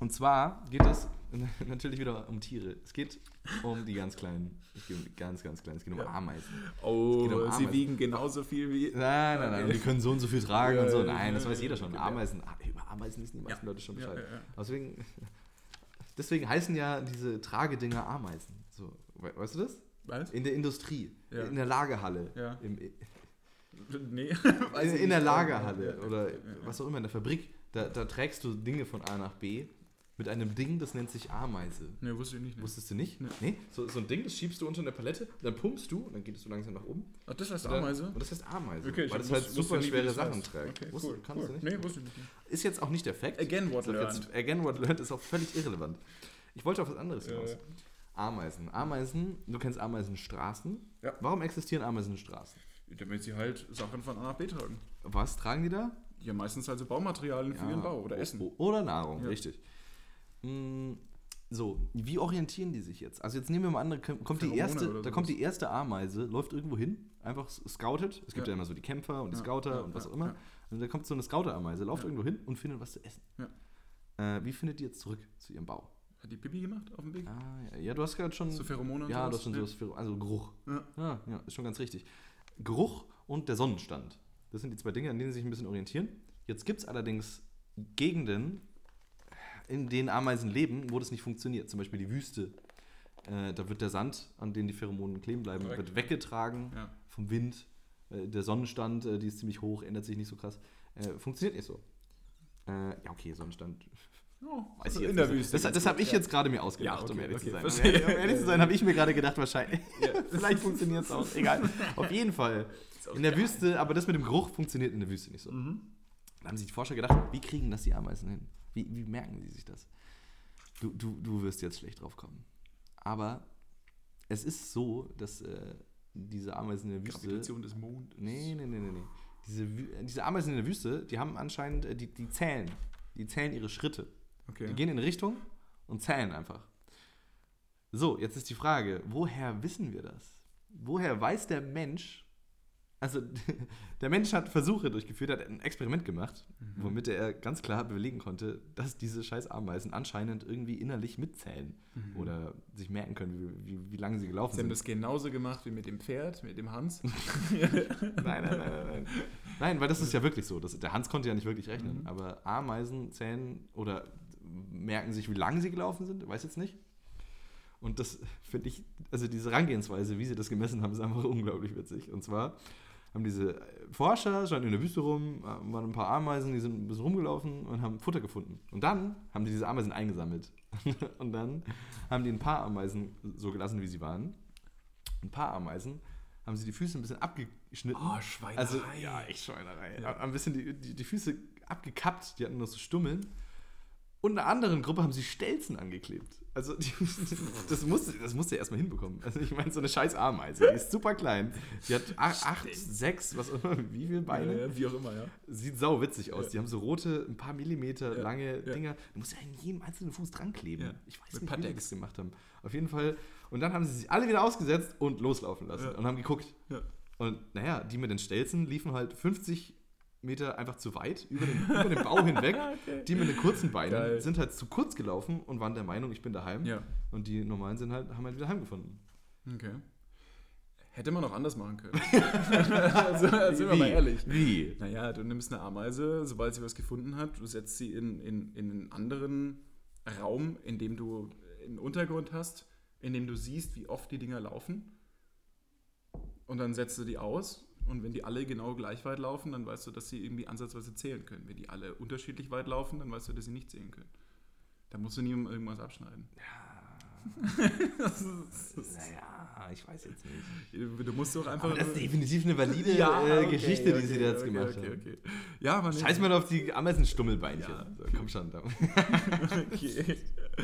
Speaker 2: Und zwar geht es natürlich wieder um Tiere. Es geht um die ganz kleinen. Es geht um die ganz, ganz kleinen. Es geht um
Speaker 1: Ja.
Speaker 2: Ameisen.
Speaker 1: Oh,
Speaker 2: geht
Speaker 1: sie
Speaker 2: um Ameisen.
Speaker 1: wiegen genauso viel wie.
Speaker 2: Nein, nein, nein.
Speaker 1: Okay.
Speaker 2: Die können so und so viel tragen und so.
Speaker 1: Ja,
Speaker 2: Nein, das
Speaker 1: ja,
Speaker 2: weiß
Speaker 1: ja,
Speaker 2: jeder schon.
Speaker 1: okay, ja.
Speaker 2: Ameisen. ah, Über Ameisen wissen die meisten Leute schon
Speaker 1: Ja,
Speaker 2: Bescheid.
Speaker 1: ja, ja.
Speaker 2: Deswegen, deswegen heißen ja diese Tragedinger Ameisen. So, we- weißt du das?
Speaker 1: Was?
Speaker 2: In der Industrie,
Speaker 1: Ja.
Speaker 2: in der Lagerhalle,
Speaker 1: Ja.
Speaker 2: im,
Speaker 1: Nee.
Speaker 2: in, in der Lagerhalle
Speaker 1: Ja,
Speaker 2: oder
Speaker 1: ja, ja.
Speaker 2: was auch immer, in der Fabrik, da, da trägst du Dinge von A nach B mit einem Ding, das nennt sich Ameise.
Speaker 1: Nee, wusste ich nicht. nee.
Speaker 2: Wusstest du nicht?
Speaker 1: Nee.
Speaker 2: Nee? So, so ein Ding, das schiebst du unter eine Palette, dann pumpst du und dann gehst du langsam nach oben.
Speaker 1: Ach, das heißt
Speaker 2: Und dann-
Speaker 1: Ameise?
Speaker 2: Und das heißt Ameise.
Speaker 1: ich
Speaker 2: weil das
Speaker 1: wus-
Speaker 2: halt
Speaker 1: wusste
Speaker 2: super
Speaker 1: nie, wie
Speaker 2: schwere
Speaker 1: das
Speaker 2: Sachen
Speaker 1: heißt.
Speaker 2: trägt.
Speaker 1: Okay,
Speaker 2: Wusst-
Speaker 1: cool,
Speaker 2: kannst
Speaker 1: cool.
Speaker 2: du nicht?
Speaker 1: Nee, wusste ich nicht.
Speaker 2: Ist jetzt auch nicht der Fact.
Speaker 1: Again, what
Speaker 2: Ist auch jetzt, again, what learned ist auch völlig irrelevant. Ich wollte auf was anderes
Speaker 1: Ja,
Speaker 2: hinaus.
Speaker 1: ja.
Speaker 2: Ameisen. Ameisen, du kennst Ameisenstraßen.
Speaker 1: Ja.
Speaker 2: Warum existieren Ameisenstraßen?
Speaker 1: Damit sie halt Sachen von A nach B tragen.
Speaker 2: Was tragen die da?
Speaker 1: Ja, meistens also Baumaterialien für ihren Bau oder
Speaker 2: O-
Speaker 1: Essen.
Speaker 2: o- Oder Nahrung,
Speaker 1: Ja.
Speaker 2: richtig. Mm, So, wie orientieren die sich jetzt? Also jetzt nehmen wir mal an, da kommt kommt die
Speaker 1: Pheromone
Speaker 2: erste,
Speaker 1: oder
Speaker 2: da
Speaker 1: sowas.
Speaker 2: kommt die erste Ameise, läuft irgendwo hin, einfach s- scoutet. Es gibt ja,
Speaker 1: Ja.
Speaker 2: immer so die Kämpfer und die
Speaker 1: Ja,
Speaker 2: Scouter
Speaker 1: ja,
Speaker 2: und was
Speaker 1: ja,
Speaker 2: auch immer.
Speaker 1: ja.
Speaker 2: Und da kommt so eine Scouter-Ameise, läuft
Speaker 1: Ja.
Speaker 2: irgendwo hin und findet was zu essen. Äh, wie findet die jetzt zurück zu ihrem Bau?
Speaker 1: Hat die Pipi gemacht auf dem Weg?
Speaker 2: Ah, ja, ja, du hast gerade schon.
Speaker 1: So Pheromone und
Speaker 2: ja,
Speaker 1: sowas?
Speaker 2: das sind
Speaker 1: Ja.
Speaker 2: sowas Pherom- Also Geruch.
Speaker 1: Ja.
Speaker 2: Ah, ja, ist schon ganz richtig. Geruch und der Sonnenstand. Das sind die zwei Dinge, an denen sie sich ein bisschen orientieren. Jetzt gibt es allerdings Gegenden, in denen Ameisen leben, wo das nicht funktioniert. Zum Beispiel die Wüste. Äh, da wird der Sand, an den die Pheromonen kleben bleiben,
Speaker 1: Korrekt.
Speaker 2: wird weggetragen
Speaker 1: Ja.
Speaker 2: vom Wind. Äh, der Sonnenstand, äh, die ist ziemlich hoch, ändert sich nicht so krass. Äh, funktioniert nicht so. Äh, ja, okay, Sonnenstand
Speaker 1: Ja,
Speaker 2: Weiß ich
Speaker 1: Also in
Speaker 2: jetzt
Speaker 1: der
Speaker 2: nicht.
Speaker 1: Wüste.
Speaker 2: Das, das habe ich jetzt gerade mir ausgedacht,
Speaker 1: Ja, okay,
Speaker 2: um ehrlich
Speaker 1: okay,
Speaker 2: zu sein. Um
Speaker 1: verstehe.
Speaker 2: ehrlich, um ehrlich zu sein, habe ich mir gerade gedacht, wahrscheinlich. Vielleicht funktioniert es auch. Egal. Auf jeden Fall. In der Wüste, aber das mit dem Geruch funktioniert in der Wüste nicht so.
Speaker 1: Mhm.
Speaker 2: Da haben sich die Forscher gedacht, wie kriegen das die Ameisen hin? Wie, wie merken die sich das? Du, du, du wirst jetzt schlecht drauf kommen. Aber es ist so, dass äh, diese Ameisen in der Wüste
Speaker 1: Gravitation des Mondes.
Speaker 2: Nee, nee, nee, nee. nee. Diese, Wü- äh, diese Ameisen in der Wüste, die haben anscheinend, äh, die, die zählen. Die zählen ihre Schritte.
Speaker 1: Okay.
Speaker 2: Die gehen in Richtung und zählen einfach. So, jetzt ist die Frage, woher wissen wir das? Woher weiß der Mensch, also der Mensch hat Versuche durchgeführt, hat ein Experiment gemacht, womit er ganz klar belegen konnte, dass diese scheiß Ameisen anscheinend irgendwie innerlich mitzählen oder sich merken können, wie, wie, wie lange sie gelaufen
Speaker 1: Sie haben
Speaker 2: sind.
Speaker 1: das genauso gemacht wie mit dem Pferd, mit dem Hans.
Speaker 2: Nein, nein, nein, nein, nein. Nein, weil das ist ja wirklich so. Das, der Hans konnte ja nicht wirklich rechnen. Aber Ameisen zählen oder merken sich, wie lange sie gelaufen sind, weiß jetzt nicht. Und das finde ich, also diese Herangehensweise, wie sie das gemessen haben, ist einfach unglaublich witzig. Und zwar haben diese äh, Forscher, standen in der Wüste rum, äh, waren ein paar Ameisen, die sind ein bisschen rumgelaufen und haben Futter gefunden. Und dann haben die diese Ameisen eingesammelt. und dann haben die ein paar Ameisen so gelassen, wie sie waren. Ein paar Ameisen haben sie die Füße ein bisschen
Speaker 1: Oh,
Speaker 2: abgeschnitten.
Speaker 1: Schweine.
Speaker 2: Also, ja, echt Schweinerei. Haben Ein bisschen die, die, die Füße abgekappt, die hatten nur so Stummeln. Und einer anderen Gruppe haben sie Stelzen angeklebt. Also, die, das musste das musste er erstmal hinbekommen. Also, ich meine, so eine scheiß Ameise, die ist super klein. Die hat a- acht, sechs, was auch immer, wie viele
Speaker 1: ja,
Speaker 2: Beine.
Speaker 1: ja, wie auch immer, ja.
Speaker 2: Sieht sau witzig aus.
Speaker 1: Ja.
Speaker 2: Die haben so rote, ein paar Millimeter
Speaker 1: Ja,
Speaker 2: lange
Speaker 1: ja.
Speaker 2: Dinger. Du musst ja an jedem einzelnen Fuß dran kleben.
Speaker 1: Ja,
Speaker 2: Ich weiß
Speaker 1: mit
Speaker 2: nicht, wie die
Speaker 1: Pateks.
Speaker 2: das gemacht haben. Auf jeden Fall. Und dann haben sie sich alle wieder ausgesetzt und loslaufen lassen
Speaker 1: Ja.
Speaker 2: und haben geguckt.
Speaker 1: Ja.
Speaker 2: Und naja, die mit den Stelzen liefen halt 50 Meter einfach zu weit über den, über den Bau hinweg. Die mit den kurzen Beinen
Speaker 1: Ah, Geil.
Speaker 2: sind halt zu kurz gelaufen und waren der Meinung, ich bin daheim.
Speaker 1: Ja.
Speaker 2: Und die normalen sind halt, haben halt wieder heimgefunden.
Speaker 1: Okay. Hätte man auch anders machen können. also, also sind wir mal ehrlich.
Speaker 2: Wie?
Speaker 1: Naja, du nimmst eine Ameise, sobald sie was gefunden hat, du setzt sie in, in, in einen anderen Raum, in dem du einen Untergrund hast, in dem du siehst, wie oft die Dinger laufen. Und dann setzt du die aus. Und wenn die alle genau gleich weit laufen, dann weißt du, dass sie irgendwie ansatzweise zählen können. Wenn die alle unterschiedlich weit laufen, dann weißt du, dass sie nicht zählen können. Da musst du niemandem irgendwas abschneiden.
Speaker 2: Naja, ich weiß jetzt nicht.
Speaker 1: Du musst doch einfach.
Speaker 2: Aber das ist definitiv eine valide äh,
Speaker 1: okay,
Speaker 2: Geschichte, die
Speaker 1: okay,
Speaker 2: sie da jetzt
Speaker 1: okay,
Speaker 2: gemacht
Speaker 1: okay,
Speaker 2: haben.
Speaker 1: okay. Ja, man.
Speaker 2: Scheiß mal auf die Ameisenstummelbeinchen.
Speaker 1: Ja.
Speaker 2: So, komm schon. Da.
Speaker 1: Okay.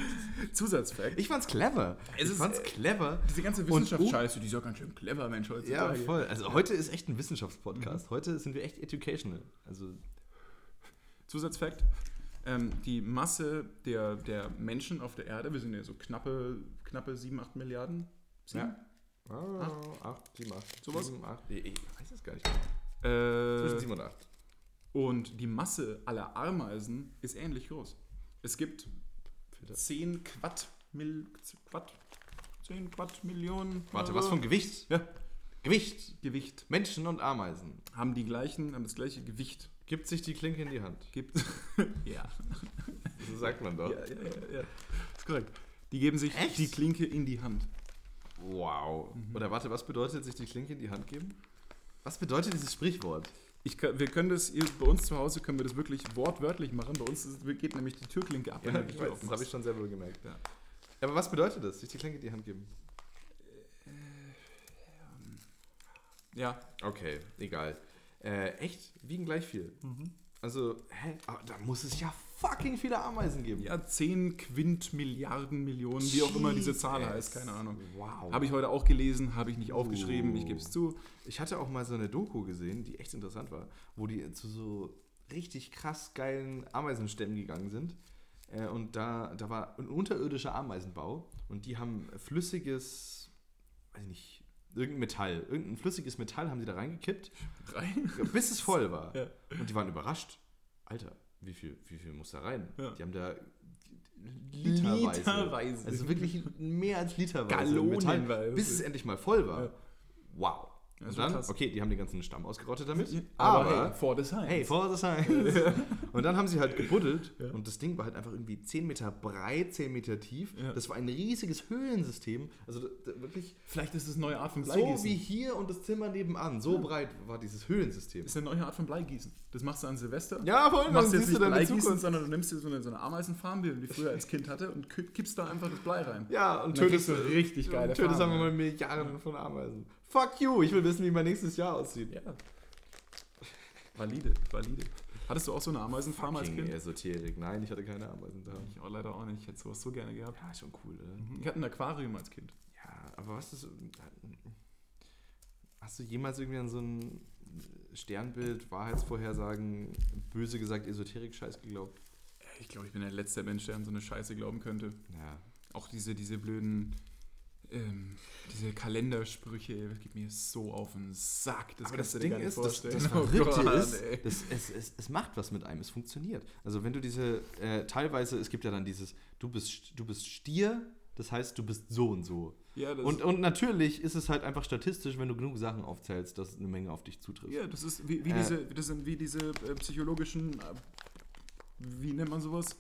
Speaker 1: Zusatzfact.
Speaker 2: Ich fand's clever.
Speaker 1: Es
Speaker 2: ich
Speaker 1: ist,
Speaker 2: fand's
Speaker 1: äh,
Speaker 2: clever.
Speaker 1: Diese ganze
Speaker 2: Und-
Speaker 1: Wissenschaftsscheiße, die ist ja ganz schön clever, Mensch,
Speaker 2: Ja,
Speaker 1: heutzutage.
Speaker 2: voll. Also heute ist echt ein
Speaker 1: Mhm.
Speaker 2: Wissenschaftspodcast. Heute sind wir echt educational. Also
Speaker 1: Zusatzfact. Ähm, die Masse der, der Menschen auf der Erde, wir sind ja so knappe, knappe 7, 8 Milliarden.
Speaker 2: Ja.
Speaker 1: Ah,
Speaker 2: acht, acht, sieben, acht.
Speaker 1: Sowas?
Speaker 2: Sieben, acht. Ich, ich weiß es gar nicht. Zwischen
Speaker 1: Äh,
Speaker 2: sieben und acht.
Speaker 1: und die Masse aller Ameisen ist ähnlich groß. Es gibt
Speaker 2: Bitte.
Speaker 1: 10 Quad, Mil, Quad, 10 Quad Millionen.
Speaker 2: Warte, was von Gewicht?
Speaker 1: Ja.
Speaker 2: Gewicht.
Speaker 1: Gewicht.
Speaker 2: Menschen und Ameisen.
Speaker 1: Haben die gleichen, haben das gleiche Gewicht.
Speaker 2: Gibt sich die Klinke in die Hand.
Speaker 1: Gibt. ja.
Speaker 2: So sagt man doch.
Speaker 1: Ja, ja, ja, ja. Ist korrekt. Die geben sich
Speaker 2: Echt?
Speaker 1: die Klinke in die Hand.
Speaker 2: Wow.
Speaker 1: Mhm.
Speaker 2: Oder warte, was bedeutet sich die Klinke in die Hand geben? Was bedeutet dieses Sprichwort?
Speaker 1: Ich, kann- wir können das, ihr- bei uns zu Hause können wir das wirklich wortwörtlich machen. Bei uns ist, geht nämlich die Türklinke ab, wenn du die Tür
Speaker 2: das habe ich
Speaker 1: aufmachst.
Speaker 2: schon selber gemerkt.
Speaker 1: Ja.
Speaker 2: Aber was bedeutet das, sich die Klinke in die Hand geben?
Speaker 1: Ja, Mhm.
Speaker 2: Okay, egal. Äh, echt? Wiegen gleich viel. Also, hä? Aber da muss es ja fucking viele Ameisen geben.
Speaker 1: Ja, 10 Quint Milliarden Millionen, wie auch immer diese Zahl
Speaker 2: Jesus. Oh.
Speaker 1: heißt, keine Ahnung.
Speaker 2: Wow.
Speaker 1: Habe ich heute auch gelesen, habe ich nicht aufgeschrieben, ich gebe es zu.
Speaker 2: Ich hatte auch mal so eine Doku gesehen, die echt interessant war, wo die zu so richtig krass geilen Ameisenstämmen gegangen sind. Äh, und da, da war ein unterirdischer Ameisenbau und die haben flüssiges, weiß ich nicht, irgendein Metall, irgendein flüssiges Metall haben sie da reingekippt,
Speaker 1: Rein.
Speaker 2: bis es voll war.
Speaker 1: Ja.
Speaker 2: Und die waren überrascht. Alter, wie viel, wie viel muss da rein?
Speaker 1: Ja.
Speaker 2: Die haben da literweise.
Speaker 1: Literweise.
Speaker 2: Also wirklich mehr als literweise.
Speaker 1: Gallonenweise.
Speaker 2: Metall, bis es endlich mal voll war.
Speaker 1: Ja.
Speaker 2: Wow. Und
Speaker 1: Also
Speaker 2: dann,
Speaker 1: krass.
Speaker 2: okay, die haben den ganzen Stamm ausgerottet damit.
Speaker 1: Aber hey, vor des
Speaker 2: Hey, for the science. und dann haben sie halt gebuddelt und das Ding war halt einfach irgendwie 10 Meter breit, 10 Meter tief.
Speaker 1: Ja.
Speaker 2: Das war ein riesiges Höhlensystem. Also da, da wirklich
Speaker 1: Vielleicht ist es eine neue Art von
Speaker 2: so
Speaker 1: Bleigießen.
Speaker 2: wie hier und das Zimmer nebenan. So breit war dieses Höhlensystem.
Speaker 1: ist eine neue Art von Bleigießen. Das machst du an Silvester.
Speaker 2: Ja, voll, dann
Speaker 1: machst du jetzt
Speaker 2: siehst du
Speaker 1: nicht
Speaker 2: deine
Speaker 1: Bleigießen,
Speaker 2: Zukunft.
Speaker 1: sondern du nimmst dir so eine, so eine Ameisenfarm, wie du die früher als Kind hatte, und kipp- kippst da einfach das Blei rein.
Speaker 2: Ja, und
Speaker 1: Und dann
Speaker 2: tötest
Speaker 1: kriegst du richtig geile
Speaker 2: Tötest
Speaker 1: Farben,
Speaker 2: einfach mal
Speaker 1: ja.
Speaker 2: Milliarden von Ameisen. Fuck you, ich will wissen, wie mein nächstes Jahr aussieht.
Speaker 1: Ja. Valide, valide. Hattest du auch so eine Ameisenfarm als
Speaker 2: Fucking
Speaker 1: Kind?
Speaker 2: Esoterik. Nein, ich hatte keine Ameisen da.
Speaker 1: Ich auch leider auch nicht. Ich hätte sowas so gerne gehabt.
Speaker 2: Ja, schon cool, oder?
Speaker 1: Ich hatte ein Aquarium als Kind.
Speaker 2: Ja, aber was ist. Hast du jemals irgendwie an so ein Sternbild, Wahrheitsvorhersagen, böse gesagt, Esoterik-Scheiß geglaubt?
Speaker 1: Äh, Ich glaube, ich bin der letzte Mensch, der an so eine Scheiße glauben könnte.
Speaker 2: Ja.
Speaker 1: Auch diese, diese blöden, ähm, diese Kalendersprüche, das geht mir so auf den Sack.
Speaker 2: Das aber das
Speaker 1: kannst du dir
Speaker 2: Ding
Speaker 1: gar nicht
Speaker 2: ist, das,
Speaker 1: vorstellen.
Speaker 2: das
Speaker 1: Oh
Speaker 2: Verrückte
Speaker 1: Gott,
Speaker 2: ist,
Speaker 1: ey.
Speaker 2: das, es, es, es macht was mit einem, es funktioniert. Also wenn du diese, äh, teilweise, es gibt ja dann dieses, du bist, du bist Stier, das heißt, du bist so und so.
Speaker 1: Ja, das,
Speaker 2: Und, und natürlich ist es halt einfach statistisch, wenn du genug Sachen aufzählst, dass eine Menge auf dich zutrifft.
Speaker 1: ja, das ist wie, wie
Speaker 2: Äh.
Speaker 1: diese, das sind wie diese äh, psychologischen, äh, wie nennt man sowas?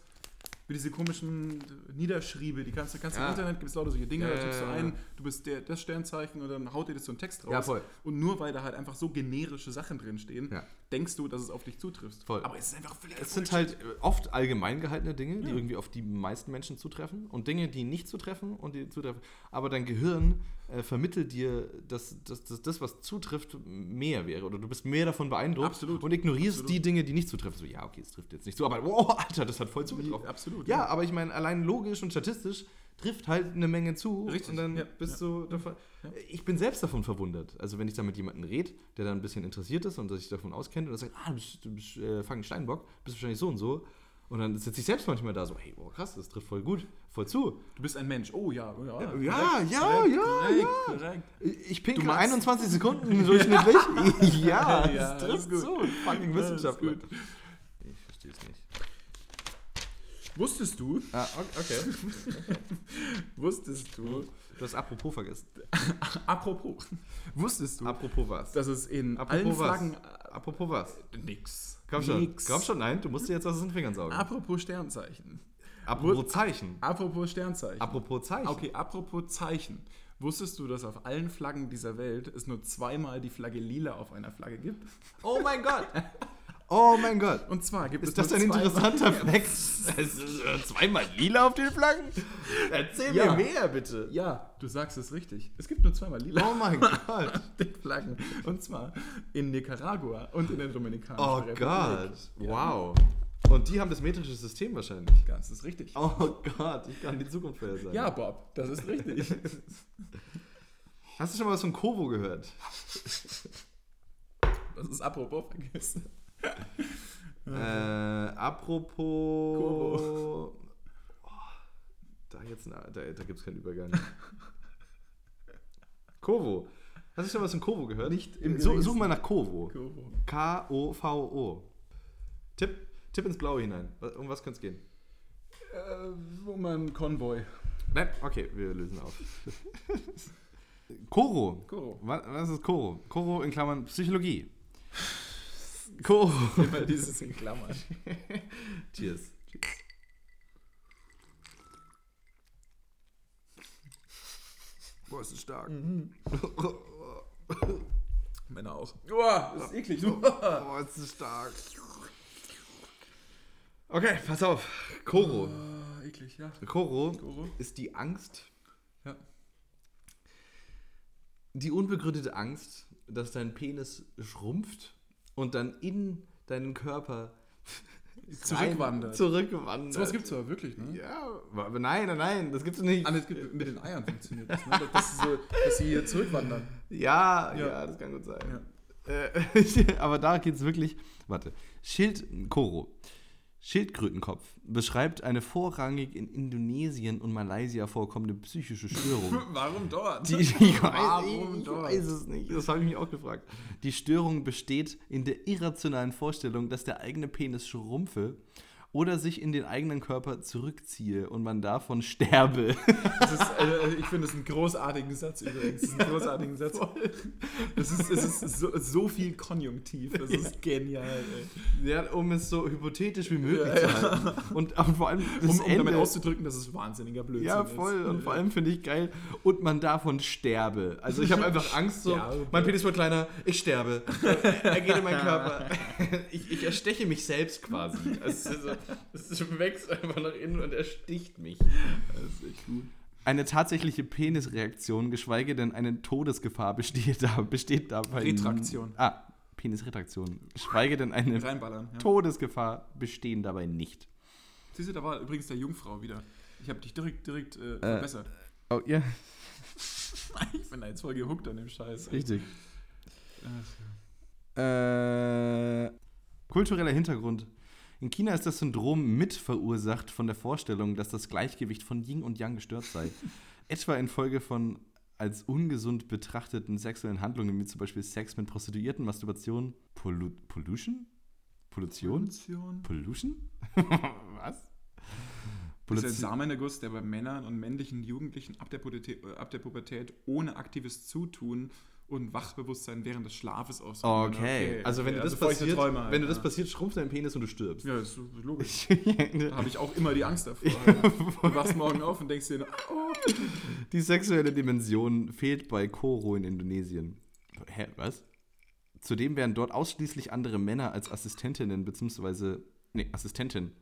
Speaker 1: Wie diese komischen Niederschriebe, die kannst du kannst du
Speaker 2: Ja.
Speaker 1: im Internet, gibt es lauter solche Dinge,
Speaker 2: Ja,
Speaker 1: da tippst du
Speaker 2: ja, ja.
Speaker 1: ein, du bist der, das Sternzeichen und dann haut dir das so ein Text raus.
Speaker 2: Ja, voll.
Speaker 1: Und nur weil da halt einfach so generische Sachen drinstehen,
Speaker 2: Ja.
Speaker 1: denkst du, dass es auf dich zutrifft.
Speaker 2: Voll.
Speaker 1: Aber es ist einfach völlig
Speaker 2: Es sind halt oft allgemein gehaltene Dinge, die
Speaker 1: Äh, Ja.
Speaker 2: irgendwie auf die meisten Menschen zutreffen und Dinge, die nicht zutreffen und die zutreffen. Aber dein Gehirn äh, vermittelt dir, dass, dass, dass das, was zutrifft, mehr wäre oder du bist mehr davon beeindruckt
Speaker 1: Absolut.
Speaker 2: und ignorierst
Speaker 1: Absolut.
Speaker 2: die Dinge, die nicht zutreffen. So, ja, okay, es trifft jetzt nicht zu, aber wow, Alter, das hat voll zugetroffen.
Speaker 1: Absolut.
Speaker 2: Ja, aber ich meine, allein logisch und statistisch trifft halt eine Menge zu
Speaker 1: Richtig,
Speaker 2: und dann
Speaker 1: ja,
Speaker 2: bist du davon.
Speaker 1: ja.
Speaker 2: Ich bin selbst davon verwundert. Also wenn ich da mit jemandem rede, der da ein bisschen interessiert ist und sich davon auskennt und der sagt, ah, du bist, du bist äh, Frank Steinbock, bist wahrscheinlich so und so. Und dann sitze ich selbst manchmal da so, hey, boah, krass, das trifft voll gut, voll zu.
Speaker 1: Du bist ein Mensch. Oh ja, ja. Ja,
Speaker 2: ja, ja, ja.
Speaker 1: korrekt.
Speaker 2: Ich pinkel
Speaker 1: Du magst-
Speaker 2: 21 Sekunden durchschnittlich.
Speaker 1: Ja,
Speaker 2: ja, das
Speaker 1: das ist
Speaker 2: trifft
Speaker 1: gut.
Speaker 2: zu. Fucking
Speaker 1: Ja, das ist
Speaker 2: Wissenschaftler.
Speaker 1: gut.
Speaker 2: Ich verstehe es nicht.
Speaker 1: Wusstest du,
Speaker 2: Ah, okay.
Speaker 1: wusstest du,
Speaker 2: Du hast apropos vergessen.
Speaker 1: apropos, wusstest du,
Speaker 2: Apropos was?
Speaker 1: dass es in
Speaker 2: Apropos
Speaker 1: allen
Speaker 2: was?
Speaker 1: Flaggen
Speaker 2: Apropos was?
Speaker 1: äh, nix.
Speaker 2: Komm schon.
Speaker 1: Nix.
Speaker 2: Komm schon, nein, du musst dir jetzt aus den Fingern saugen.
Speaker 1: Apropos Sternzeichen.
Speaker 2: apropos Zeichen.
Speaker 1: Apropos Sternzeichen.
Speaker 2: Apropos Zeichen.
Speaker 1: okay, apropos Zeichen. Wusstest du, dass auf allen Flaggen dieser Welt es nur zweimal die Flagge lila auf einer Flagge gibt?
Speaker 2: Oh mein Gott. Oh mein Gott.
Speaker 1: Und zwar gibt
Speaker 2: Ist
Speaker 1: es
Speaker 2: das ein
Speaker 1: zweimal-
Speaker 2: interessanter Fleck? Es ist äh, zweimal lila auf den Flaggen? Erzähl
Speaker 1: Ja.
Speaker 2: mir mehr, bitte.
Speaker 1: Ja, du sagst es richtig. Es gibt nur zweimal lila.
Speaker 2: Oh mein Gott.
Speaker 1: den Flaggen. Und zwar in Nicaragua und in der Dominikanischen
Speaker 2: Oh
Speaker 1: Republik.
Speaker 2: Gott. Wow. Und die haben das metrische System wahrscheinlich.
Speaker 1: Das ist richtig.
Speaker 2: Oh Gott, ich kann die Zukunft vorhersagen.
Speaker 1: Ja, Bob, das ist richtig.
Speaker 2: Hast du schon mal was von Kovo gehört?
Speaker 1: Das ist apropos vergessen.
Speaker 2: Äh, apropos.
Speaker 1: Kurvo.
Speaker 2: Oh, da jetzt ein, da, da gibt es keinen Übergang. Kovo. Hast du schon was von Kovo gehört?
Speaker 1: Nicht im
Speaker 2: so, Such
Speaker 1: Geringsten.
Speaker 2: mal nach Kovo.
Speaker 1: Kovo.
Speaker 2: K-O-V-O. Tipp, Tipp ins Blaue hinein. Was- Um was könnte es gehen?
Speaker 1: Äh, wo man Konvoi.
Speaker 2: Nein, okay, wir lösen auf. Koro.
Speaker 1: Koro.
Speaker 2: Was, was ist Koro? Koro in Klammern Psychologie. Koro.
Speaker 1: Immer dieses in Klammern.
Speaker 2: Cheers. Boah, ist das stark.
Speaker 1: Männer Ah, auch. Uah, das ist eklig.
Speaker 2: Boah, ist das stark. Okay, pass auf. Koro.
Speaker 1: Ah, eklig, ja.
Speaker 2: Koro,
Speaker 1: Koro.
Speaker 2: ist die Angst,
Speaker 1: Ja.
Speaker 2: die unbegründete Angst, dass dein Penis schrumpft und dann in deinen Körper
Speaker 1: Zurückwandert.
Speaker 2: Zurückwandert.
Speaker 1: Sowas gibt es aber wirklich, ne?
Speaker 2: Ja, aber nein, nein, nein, das gibt's nicht.
Speaker 1: Ah, das gibt- mit den Eiern funktioniert das, ne? Das ist so, dass sie hier zurückwandern.
Speaker 2: Ja, ja,
Speaker 1: Ja.
Speaker 2: das kann gut sein. Äh, aber da geht's wirklich. Warte. Schild Koro. Schildkrötenkopf beschreibt eine vorrangig in Indonesien und Malaysia vorkommende psychische Störung.
Speaker 1: Warum dort?
Speaker 2: Die, ich, weiß,
Speaker 1: Warum
Speaker 2: ich, ich
Speaker 1: dort?
Speaker 2: weiß es nicht. Das habe ich mich auch gefragt. Die Störung besteht in der irrationalen Vorstellung, dass der eigene Penis schrumpfe oder sich in den eigenen Körper zurückziehe und man davon sterbe.
Speaker 1: Das ist, äh, ich finde es einen großartigen Satz übrigens. Das ist einen großartigen Satz. Es ist, es ist so, so viel Konjunktiv. Das ist genial. Ey.
Speaker 2: Ja, um es so hypothetisch wie möglich zu halten. Und, aber vor allem das
Speaker 1: Um, um
Speaker 2: Ende,
Speaker 1: damit auszudrücken, dass es wahnsinniger Blödsinn
Speaker 2: Ja,
Speaker 1: ist.
Speaker 2: voll. Und vor allem finde ich geil. Und man davon sterbe. Also ich habe einfach Angst, so,
Speaker 1: Sterbe.
Speaker 2: mein Penis wird kleiner, ich sterbe. Er geht in meinen Körper. Ich, ich ersteche mich selbst quasi. Es, ist so, es ist- wächst einfach nach innen und ersticht mich.
Speaker 1: Das ist echt gut.
Speaker 2: Eine tatsächliche Penisreaktion, geschweige denn eine Todesgefahr besteht, da, besteht dabei.
Speaker 1: Retraktion.
Speaker 2: Ah, Penisretraktion. Geschweige denn eine
Speaker 1: Reinballern. Ja.
Speaker 2: Todesgefahr bestehen dabei nicht.
Speaker 1: Siehst du, da war übrigens der Jungfrau wieder. Ich habe dich direkt, direkt äh, verbessert.
Speaker 2: Oh, ja,
Speaker 1: Ich bin da jetzt voll gehuckt an dem Scheiß. ey.
Speaker 2: richtig. Äh, kultureller Hintergrund. In China ist das Syndrom mit verursacht von der Vorstellung, dass das Gleichgewicht von Yin und Yang gestört sei. Etwa infolge von als ungesund betrachteten sexuellen Handlungen, wie zum Beispiel Sex mit Prostituierten, Masturbation, Pollu Pollution? Pollution?
Speaker 1: Funktion.
Speaker 2: Pollution? Was?
Speaker 1: Das ist
Speaker 2: Pollution-
Speaker 1: der Samenerguss, der bei Männern und männlichen Jugendlichen ab der, Pubertät, äh, ab der Pubertät ohne aktives Zutun und Wachbewusstsein während des Schlafes ne? ausgeht.
Speaker 2: Okay. also wenn dir das passiert,
Speaker 1: Träume halt,
Speaker 2: wenn dir
Speaker 1: ja.
Speaker 2: das passiert, schrumpft dein Penis und du stirbst.
Speaker 1: Ja, ist logisch. Da habe ich auch immer die Angst davor. du wachst morgen auf und denkst dir, oh,
Speaker 2: Die sexuelle Dimension fehlt bei Koro in Indonesien. Hä, was? Zudem werden dort ausschließlich andere Männer als Assistentinnen bzw. Nee, Assistentin.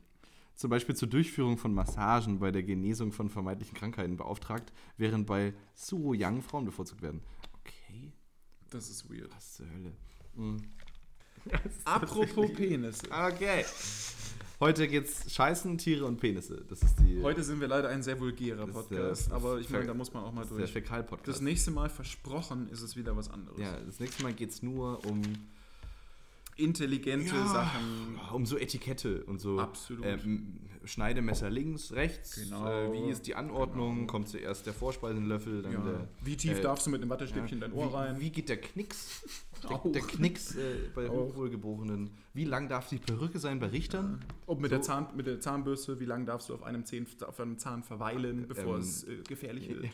Speaker 2: Zum Beispiel zur Durchführung von Massagen bei der Genesung von vermeintlichen Krankheiten beauftragt, während bei Suruyang Frauen bevorzugt werden. Okay,
Speaker 1: das ist weird.
Speaker 2: was zur Hölle.
Speaker 1: Apropos Penisse.
Speaker 2: Okay. Heute geht's Scheißen, Tiere und Penisse. Das ist die
Speaker 1: Heute sind wir leider ein sehr vulgärer
Speaker 2: Das ist
Speaker 1: Podcast,
Speaker 2: der-
Speaker 1: aber ich meine, da muss man auch mal
Speaker 2: das ist der
Speaker 1: durch. Das
Speaker 2: Fäkal-Podcast.
Speaker 1: nächste Mal versprochen ist es wieder was anderes.
Speaker 2: Ja, das nächste Mal geht's nur um
Speaker 1: Intelligente
Speaker 2: Ja.
Speaker 1: Sachen.
Speaker 2: um so Etikette und so.
Speaker 1: Absolut.
Speaker 2: Ähm, Schneidemesser links, rechts.
Speaker 1: Genau.
Speaker 2: Äh, wie ist die Anordnung? Kommt zuerst der Vorspeisenlöffel, dann
Speaker 1: Ja.
Speaker 2: der.
Speaker 1: Wie tief
Speaker 2: äh,
Speaker 1: darfst du mit einem Wattestäbchen dein Ohr
Speaker 2: wie,
Speaker 1: rein?
Speaker 2: Wie geht der Knicks? Der,
Speaker 1: Auch.
Speaker 2: der Knicks äh, bei
Speaker 1: Auch.
Speaker 2: Hochwohlgeborenen. Wie lang darf die Perücke sein bei Richtern?
Speaker 1: Ob mit,
Speaker 2: So.
Speaker 1: der Zahn, mit der Zahnbürste, wie lange darfst du auf einem, Zehn, auf einem Zahn verweilen, bevor
Speaker 2: Ähm,
Speaker 1: es äh, gefährlich wird?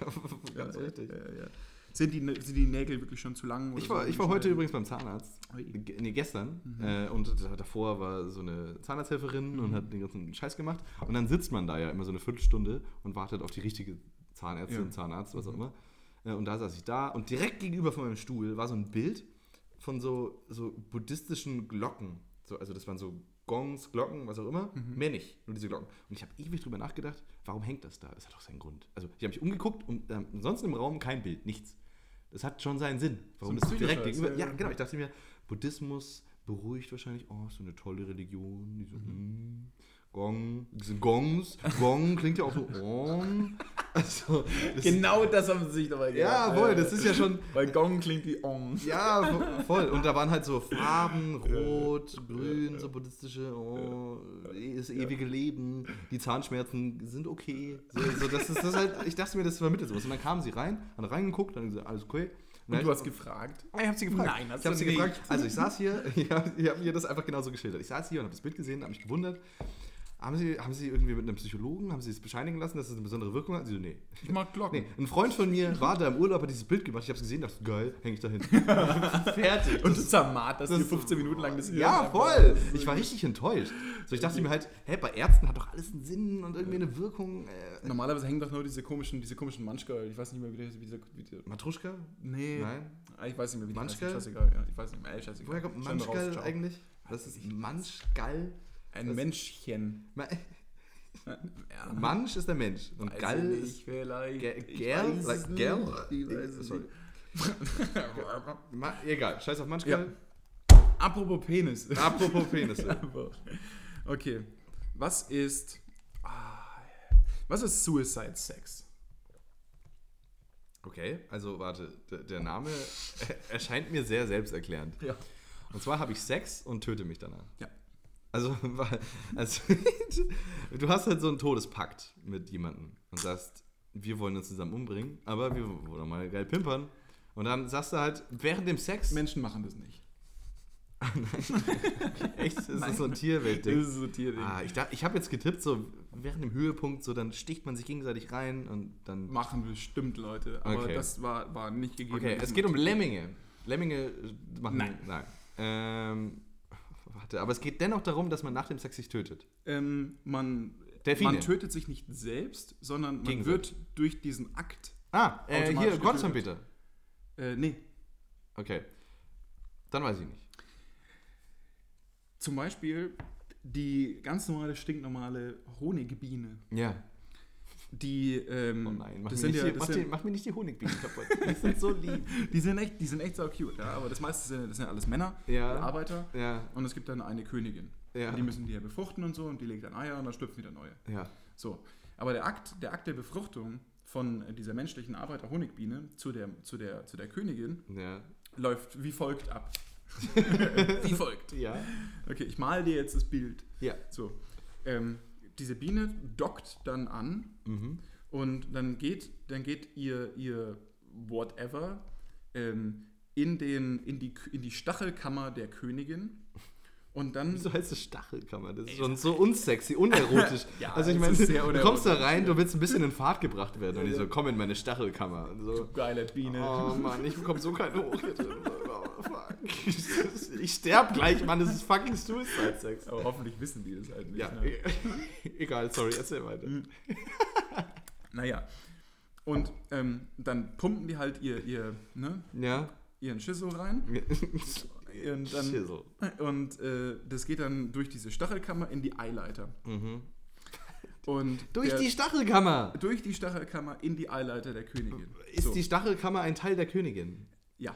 Speaker 2: ganz
Speaker 1: Ja,
Speaker 2: richtig.
Speaker 1: ja, ja. Sind, die, sind die Nägel wirklich schon zu lang? oder
Speaker 2: Ich war,
Speaker 1: so?
Speaker 2: ich war heute
Speaker 1: Äh,
Speaker 2: übrigens beim Zahnarzt.
Speaker 1: Ui. Mhm.
Speaker 2: Ge- Nee, gestern. Äh, und da- davor war so eine Zahnarzthelferin und hat den ganzen Scheiß gemacht. Und dann sitzt man da ja immer so eine Viertelstunde und wartet auf die richtige Zahnärztin,
Speaker 1: Ja. Mhm.
Speaker 2: Zahnarzt, was auch immer. Äh, und da saß ich da und direkt gegenüber von meinem Stuhl war so ein Bild von so, so buddhistischen Glocken. So, also das waren so Gongs, Glocken, was auch immer.
Speaker 1: Mhm.
Speaker 2: Mehr nicht, nur diese Glocken. Und ich habe ewig drüber nachgedacht, warum hängt das da? Das hat doch seinen Grund. Also ich habe mich umgeguckt und ähm, ansonsten im Raum kein Bild, nichts. Das hat schon seinen Sinn. Warum
Speaker 1: So ein
Speaker 2: das direkt
Speaker 1: Psychoscheiß,
Speaker 2: gegenüber?
Speaker 1: ja,
Speaker 2: Ja,
Speaker 1: ja.
Speaker 2: genau. Ich dachte mir, Buddhismus beruhigt wahrscheinlich. Oh, ist so eine tolle Religion. Die so,
Speaker 1: Mhm.
Speaker 2: mm, Gong, diese Gongs, Gong klingt ja auch so. Oh. Also, das,
Speaker 1: Genau das haben sie sich dabei
Speaker 2: ja,
Speaker 1: wohl,
Speaker 2: voll. Das ist ja schon.
Speaker 1: Bei Gong klingt die Ong.
Speaker 2: Ja, vo- voll. Und da waren halt so Farben, Rot, Grün, so buddhistische, oh, das ewige Leben, die Zahnschmerzen sind okay. So, so, das ist das ist halt, ich dachte mir, das vermittelt sowas. Und dann kamen sie rein, haben reingeguckt, dann gesagt, alles okay. Und
Speaker 1: Und
Speaker 2: dann-
Speaker 1: du hast gefragt.
Speaker 2: Ah, Ich habe sie gefragt.
Speaker 1: Nein, hast
Speaker 2: ich hab
Speaker 1: du
Speaker 2: sie
Speaker 1: nicht.
Speaker 2: gefragt. Also ich saß hier, ich habe hab mir das einfach genauso geschildert. Ich saß hier und habe das Bild gesehen, habe mich gewundert. Haben Sie, haben Sie irgendwie mit einem Psychologen, haben Sie es bescheinigen lassen, dass es eine besondere Wirkung hat? Sie so, nee.
Speaker 1: Ich mag Glocken.
Speaker 2: Nee, ein Freund von mir war da im Urlaub, hat dieses Bild gemacht. Ich habe es gesehen, dachte, geil, hänge ich da hin. Fertig.
Speaker 1: Und
Speaker 2: Das-
Speaker 1: du zermart das,
Speaker 2: das-
Speaker 1: dir 15 Minuten lang das Hirn
Speaker 2: ja,
Speaker 1: einfach.
Speaker 2: voll. Ich war richtig enttäuscht. So, ich dachte mir halt, hä, bei Ärzten hat doch alles einen Sinn und irgendwie eine Wirkung. Äh,
Speaker 1: Normalerweise hängen doch nur diese komischen, diese komischen Manschgirl. Ich weiß nicht mehr, wie der. Wie der, wie der
Speaker 2: Matruschka?
Speaker 1: nee.
Speaker 2: Nein.
Speaker 1: Ah, Ich weiß nicht mehr, wie die heißen.
Speaker 2: Manschgirl?
Speaker 1: Scheißegal. Ja, ich weiß nicht mehr. Ey, scheißegal.
Speaker 2: Woher kommt
Speaker 1: Schneiden wir raus,
Speaker 2: Manschgall
Speaker 1: ciao.
Speaker 2: eigentlich? Das ist Manschgall.
Speaker 1: Ein Menschchen.
Speaker 2: Ma-
Speaker 1: Ja,
Speaker 2: Mansch ist der Mensch. Und Gall ist
Speaker 1: ich Also vielleicht.
Speaker 2: Ge-
Speaker 1: Ich
Speaker 2: Gerl?
Speaker 1: weiß
Speaker 2: Like
Speaker 1: es nicht,
Speaker 2: Gerl?
Speaker 1: Ich
Speaker 2: Äh,
Speaker 1: weiß es
Speaker 2: sorry.
Speaker 1: nicht.
Speaker 2: Ma egal, scheiß auf Manchmal.
Speaker 1: Apropos Penis.
Speaker 2: Apropos Penisse.
Speaker 1: Aber Okay. Was ist. ah, Was ist Suicide Sex?
Speaker 2: Okay, also warte, der, der Name äh, erscheint mir sehr selbsterklärend.
Speaker 1: Ja.
Speaker 2: Und zwar habe ich Sex und töte mich danach.
Speaker 1: Ja.
Speaker 2: Also, weil- also du hast halt so einen Todespakt mit jemandem und sagst, wir wollen uns zusammen umbringen, aber wir wollen mal geil pimpern. Und dann sagst du halt, während dem Sex,
Speaker 1: Menschen machen das nicht.
Speaker 2: echt, ist das so ein Tierweltding.
Speaker 1: so Tierding.
Speaker 2: Ah, ich dachte, ich habe jetzt getippt, so während dem Höhepunkt, so dann sticht man sich gegenseitig rein und dann.
Speaker 1: Machen bestimmt Leute, aber
Speaker 2: Okay.
Speaker 1: das war, war nicht gegeben.
Speaker 2: Okay, es geht um Lemminge. Lemminge äh, machen.
Speaker 1: Nein.
Speaker 2: nein. Ähm, warte, aber es geht dennoch darum, dass man nach dem Sex sich tötet.
Speaker 1: Ähm, man,
Speaker 2: Delfine.
Speaker 1: man tötet sich nicht selbst, sondern man
Speaker 2: Gegenseitig.
Speaker 1: wird durch diesen Akt.
Speaker 2: Ah, äh,
Speaker 1: Automatisch
Speaker 2: hier,
Speaker 1: getötet.
Speaker 2: Gottesanbeter.
Speaker 1: Äh, nee.
Speaker 2: Okay. Dann weiß ich nicht.
Speaker 1: Zum Beispiel die ganz normale, stinknormale Honigbiene.
Speaker 2: Ja.
Speaker 1: Die, ähm,
Speaker 2: Oh nein, mach,
Speaker 1: das sind
Speaker 2: mir nicht,
Speaker 1: ja,
Speaker 2: die,
Speaker 1: das
Speaker 2: mach,
Speaker 1: sind,
Speaker 2: die, mach mir nicht die Honigbienen kaputt. Die sind so lieb.
Speaker 1: Die sind echt, die sind echt so cute, ja, aber das meiste sind, das sind alles Männer,
Speaker 2: Ja.
Speaker 1: die Arbeiter.
Speaker 2: Ja,
Speaker 1: Und es gibt dann eine Königin.
Speaker 2: Ja.
Speaker 1: Und die müssen die ja befruchten und so und die legt dann Eier und dann schlüpfen wieder neue.
Speaker 2: ja.
Speaker 1: So. Aber der Akt, der Akt der Befruchtung von dieser menschlichen Arbeiter Honigbiene zu der, zu der, zu der Königin
Speaker 2: Ja.
Speaker 1: läuft wie folgt ab. wie folgt.
Speaker 2: Ja.
Speaker 1: Okay, ich male dir jetzt das Bild.
Speaker 2: Ja.
Speaker 1: So. Ähm, diese Biene dockt dann an
Speaker 2: Mhm.
Speaker 1: und dann geht, dann geht ihr, ihr Whatever ähm, in, den, in, die, in die Stachelkammer der Königin. Und dann.
Speaker 2: Wieso heißt es Stachelkammer? Das ist schon so unsexy, unerotisch.
Speaker 1: Ja,
Speaker 2: also ich
Speaker 1: es
Speaker 2: meine,
Speaker 1: ist sehr
Speaker 2: du kommst da
Speaker 1: unerotisch,
Speaker 2: rein,
Speaker 1: ja.
Speaker 2: du willst ein bisschen in Fahrt gebracht werden. Und die
Speaker 1: Ja,
Speaker 2: so,
Speaker 1: ja.
Speaker 2: komm in meine Stachelkammer. Und so,
Speaker 1: Geile Biene.
Speaker 2: Oh Mann, ich bekomme so keine hoch hier drin. Oh, fuck. Ich sterb gleich, Mann, das ist fucking Suicide Sex.
Speaker 1: Aber hoffentlich wissen die das halt nicht.
Speaker 2: Ja,
Speaker 1: ne?
Speaker 2: e- egal, sorry, erzähl weiter.
Speaker 1: Hm. Naja. Und ähm, dann pumpen die halt ihr, ihr, ne,
Speaker 2: Ja.
Speaker 1: ihren Schisso rein. Und, dann,
Speaker 2: Schissel.
Speaker 1: und äh, das geht dann durch diese Stachelkammer in die Eileiter. Und
Speaker 2: Durch
Speaker 1: der-
Speaker 2: die Stachelkammer!
Speaker 1: durch die Stachelkammer in die Eileiter der Königin.
Speaker 2: Äh, Ist
Speaker 1: So.
Speaker 2: die Stachelkammer ein Teil der Königin?
Speaker 1: Ja.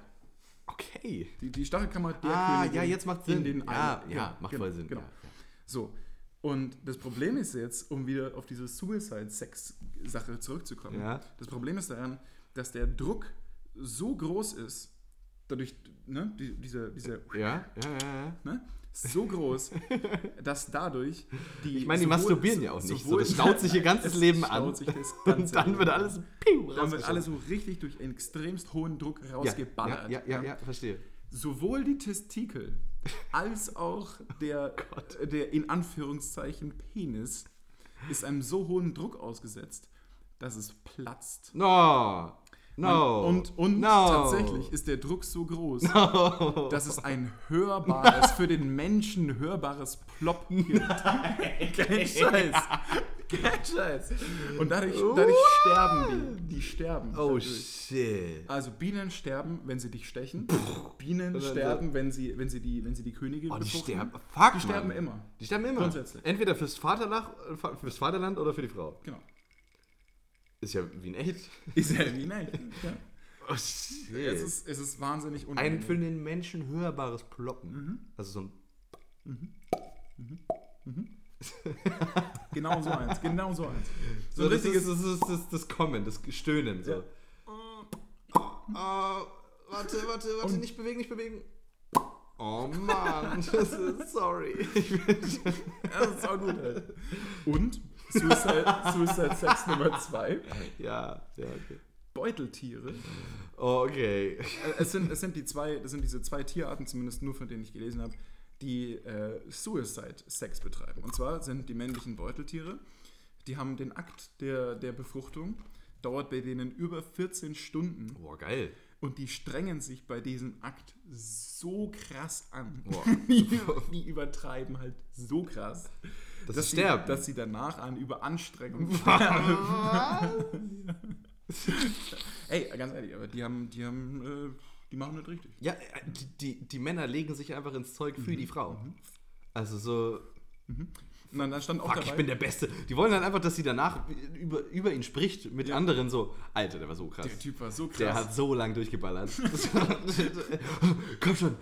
Speaker 2: Okay.
Speaker 1: Die, die Stachelkammer der
Speaker 2: ah,
Speaker 1: Königin
Speaker 2: ja, jetzt macht Sinn.
Speaker 1: in den
Speaker 2: ja,
Speaker 1: Eileiter.
Speaker 2: ja, macht voll Sinn.
Speaker 1: Genau.
Speaker 2: Ja, ja.
Speaker 1: So. Und das Problem ist jetzt, um wieder auf diese Suicide-Sex-Sache zurückzukommen,
Speaker 2: Ja.
Speaker 1: das Problem ist daran, dass der Druck so groß ist, dadurch, ne, die, dieser, dieser,
Speaker 2: Ja, ja, ja, ja.
Speaker 1: ne, so groß, dass dadurch die.
Speaker 2: Ich meine, die
Speaker 1: sowohl-
Speaker 2: masturbieren ja auch nicht. So,
Speaker 1: sowohl-
Speaker 2: das staut sich ihr ganzes
Speaker 1: Es
Speaker 2: Leben
Speaker 1: staut
Speaker 2: an.
Speaker 1: sich das
Speaker 2: Und
Speaker 1: ganze
Speaker 2: dann
Speaker 1: Leben
Speaker 2: wird
Speaker 1: an.
Speaker 2: alles piu,
Speaker 1: Dann wird
Speaker 2: rausgeschossen.
Speaker 1: alles so richtig durch einen extremst hohen Druck
Speaker 2: ja,
Speaker 1: rausgeballert.
Speaker 2: ja, ja, ja, verstehe.
Speaker 1: Sowohl die Testikel als auch der, der in Anführungszeichen Penis ist einem so hohen Druck ausgesetzt, dass es platzt.
Speaker 2: No. No.
Speaker 1: Und, und
Speaker 2: no.
Speaker 1: tatsächlich ist der Druck so groß, dass es ein hörbares, für den Menschen hörbares Plopp gibt. Kein Scheiß. Kein Scheiß. Und dadurch, dadurch sterben die. Die sterben.
Speaker 2: Oh
Speaker 1: dadurch.
Speaker 2: shit.
Speaker 1: Also Bienen sterben, wenn sie dich stechen. Bienen
Speaker 2: so-
Speaker 1: sterben, wenn sie, wenn sie die, wenn sie die Königin
Speaker 2: Oh, die
Speaker 1: befruchten.
Speaker 2: sterben. Fuck,
Speaker 1: Die sterben
Speaker 2: Mann.
Speaker 1: immer.
Speaker 2: Die sterben immer.
Speaker 1: Grundsätzlich.
Speaker 2: Entweder fürs Vaterland, fürs Vaterland oder für die Frau.
Speaker 1: Genau.
Speaker 2: Ist ja wie ein echt.
Speaker 1: Ist ja wie nicht. Ja.
Speaker 2: Oh shit.
Speaker 1: Es, ist, es ist wahnsinnig
Speaker 2: ein für
Speaker 1: unangenehm.
Speaker 2: den Menschen hörbares Ploppen. Also so ein.
Speaker 1: Genau so eins. Genau so eins. So,
Speaker 2: So,
Speaker 1: ein
Speaker 2: das
Speaker 1: richtiges.
Speaker 2: ist das, ist, das, ist das Kommen, das Stöhnen. So. Oh, warte, warte, warte, nicht bewegen, nicht bewegen. Oh Mann, das ist, sorry. Ich bin,
Speaker 1: Das ist auch gut. Alter. Und Suicide, Suicide Sex Nummer 2.
Speaker 2: ja, ja, okay. Oh,
Speaker 1: Beuteltiere. Äh,
Speaker 2: Okay.
Speaker 1: Es sind, es sind die zwei, das sind diese zwei Tierarten, zumindest nur von denen ich gelesen habe, die äh, Suicide Sex betreiben. Und zwar sind die männlichen Beuteltiere, die haben den Akt der, der Befruchtung, dauert bei denen über 14 Stunden
Speaker 2: Boah, geil.
Speaker 1: und die strengen sich bei diesem Akt so krass an.
Speaker 2: Boah.
Speaker 1: Die, die übertreiben halt so krass,
Speaker 2: Das
Speaker 1: dass
Speaker 2: ist
Speaker 1: sie,
Speaker 2: Sterben.
Speaker 1: dass sie danach an Überanstrengung Ey, ganz ehrlich, aber die haben, die haben, äh, die machen das richtig.
Speaker 2: ja, äh, Mhm. die, die, die Männer legen sich einfach ins Zeug für die Frau. Also so.
Speaker 1: Nein, dann stand auch
Speaker 2: Fuck,
Speaker 1: dabei.
Speaker 2: ich bin der Beste. Die wollen dann einfach, dass sie danach über, über ihn spricht mit
Speaker 1: Ja.
Speaker 2: anderen so. Alter, der war so krass.
Speaker 1: der Typ war so krass.
Speaker 2: Der hat so lang durchgeballert. Das war- Komm schon,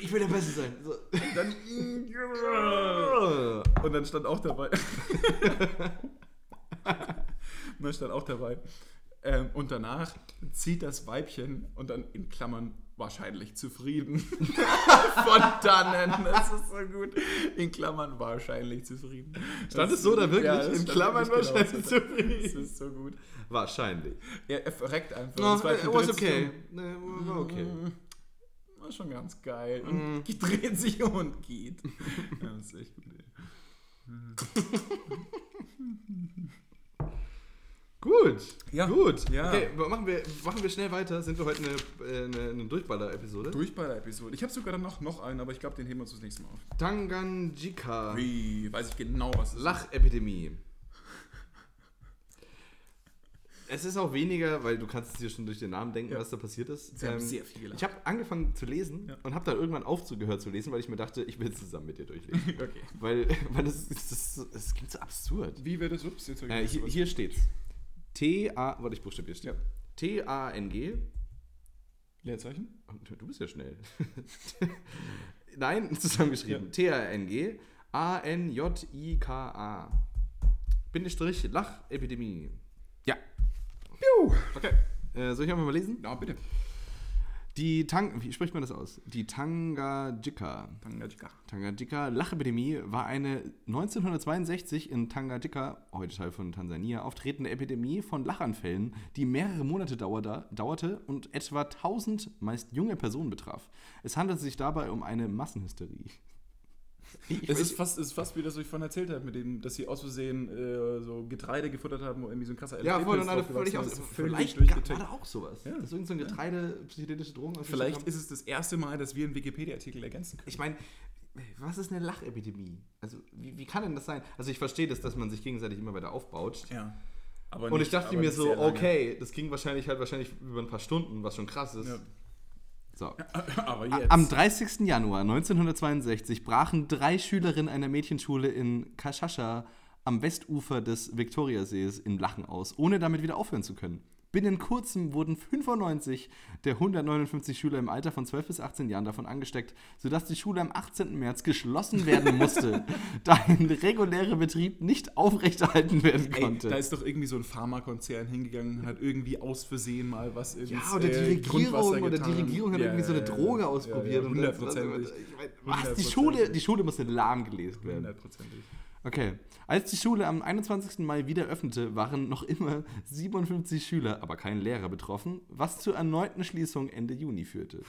Speaker 2: ich will der Beste sein. So.
Speaker 1: dann, und dann stand auch dabei. und dann stand auch dabei. Ähm, und danach zieht das Weibchen und dann in Klammern wahrscheinlich zufrieden von dannen. Das ist so gut. In Klammern wahrscheinlich zufrieden.
Speaker 2: Stand es so da wirklich?
Speaker 1: das
Speaker 2: In
Speaker 1: stand
Speaker 2: Klammern
Speaker 1: wirklich genau
Speaker 2: wahrscheinlich
Speaker 1: so.
Speaker 2: zufrieden.
Speaker 1: Das ist so gut.
Speaker 2: Wahrscheinlich.
Speaker 1: Er, er verreckt einfach.
Speaker 2: No,
Speaker 1: und zwar
Speaker 2: it Äh, was
Speaker 1: dreht sich
Speaker 2: äh, oh, okay. Mhm.
Speaker 1: um.
Speaker 2: Nee, war okay.
Speaker 1: War schon ganz geil.
Speaker 2: Mhm.
Speaker 1: Und dreht sich um und geht. ja, das ist echt gut, ey.
Speaker 2: Gut.
Speaker 1: Ja.
Speaker 2: Gut.
Speaker 1: Ja.
Speaker 2: Okay, wa- machen wir, machen wir schnell weiter. Sind wir heute eine, äh, eine, eine Durchballer-Episode?
Speaker 1: Durch bei der Episode. Ich habe sogar dann noch, noch einen, aber ich glaube, den heben wir uns das nächste Mal auf.
Speaker 2: Tanganjika.
Speaker 1: Wie? Weiß ich genau, was es ist.
Speaker 2: Lachepidemie. Es ist auch weniger, weil du kannst es dir schon durch den Namen denken,
Speaker 1: Ja.
Speaker 2: was da passiert ist. Ähm,
Speaker 1: Sie haben sehr viel gelacht.
Speaker 2: ich habe angefangen zu lesen
Speaker 1: Ja.
Speaker 2: und habe dann irgendwann aufgehört zu lesen, weil ich mir dachte, ich will es zusammen mit dir durchlesen.
Speaker 1: Okay.
Speaker 2: weil weil das, ist- das, ist- das klingt so absurd.
Speaker 1: Wie wird es? Ups, jetzt hab ich
Speaker 2: Äh,
Speaker 1: was
Speaker 2: hier,
Speaker 1: gesagt.
Speaker 2: hier steht's. T-A. Warte, ich buchstabiere es.
Speaker 1: Ja.
Speaker 2: T-A-N-G.
Speaker 1: Leerzeichen?
Speaker 2: Du bist ja schnell. Nein, zusammengeschrieben. T-A-N-G. A-N-J-I-K-A. Bindestrich Lachepidemie. Ja.
Speaker 1: Piu! Okay.
Speaker 2: Äh, soll ich einfach mal lesen?
Speaker 1: Na, bitte.
Speaker 2: Die Tang. Wie spricht man das aus? Die Tangajika.
Speaker 1: Tangajika.
Speaker 2: Tanganyika Lachepidemie war eine 1962 in Tanganyika, heute Teil von Tansania, auftretende Epidemie von Lachanfällen, die mehrere Monate dauerte, dauerte und etwa 1000 meist junge Personen betraf. Es handelte sich dabei um eine Massenhysterie.
Speaker 1: Es ist fast, es ist fast wie das, was ich vorhin erzählt habe, mit dem, dass sie aus Versehen äh, so Getreide gefuttert haben, wo irgendwie so ein krasser
Speaker 2: ja, voll
Speaker 1: LSD-Pilz
Speaker 2: und alle
Speaker 1: draufgewachsen
Speaker 2: völlig
Speaker 1: Also ist.
Speaker 2: aus.
Speaker 1: Das ist völlig
Speaker 2: Vielleicht gab- war
Speaker 1: durchgetickt.
Speaker 2: da auch sowas.
Speaker 1: Ja.
Speaker 2: Das ist irgendeine so eine Getreide, psychedelische Drogen. aus dem
Speaker 1: Vielleicht
Speaker 2: Programm.
Speaker 1: ist es das erste Mal, dass wir einen Wikipedia-Artikel ergänzen können.
Speaker 2: Ich meine, was ist eine Lachepidemie? Also, wie, wie kann denn das sein? Also, ich verstehe das, dass man sich gegenseitig immer weiter aufbaut.
Speaker 1: Ja. Aber
Speaker 2: Und
Speaker 1: nicht-
Speaker 2: ich dachte
Speaker 1: aber
Speaker 2: mir
Speaker 1: nicht
Speaker 2: so,
Speaker 1: sehr lange.
Speaker 2: okay, das ging wahrscheinlich halt wahrscheinlich über ein paar Stunden, was schon krass ist.
Speaker 1: Ja.
Speaker 2: So.
Speaker 1: Aber jetzt.
Speaker 2: Am 30. Januar 1962 brachen drei Schülerinnen einer Mädchenschule in Kashasha am Westufer des Viktoriasees in Lachen aus, ohne damit wieder aufhören zu können. Binnen kurzem wurden 95 der 159 Schüler im Alter von 12 bis 18 Jahren davon angesteckt, sodass die Schule am 18. März geschlossen werden musste, da ein regulärer Betrieb nicht aufrechterhalten werden
Speaker 1: Ey,
Speaker 2: konnte.
Speaker 1: da ist doch irgendwie so ein Pharmakonzern hingegangen und hat irgendwie aus Versehen mal was ins
Speaker 2: Ja, oder die
Speaker 1: äh, Grundwasser
Speaker 2: Regierung, oder die
Speaker 1: getan.
Speaker 2: Regierung hat
Speaker 1: Ja,
Speaker 2: irgendwie so eine
Speaker 1: ja,
Speaker 2: Droge
Speaker 1: ja,
Speaker 2: ausprobiert.
Speaker 1: Ja,
Speaker 2: und
Speaker 1: ja,
Speaker 2: das-
Speaker 1: hundertprozentig.
Speaker 2: ich mein, Was? Die
Speaker 1: Hundertprozentig.
Speaker 2: Schule, die Schule musste lahmgelesen werden.
Speaker 1: Hundertprozentig.
Speaker 2: Okay. Als die Schule am 21. Mai wieder öffnete, waren noch immer 57 Schüler, aber kein Lehrer betroffen, was zur erneuten Schließung Ende Juni führte.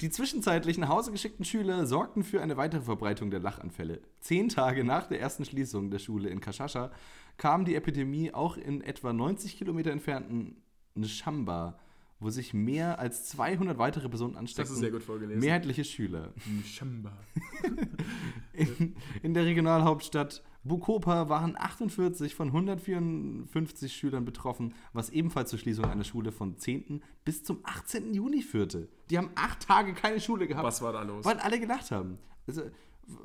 Speaker 2: Die zwischenzeitlich nach Hause geschickten Schüler sorgten für eine weitere Verbreitung der Lachanfälle. Zehn Tage nach der ersten Schließung der Schule in Kashasha kam die Epidemie auch in etwa 90 Kilometer entfernten Nshamba, wo sich mehr als 200 weitere Personen
Speaker 1: Das
Speaker 2: ansteckten,
Speaker 1: ist sehr gut vorgelesen.
Speaker 2: mehrheitliche Schüler.
Speaker 1: Schamba.
Speaker 2: In, in der Regionalhauptstadt Bukopa waren 48 von 154 Schülern betroffen, was ebenfalls zur Schließung einer Schule vom 10. bis zum 18. Juni führte. Die haben acht Tage keine Schule gehabt,
Speaker 1: Was war da los?
Speaker 2: weil alle gelacht haben. Also,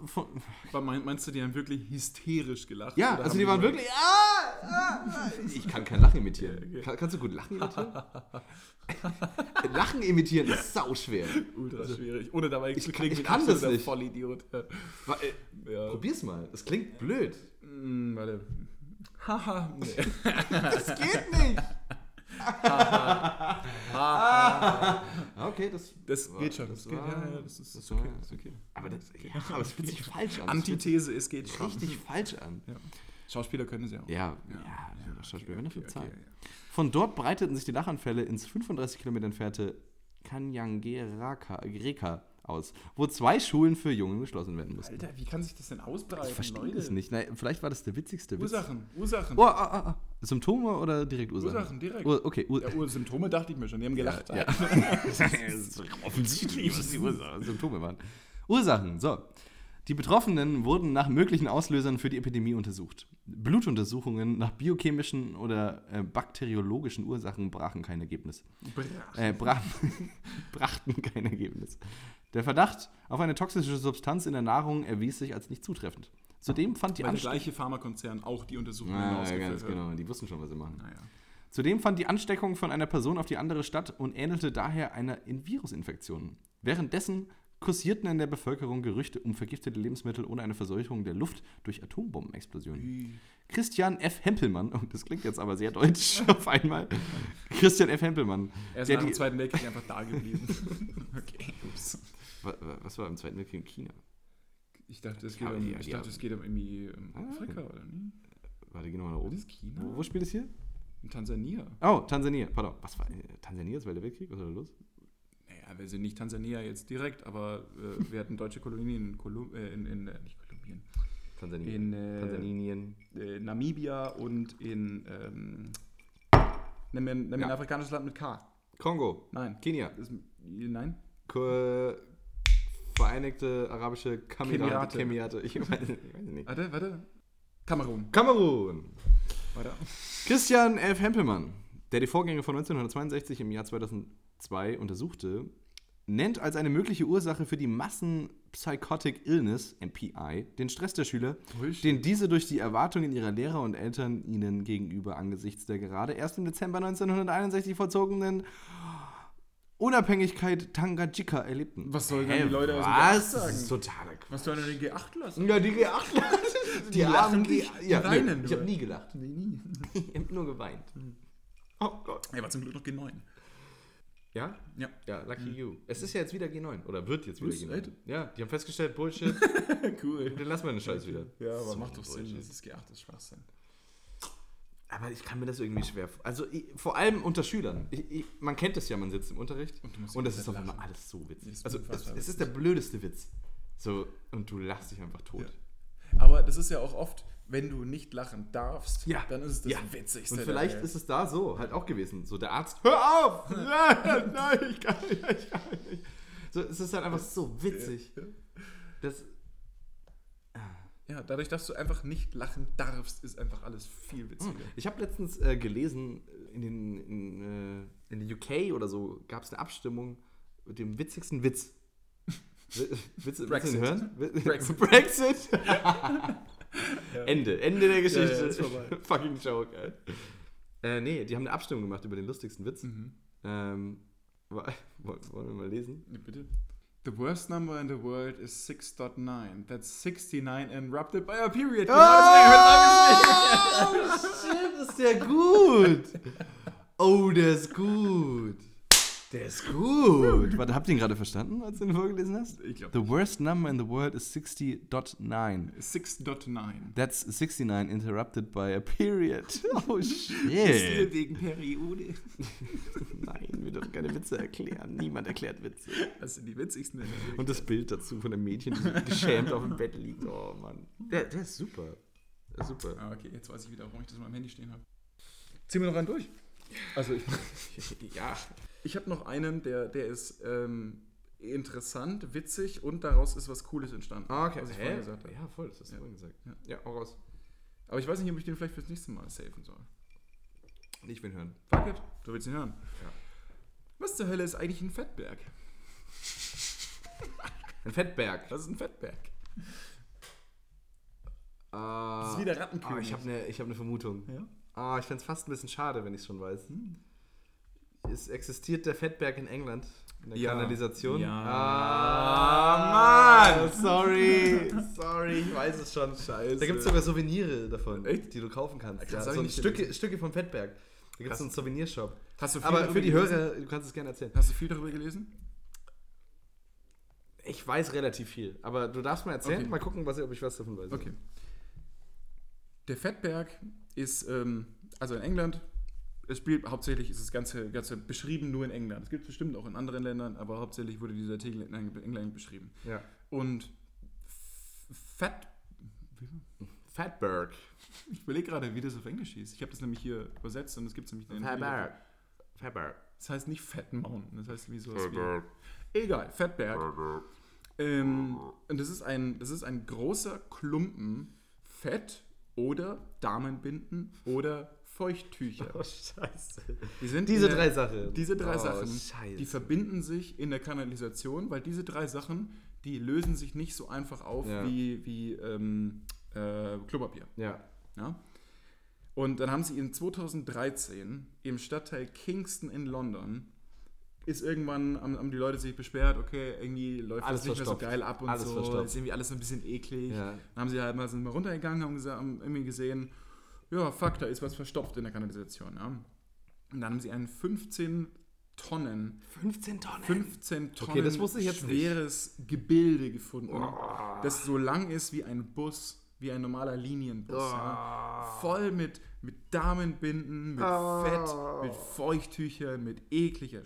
Speaker 2: von,
Speaker 1: War- mein- Meinst du, die haben wirklich hysterisch gelacht?
Speaker 2: ja,
Speaker 1: Oder
Speaker 2: also
Speaker 1: haben
Speaker 2: die waren
Speaker 1: nur-
Speaker 2: wirklich. Ah, ah, ah. Ich kann kein Lachen imitieren. Kann, kannst du gut Lachen imitieren? Lachen imitieren ist sauschwer.
Speaker 1: ultra schwierig. Ohne dabei
Speaker 2: Also Ich
Speaker 1: zu
Speaker 2: kann-
Speaker 1: klingen
Speaker 2: ich
Speaker 1: wie ein
Speaker 2: kann das
Speaker 1: absoluter
Speaker 2: nicht.
Speaker 1: Vollidiot. Ja.
Speaker 2: Wa- äh,
Speaker 1: Ja.
Speaker 2: Probier's mal. Das klingt blöd.
Speaker 1: Hm, warte. Haha. Nee.
Speaker 2: Das geht nicht. okay, das,
Speaker 1: Das
Speaker 2: war-
Speaker 1: geht schon.
Speaker 2: Das,
Speaker 1: Das geht,
Speaker 2: war,
Speaker 1: ja, ja, das ist-
Speaker 2: das
Speaker 1: okay,
Speaker 2: war-
Speaker 1: ist okay.
Speaker 2: Aber das, ja, aber es fühlt sich falsch an. Das fühlt sich
Speaker 1: Antithese, es geht schon.
Speaker 2: richtig falsch an.
Speaker 1: Ja. Schauspieler können sie auch.
Speaker 2: Ja, ja, ja Schauspieler werden dafür bezahlt.
Speaker 1: okay,
Speaker 2: Von dort breiteten sich die Lachanfälle ins 35 Kilometer entfernte Kanyangereka aus, wo zwei Schulen für Jungen geschlossen werden mussten.
Speaker 1: Alter, wie kann sich das denn ausbreiten?
Speaker 2: Ich verstehe das nicht. Nein, vielleicht war das der witzigste Witz.
Speaker 1: Ursachen, Ursachen.
Speaker 2: Oh, ah, ah, ah. Symptome oder direkt Ursachen?
Speaker 1: Ursachen, direkt.
Speaker 2: Ur, okay, Ur
Speaker 1: Ja, Ur- Symptome dachte ich mir schon. Die haben gelacht.
Speaker 2: Ja. Offensichtlich, was die Ursachen, Symptome waren. Ursachen, so. Die Betroffenen wurden nach möglichen Auslösern für die Epidemie untersucht. Blutuntersuchungen nach biochemischen oder äh, bakteriologischen Ursachen brachen kein Ergebnis.
Speaker 1: Brach.
Speaker 2: Äh, brach, brachten kein Ergebnis. Der Verdacht auf eine toxische Substanz in der Nahrung erwies sich als nicht zutreffend. Zudem fand die
Speaker 1: Weil der
Speaker 2: Anste-
Speaker 1: gleiche Pharmakonzern auch die Untersuchungen
Speaker 2: Ah, ja,
Speaker 1: ausgeführt
Speaker 2: ganz
Speaker 1: hat.
Speaker 2: genau. Die wussten schon, was sie machen.
Speaker 1: Naja.
Speaker 2: Zudem fand die Ansteckung von einer Person auf die andere statt und ähnelte daher einer in Virusinfektion. Währenddessen kursierten in der Bevölkerung Gerüchte um vergiftete Lebensmittel oder eine Verseuchung der Luft durch Atombombenexplosionen. Christian F. Hempelmann, oh, das klingt jetzt aber sehr deutsch auf einmal. Christian F. Hempelmann.
Speaker 1: Er ist
Speaker 2: der
Speaker 1: nach dem
Speaker 2: die-
Speaker 1: Zweiten Weltkrieg einfach da geblieben. okay, ups.
Speaker 2: Wa- wa- Was war im Zweiten Weltkrieg in China?
Speaker 1: Ich dachte, es geht,
Speaker 2: Ja, aber
Speaker 1: um,
Speaker 2: die-
Speaker 1: ich
Speaker 2: die
Speaker 1: dachte,
Speaker 2: haben-
Speaker 1: es geht um irgendwie um
Speaker 2: Ah.
Speaker 1: Afrika, oder nicht?
Speaker 2: Warte, geh nochmal nach
Speaker 1: Wo
Speaker 2: oben.
Speaker 1: ist China?
Speaker 2: Wo, wo spielt es hier?
Speaker 1: In Tansania.
Speaker 2: Oh, Tansania. Pardon. Was war äh, Tansania? Das Zweite Weltkrieg? Was war da los?
Speaker 1: Naja, wir sind nicht Tansania jetzt direkt, aber äh, wir hatten deutsche Kolonien in, Kolum äh, in, in äh, nicht Kolumbien,
Speaker 2: Tansania.
Speaker 1: in äh,
Speaker 2: Tansanien.
Speaker 1: äh, Namibia und in ähm, nenn mir, nenn mir ein
Speaker 2: Ja.
Speaker 1: afrikanisches Land mit K.
Speaker 2: Kongo.
Speaker 1: Nein.
Speaker 2: Kenia.
Speaker 1: Das, nein?
Speaker 2: Ko- Vereinigte Arabische
Speaker 1: Kemirate.
Speaker 2: Kamerate. Kemirate. Ich weiß, ich weiß nicht.
Speaker 1: Warte, warte. Kamerun.
Speaker 2: Kamerun.
Speaker 1: Weiter.
Speaker 2: Christian F. Hempelmann, der die Vorgänge von 1962 im Jahr 2002 untersuchte, nennt als eine mögliche Ursache für die Massenpsychotic Illness, MPI, den Stress der Schüler,
Speaker 1: Bullshit.
Speaker 2: den diese durch die Erwartungen ihrer Lehrer und Eltern ihnen gegenüber angesichts der gerade erst im Dezember 1961 vollzogenen Unabhängigkeit Tanganyika erlebten.
Speaker 1: Was sollen
Speaker 2: Hä,
Speaker 1: dann die Leute aus dem
Speaker 2: was?
Speaker 1: G8 sagen?
Speaker 2: Das ist totaler Quatsch.
Speaker 1: Was soll denn die G8 lassen?
Speaker 2: Ja, die G8. Die,
Speaker 1: lachen
Speaker 2: armen
Speaker 1: nicht,
Speaker 2: G-
Speaker 1: die
Speaker 2: Ja,
Speaker 1: weinen
Speaker 2: nö,
Speaker 1: nur. Hm.
Speaker 2: ich habe nie gelacht.
Speaker 1: Nee, nie.
Speaker 2: Ich habe nur geweint. Oh Gott.
Speaker 1: Er war zum Glück noch G9.
Speaker 2: Ja?
Speaker 1: Ja.
Speaker 2: Ja,
Speaker 1: Hm.
Speaker 2: lucky you. Es ist ja jetzt wieder G9. Oder wird jetzt wieder
Speaker 1: Was?
Speaker 2: G9.
Speaker 1: Echt?
Speaker 2: Ja, die haben festgestellt, Bullshit,
Speaker 1: cool.
Speaker 2: dann lassen wir den Scheiß wieder.
Speaker 1: Ja, aber
Speaker 2: So
Speaker 1: macht doch Sinn,
Speaker 2: Bullshit.
Speaker 1: das ist G8, das ist Schwachsinn.
Speaker 2: Aber ich kann mir das irgendwie schwer vor- Also ich, vor allem unter Schülern. Ich, ich, man kennt das ja, man sitzt im Unterricht
Speaker 1: Und
Speaker 2: und,
Speaker 1: du musst
Speaker 2: das
Speaker 1: die
Speaker 2: ist
Speaker 1: ganze
Speaker 2: doch
Speaker 1: Zeit
Speaker 2: immer
Speaker 1: lachen.
Speaker 2: alles so witzig.
Speaker 1: Das ist
Speaker 2: also es,
Speaker 1: unfassbar
Speaker 2: es ist der blödeste Witz. So, und du lachst dich einfach tot.
Speaker 1: Ja. Aber das ist ja auch oft, wenn du nicht lachen darfst,
Speaker 2: Ja.
Speaker 1: dann ist es das
Speaker 2: Ja.
Speaker 1: Witzigste.
Speaker 2: Und vielleicht
Speaker 1: der Welt.
Speaker 2: ist es da so halt auch gewesen. So der Arzt, hör auf! Nein, nein, ich kann nicht, ich kann nicht. So, es ist halt einfach so witzig. Das,
Speaker 1: Ja, dadurch, dass du einfach nicht lachen darfst, ist einfach alles viel witziger.
Speaker 2: ich habe letztens äh, gelesen, in, den, in, äh, in der UK oder so gab es eine Abstimmung mit dem witzigsten Witz. Wi- Willst du willst du
Speaker 1: Brexit.
Speaker 2: den hören? Wi-
Speaker 1: Brexit.
Speaker 2: Brexit. Ende. Ende der Geschichte.
Speaker 1: Ja, ja, ist vorbei.
Speaker 2: Fucking Joke, ey. Äh, nee, die haben eine Abstimmung gemacht über den lustigsten Witz.
Speaker 1: Mhm.
Speaker 2: Ähm, wa- wollen wollen wir mal lesen?
Speaker 1: Nee, Bitte. The worst number in the world is 6.9. That's 69 interrupted by a period. Genau,
Speaker 2: Oh, shit, ist der gut. Oh, der ist gut. Der ist gut. Warte, habt ihr ihn gerade verstanden, als du ihn vorgelesen hast?
Speaker 1: Ich glaub
Speaker 2: The worst number in the world is 60.9.
Speaker 1: deswegen- 6.9.
Speaker 2: That's 69 interrupted by a period. Oh,
Speaker 1: Stil
Speaker 2: shit.
Speaker 1: wegen Periode.
Speaker 2: Nein, wir dürfen keine Witze erklären. Niemand erklärt Witze.
Speaker 1: Das sind die witzigsten.
Speaker 2: Und das Bild dazu von dem Mädchen, die geschämt auf dem Bett liegt. Oh, Mann. Der, der ist super. Der ist super.
Speaker 1: Ah, okay, jetzt weiß ich wieder, warum ich das in meinem Handy stehen habe. Zieh mir noch einen durch. Also ich.
Speaker 2: Ja.
Speaker 1: Ich habe noch einen, der, der ist ähm, interessant, witzig und daraus ist was Cooles entstanden.
Speaker 2: Ah, okay.
Speaker 1: Was ich
Speaker 2: Hä?
Speaker 1: vorhin gesagt habe.
Speaker 2: Ja, voll, das hast du
Speaker 1: Ja.
Speaker 2: vorhin gesagt.
Speaker 1: Ja.
Speaker 2: auch raus.
Speaker 1: Aber ich weiß nicht, ob ich den vielleicht fürs nächste Mal safen soll.
Speaker 2: Nicht wen hören.
Speaker 1: Fuck it, du willst ihn hören.
Speaker 2: Ja.
Speaker 1: Was zur Hölle ist eigentlich ein Fettberg?
Speaker 2: Ein Fettberg.
Speaker 1: Was ist ein Fettberg?
Speaker 2: das
Speaker 1: ist wie der Rattenkönig.
Speaker 2: Ah, ich habe eine hab ne Vermutung.
Speaker 1: Ja.
Speaker 2: Ah, ich fände es fast ein bisschen schade, wenn ich es schon weiß. Es existiert der Fettberg in England. In der
Speaker 1: Ja.
Speaker 2: Kanalisation.
Speaker 1: Ja.
Speaker 2: Ah, Mann! Sorry! Sorry, ich weiß es schon. Scheiße. Da gibt es sogar Souvenirs davon,
Speaker 1: Echt?
Speaker 2: die du kaufen kannst.
Speaker 1: Das hab ich
Speaker 2: so
Speaker 1: nicht
Speaker 2: Stücke, Stücke vom Fettberg. Da gibt es
Speaker 1: Krass.
Speaker 2: so einen Souvenirshop.
Speaker 1: Hast du viel
Speaker 2: Aber
Speaker 1: darüber
Speaker 2: für die
Speaker 1: gelesen?
Speaker 2: Hörer, du kannst es gerne erzählen.
Speaker 1: Hast du viel darüber gelesen?
Speaker 2: Ich weiß relativ viel, aber du darfst mal erzählen,
Speaker 1: Okay.
Speaker 2: mal gucken, was, ob ich was davon weiß.
Speaker 1: Okay. Der Fettberg ist, ähm, also in England, es spielt hauptsächlich, ist das Ganze, Ganze beschrieben nur in England. Es gibt es bestimmt auch in anderen Ländern, aber hauptsächlich wurde dieser Artikel in England beschrieben.
Speaker 2: Ja.
Speaker 1: Und Fat.
Speaker 2: Fatberg.
Speaker 1: Ich überlege gerade, wie das auf Englisch hieß. Ich habe das nämlich hier übersetzt und es gibt es nämlich in
Speaker 2: Fatberg. Fatberg.
Speaker 1: Das heißt nicht Fat Mountain, das heißt wie sowas wie. Egal, Fatberg. Ähm, und das ist, ein, das ist ein großer Klumpen Fett oder Damenbinden oder Feuchttücher.
Speaker 4: Oh, scheiße.
Speaker 1: Die sind
Speaker 4: Diese
Speaker 1: in
Speaker 4: drei Sachen.
Speaker 1: Diese drei
Speaker 4: Oh,
Speaker 1: Sachen,
Speaker 4: scheiße.
Speaker 1: die verbinden sich in der Kanalisation, weil diese drei Sachen, die lösen sich nicht so einfach auf
Speaker 2: Ja.
Speaker 1: wie, wie ähm, äh, Klopapier.
Speaker 4: Ja.
Speaker 1: Ja? Und dann haben sie in 2013 im Stadtteil Kingston in London ist irgendwann haben, haben die Leute sich beschwert, okay, irgendwie läuft
Speaker 4: Alles
Speaker 1: das nicht mehr
Speaker 4: verstopft.
Speaker 1: so geil ab und
Speaker 4: Alles
Speaker 1: so,
Speaker 4: verstopft.
Speaker 1: ist irgendwie alles so ein bisschen eklig.
Speaker 4: Ja.
Speaker 1: Dann haben sie halt mal sind mal runtergegangen, haben, gesagt, haben irgendwie gesehen, ja, fuck, da ist was verstopft in der Kanalisation. Ja. Und dann haben sie einen 15 Tonnen,
Speaker 4: 15 Tonnen.
Speaker 1: 15 Tonnen
Speaker 4: das wusste ich jetzt nicht. Oh.
Speaker 1: schweres Gebilde gefunden, das so lang ist wie ein Bus, wie ein normaler Linienbus. Ja.
Speaker 4: Oh.
Speaker 1: Voll mit, mit Damenbinden, mit Fett, mit Feuchttüchern, mit ekliger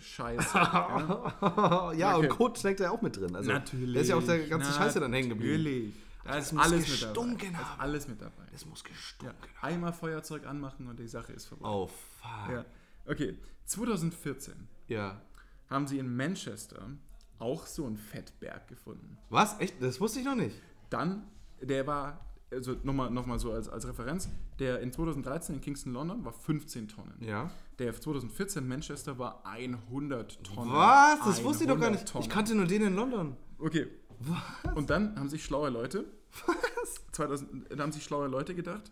Speaker 1: Scheiße. ja.
Speaker 2: Oh,
Speaker 4: ja, und
Speaker 1: Okay.
Speaker 4: Kot steckt da ja auch mit drin. Also, Da ist ja auch der ganze Scheiße dann hängen geblieben.
Speaker 1: Natürlich. Da ist
Speaker 4: muss
Speaker 1: alles mit dabei.
Speaker 4: gestunken
Speaker 1: Da ist
Speaker 4: haben.
Speaker 1: alles mit dabei.
Speaker 4: Das muss gestunken haben.
Speaker 1: Einmal Feuerzeug anmachen und die Sache ist vorbei.
Speaker 2: Oh, fuck.
Speaker 1: Ja. Okay, 2014
Speaker 2: Ja.
Speaker 1: haben sie in Manchester auch so einen Fettberg gefunden.
Speaker 2: Was? Echt? Das wusste ich noch nicht.
Speaker 1: Dann, der war, also nochmal noch mal so als, als Referenz, der in 2013 in Kingston, London war 15 Tonnen.
Speaker 2: Ja.
Speaker 1: Der 2014 in Manchester war 100 Tonnen.
Speaker 2: Was? Das wusste ich doch gar
Speaker 1: 100
Speaker 2: nicht.
Speaker 1: Tonnen.
Speaker 2: Ich kannte nur den in London.
Speaker 1: Okay. Und dann haben sich schlaue Leute. Was? 2000, dann haben sich schlaue Leute gedacht,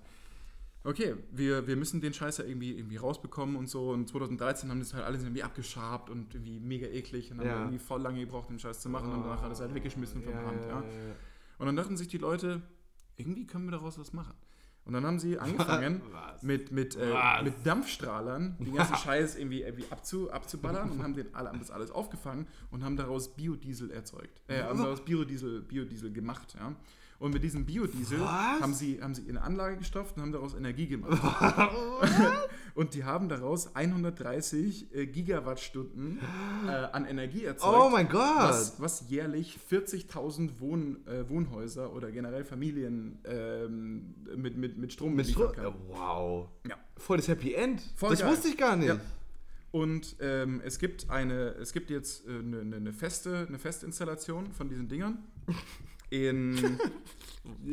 Speaker 1: okay, wir, wir müssen den Scheiß ja irgendwie, irgendwie rausbekommen und so. Und 2013 haben das halt alles irgendwie abgeschabt und irgendwie mega eklig und haben
Speaker 2: Ja.
Speaker 1: irgendwie voll lange gebraucht, den Scheiß zu machen und danach alles halt weggeschmissen und verbrannt. Ja.
Speaker 2: Äh,
Speaker 1: Und dann dachten sich die Leute, irgendwie können wir daraus was machen. Und dann haben sie angefangen, mit, mit, äh, mit Dampfstrahlern den ganzen Scheiß irgendwie, irgendwie abzu, abzuballern und haben, den, alle- haben das alles aufgefangen und haben daraus Biodiesel erzeugt. Äh, haben daraus Biodiesel, Biodiesel gemacht, ja. Und mit diesem Biodiesel haben sie, haben sie in eine Anlage gestopft und haben daraus Energie gemacht. und die haben daraus 130 äh, Gigawattstunden äh, an Energie erzeugt.
Speaker 2: Oh mein Gott.
Speaker 1: Was, was jährlich 40.000 Wohn, äh, Wohnhäuser oder generell Familien ähm, mit, mit, mit Strom
Speaker 2: Mit Stro
Speaker 1: beliefern kann.
Speaker 2: Wow.
Speaker 1: Ja.
Speaker 2: Voll das Happy End.
Speaker 1: Voll
Speaker 2: das
Speaker 1: geil.
Speaker 2: wusste ich gar nicht.
Speaker 1: Ja. Und ähm, es gibt eine, es gibt jetzt äh, eine, eine, eine feste, eine Festinstallation von diesen Dingern in,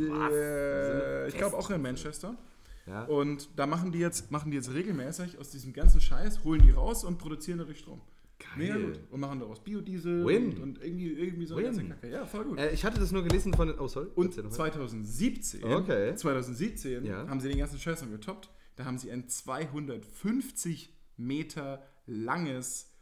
Speaker 1: äh, ich glaube auch in Manchester.
Speaker 2: Also Ja.
Speaker 1: Und da machen die jetzt, machen die jetzt regelmäßig aus diesem ganzen Scheiß, holen die raus und produzieren dadurch Strom. Mega gut. Und machen daraus Biodiesel
Speaker 2: Win.
Speaker 1: Und, und irgendwie, irgendwie so eine
Speaker 2: Win.
Speaker 1: ganze Kacke. Ja, voll gut.
Speaker 2: Äh, ich hatte das nur gelesen von. Oh, sorry.
Speaker 1: Und
Speaker 2: Erzähl noch mal.
Speaker 1: 2017,
Speaker 2: Okay.
Speaker 1: 2017
Speaker 2: Ja.
Speaker 1: haben sie den ganzen Scheiß noch getoppt. Da haben sie ein 250 Meter langes,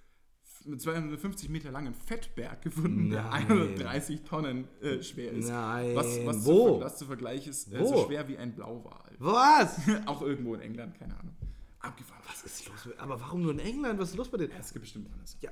Speaker 1: mit 250 Meter langen Fettberg gefunden, der
Speaker 2: Nein.
Speaker 1: 130 Tonnen äh, schwer ist.
Speaker 2: Nein.
Speaker 1: Was, was,
Speaker 2: Wo?
Speaker 1: Zu, ver- was zu vergleichen ist, äh,
Speaker 2: Wo?
Speaker 1: so schwer wie ein Blauwal.
Speaker 2: Was?
Speaker 1: Auch irgendwo in England, keine Ahnung. Abgefahren. Was
Speaker 2: Was ist los mit, aber warum nur in England? Was ist los bei denen?
Speaker 1: Es gibt bestimmt anders.
Speaker 2: Ja,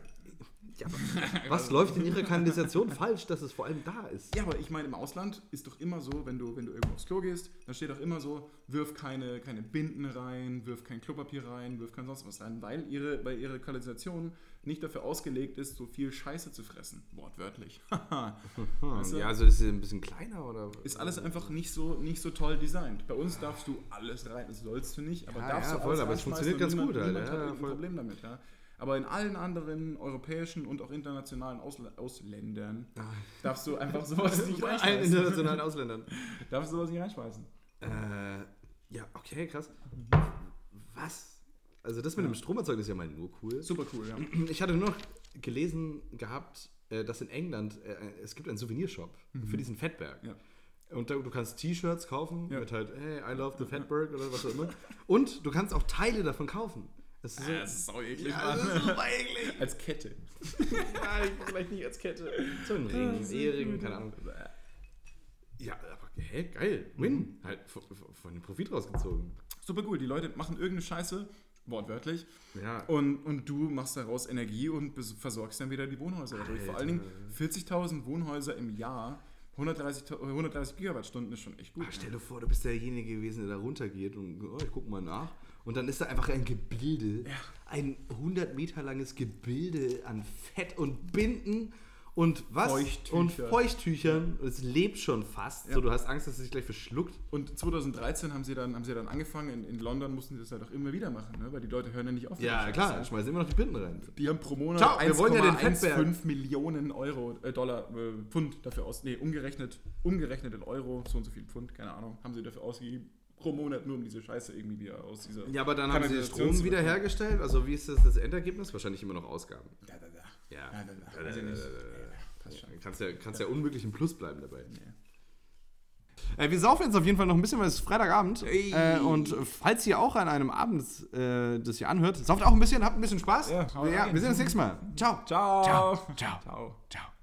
Speaker 2: ja, aber was läuft in ihrer Kanalisation falsch, dass es vor allem da ist?
Speaker 1: Ja, aber ich meine, im Ausland ist doch immer so, wenn du, wenn du irgendwo aufs Klo gehst, dann steht doch immer so, wirf keine, keine Binden rein, wirf kein Klopapier rein, wirf kein sonst was rein, weil ihre, weil ihre Kanalisation nicht dafür ausgelegt ist, so viel Scheiße zu fressen. Wortwörtlich. Weißt du?
Speaker 2: also ist sie ein bisschen kleiner oder?
Speaker 1: Ist alles einfach nicht so, nicht so toll designt. Bei uns darfst du alles rein, das sollst du nicht, aber
Speaker 2: Ja,
Speaker 1: darfst
Speaker 2: ja,
Speaker 1: du
Speaker 2: voll,
Speaker 1: alles
Speaker 2: aber es
Speaker 1: reinschmeißen
Speaker 2: funktioniert
Speaker 1: und
Speaker 2: ganz gut
Speaker 1: Niemand,
Speaker 2: halt,
Speaker 1: niemand
Speaker 2: ja,
Speaker 1: hat irgendein
Speaker 2: voll.
Speaker 1: Problem damit, ja. Aber in allen anderen europäischen und auch internationalen Ausla Ausländern
Speaker 2: Ah.
Speaker 1: darfst du einfach sowas nicht
Speaker 2: bei allen
Speaker 1: reinschmeißen.
Speaker 2: internationalen Ausländern.
Speaker 1: Darfst du sowas nicht reinschmeißen.
Speaker 2: äh, ja, okay, krass.
Speaker 1: Mhm.
Speaker 2: Was? Also das mit dem Stromerzeugnis ist ja mal nur cool.
Speaker 1: Super cool, ja.
Speaker 2: Ich hatte nur noch gelesen gehabt, äh, dass in England äh, es gibt einen Souvenirshop für diesen Fettberg.
Speaker 1: Ja.
Speaker 2: Und da, du kannst T-Shirts kaufen
Speaker 1: Ja.
Speaker 2: mit halt, hey, I love the Fatberg oder was auch immer. Und du kannst auch Teile davon kaufen. Ah, Das ist so,
Speaker 1: Das ist sau eklig,
Speaker 2: das ist super eklig.
Speaker 1: Als Kette.
Speaker 2: Ja, Ah, ich vielleicht nicht als Kette. Ah, So ein Ring, ein Ehering, keine Ahnung. Ja, aber hä, geil. Win. Halt von, von- von dem Profit rausgezogen.
Speaker 1: Super cool. Die Leute machen irgendeine Scheiße, wortwörtlich,
Speaker 2: Ja.
Speaker 1: und, und du machst daraus Energie und bes- versorgst dann wieder die Wohnhäuser dadurch. Vor allen Dingen 40.000 Wohnhäuser im Jahr, 130, Ta- 130 Gigawattstunden ist schon echt gut.
Speaker 2: Ah, stell dir vor, du bist derjenige gewesen, der da runtergeht und oh, ich guck mal nach. Und dann ist da einfach ein Gebilde. Ein 100 Meter langes Gebilde an Fett und Binden und was?
Speaker 1: Feuchttücher.
Speaker 2: Und Feuchttüchern. Es lebt schon fast. So, du hast Angst, dass es sich gleich verschluckt.
Speaker 1: Und 2013 haben sie dann, haben sie dann angefangen, in, in London mussten sie das halt auch immer wieder machen, ne? weil die Leute hören ja nicht auf. mit
Speaker 2: Ja,
Speaker 1: der
Speaker 2: klar,
Speaker 1: Scheiße.
Speaker 2: dann schmeißen immer noch die Binden rein.
Speaker 1: Die haben pro Monat
Speaker 2: Ciao, wir wollen ja den
Speaker 1: 1,15
Speaker 2: Fettberg.
Speaker 1: Millionen Euro, äh, Dollar, äh, Pfund dafür aus, nee, umgerechnet, umgerechnet in Euro, so und so viel Pfund, keine Ahnung, haben sie dafür ausgegeben, pro Monat, nur um diese Scheiße irgendwie wieder aus dieser.
Speaker 2: Ja, aber dann haben sie den
Speaker 1: Kanalisation
Speaker 2: Strom
Speaker 1: zu-
Speaker 2: wiederhergestellt. Also wie ist das, das Endergebnis? Wahrscheinlich immer noch Ausgaben.
Speaker 1: Da, da, da.
Speaker 2: Ja. Äh,
Speaker 1: Da, da, da.
Speaker 2: Also
Speaker 1: Weiß ich nicht. Ja, ja, passt schon.
Speaker 2: Kannst ja, kannst ja unmöglich im Plus bleiben dabei. Äh, wir saufen jetzt auf jeden Fall noch ein bisschen, weil es ist Freitagabend. Äh, und falls ihr auch an einem Abend äh, das hier anhört, sauft auch ein bisschen, habt ein bisschen Spaß.
Speaker 1: Ja, haut
Speaker 2: ja
Speaker 1: rein.
Speaker 2: wir sehen uns nächstes Mal. Ciao.
Speaker 1: Ciao.
Speaker 2: Ciao.
Speaker 1: Ciao.
Speaker 2: Ciao.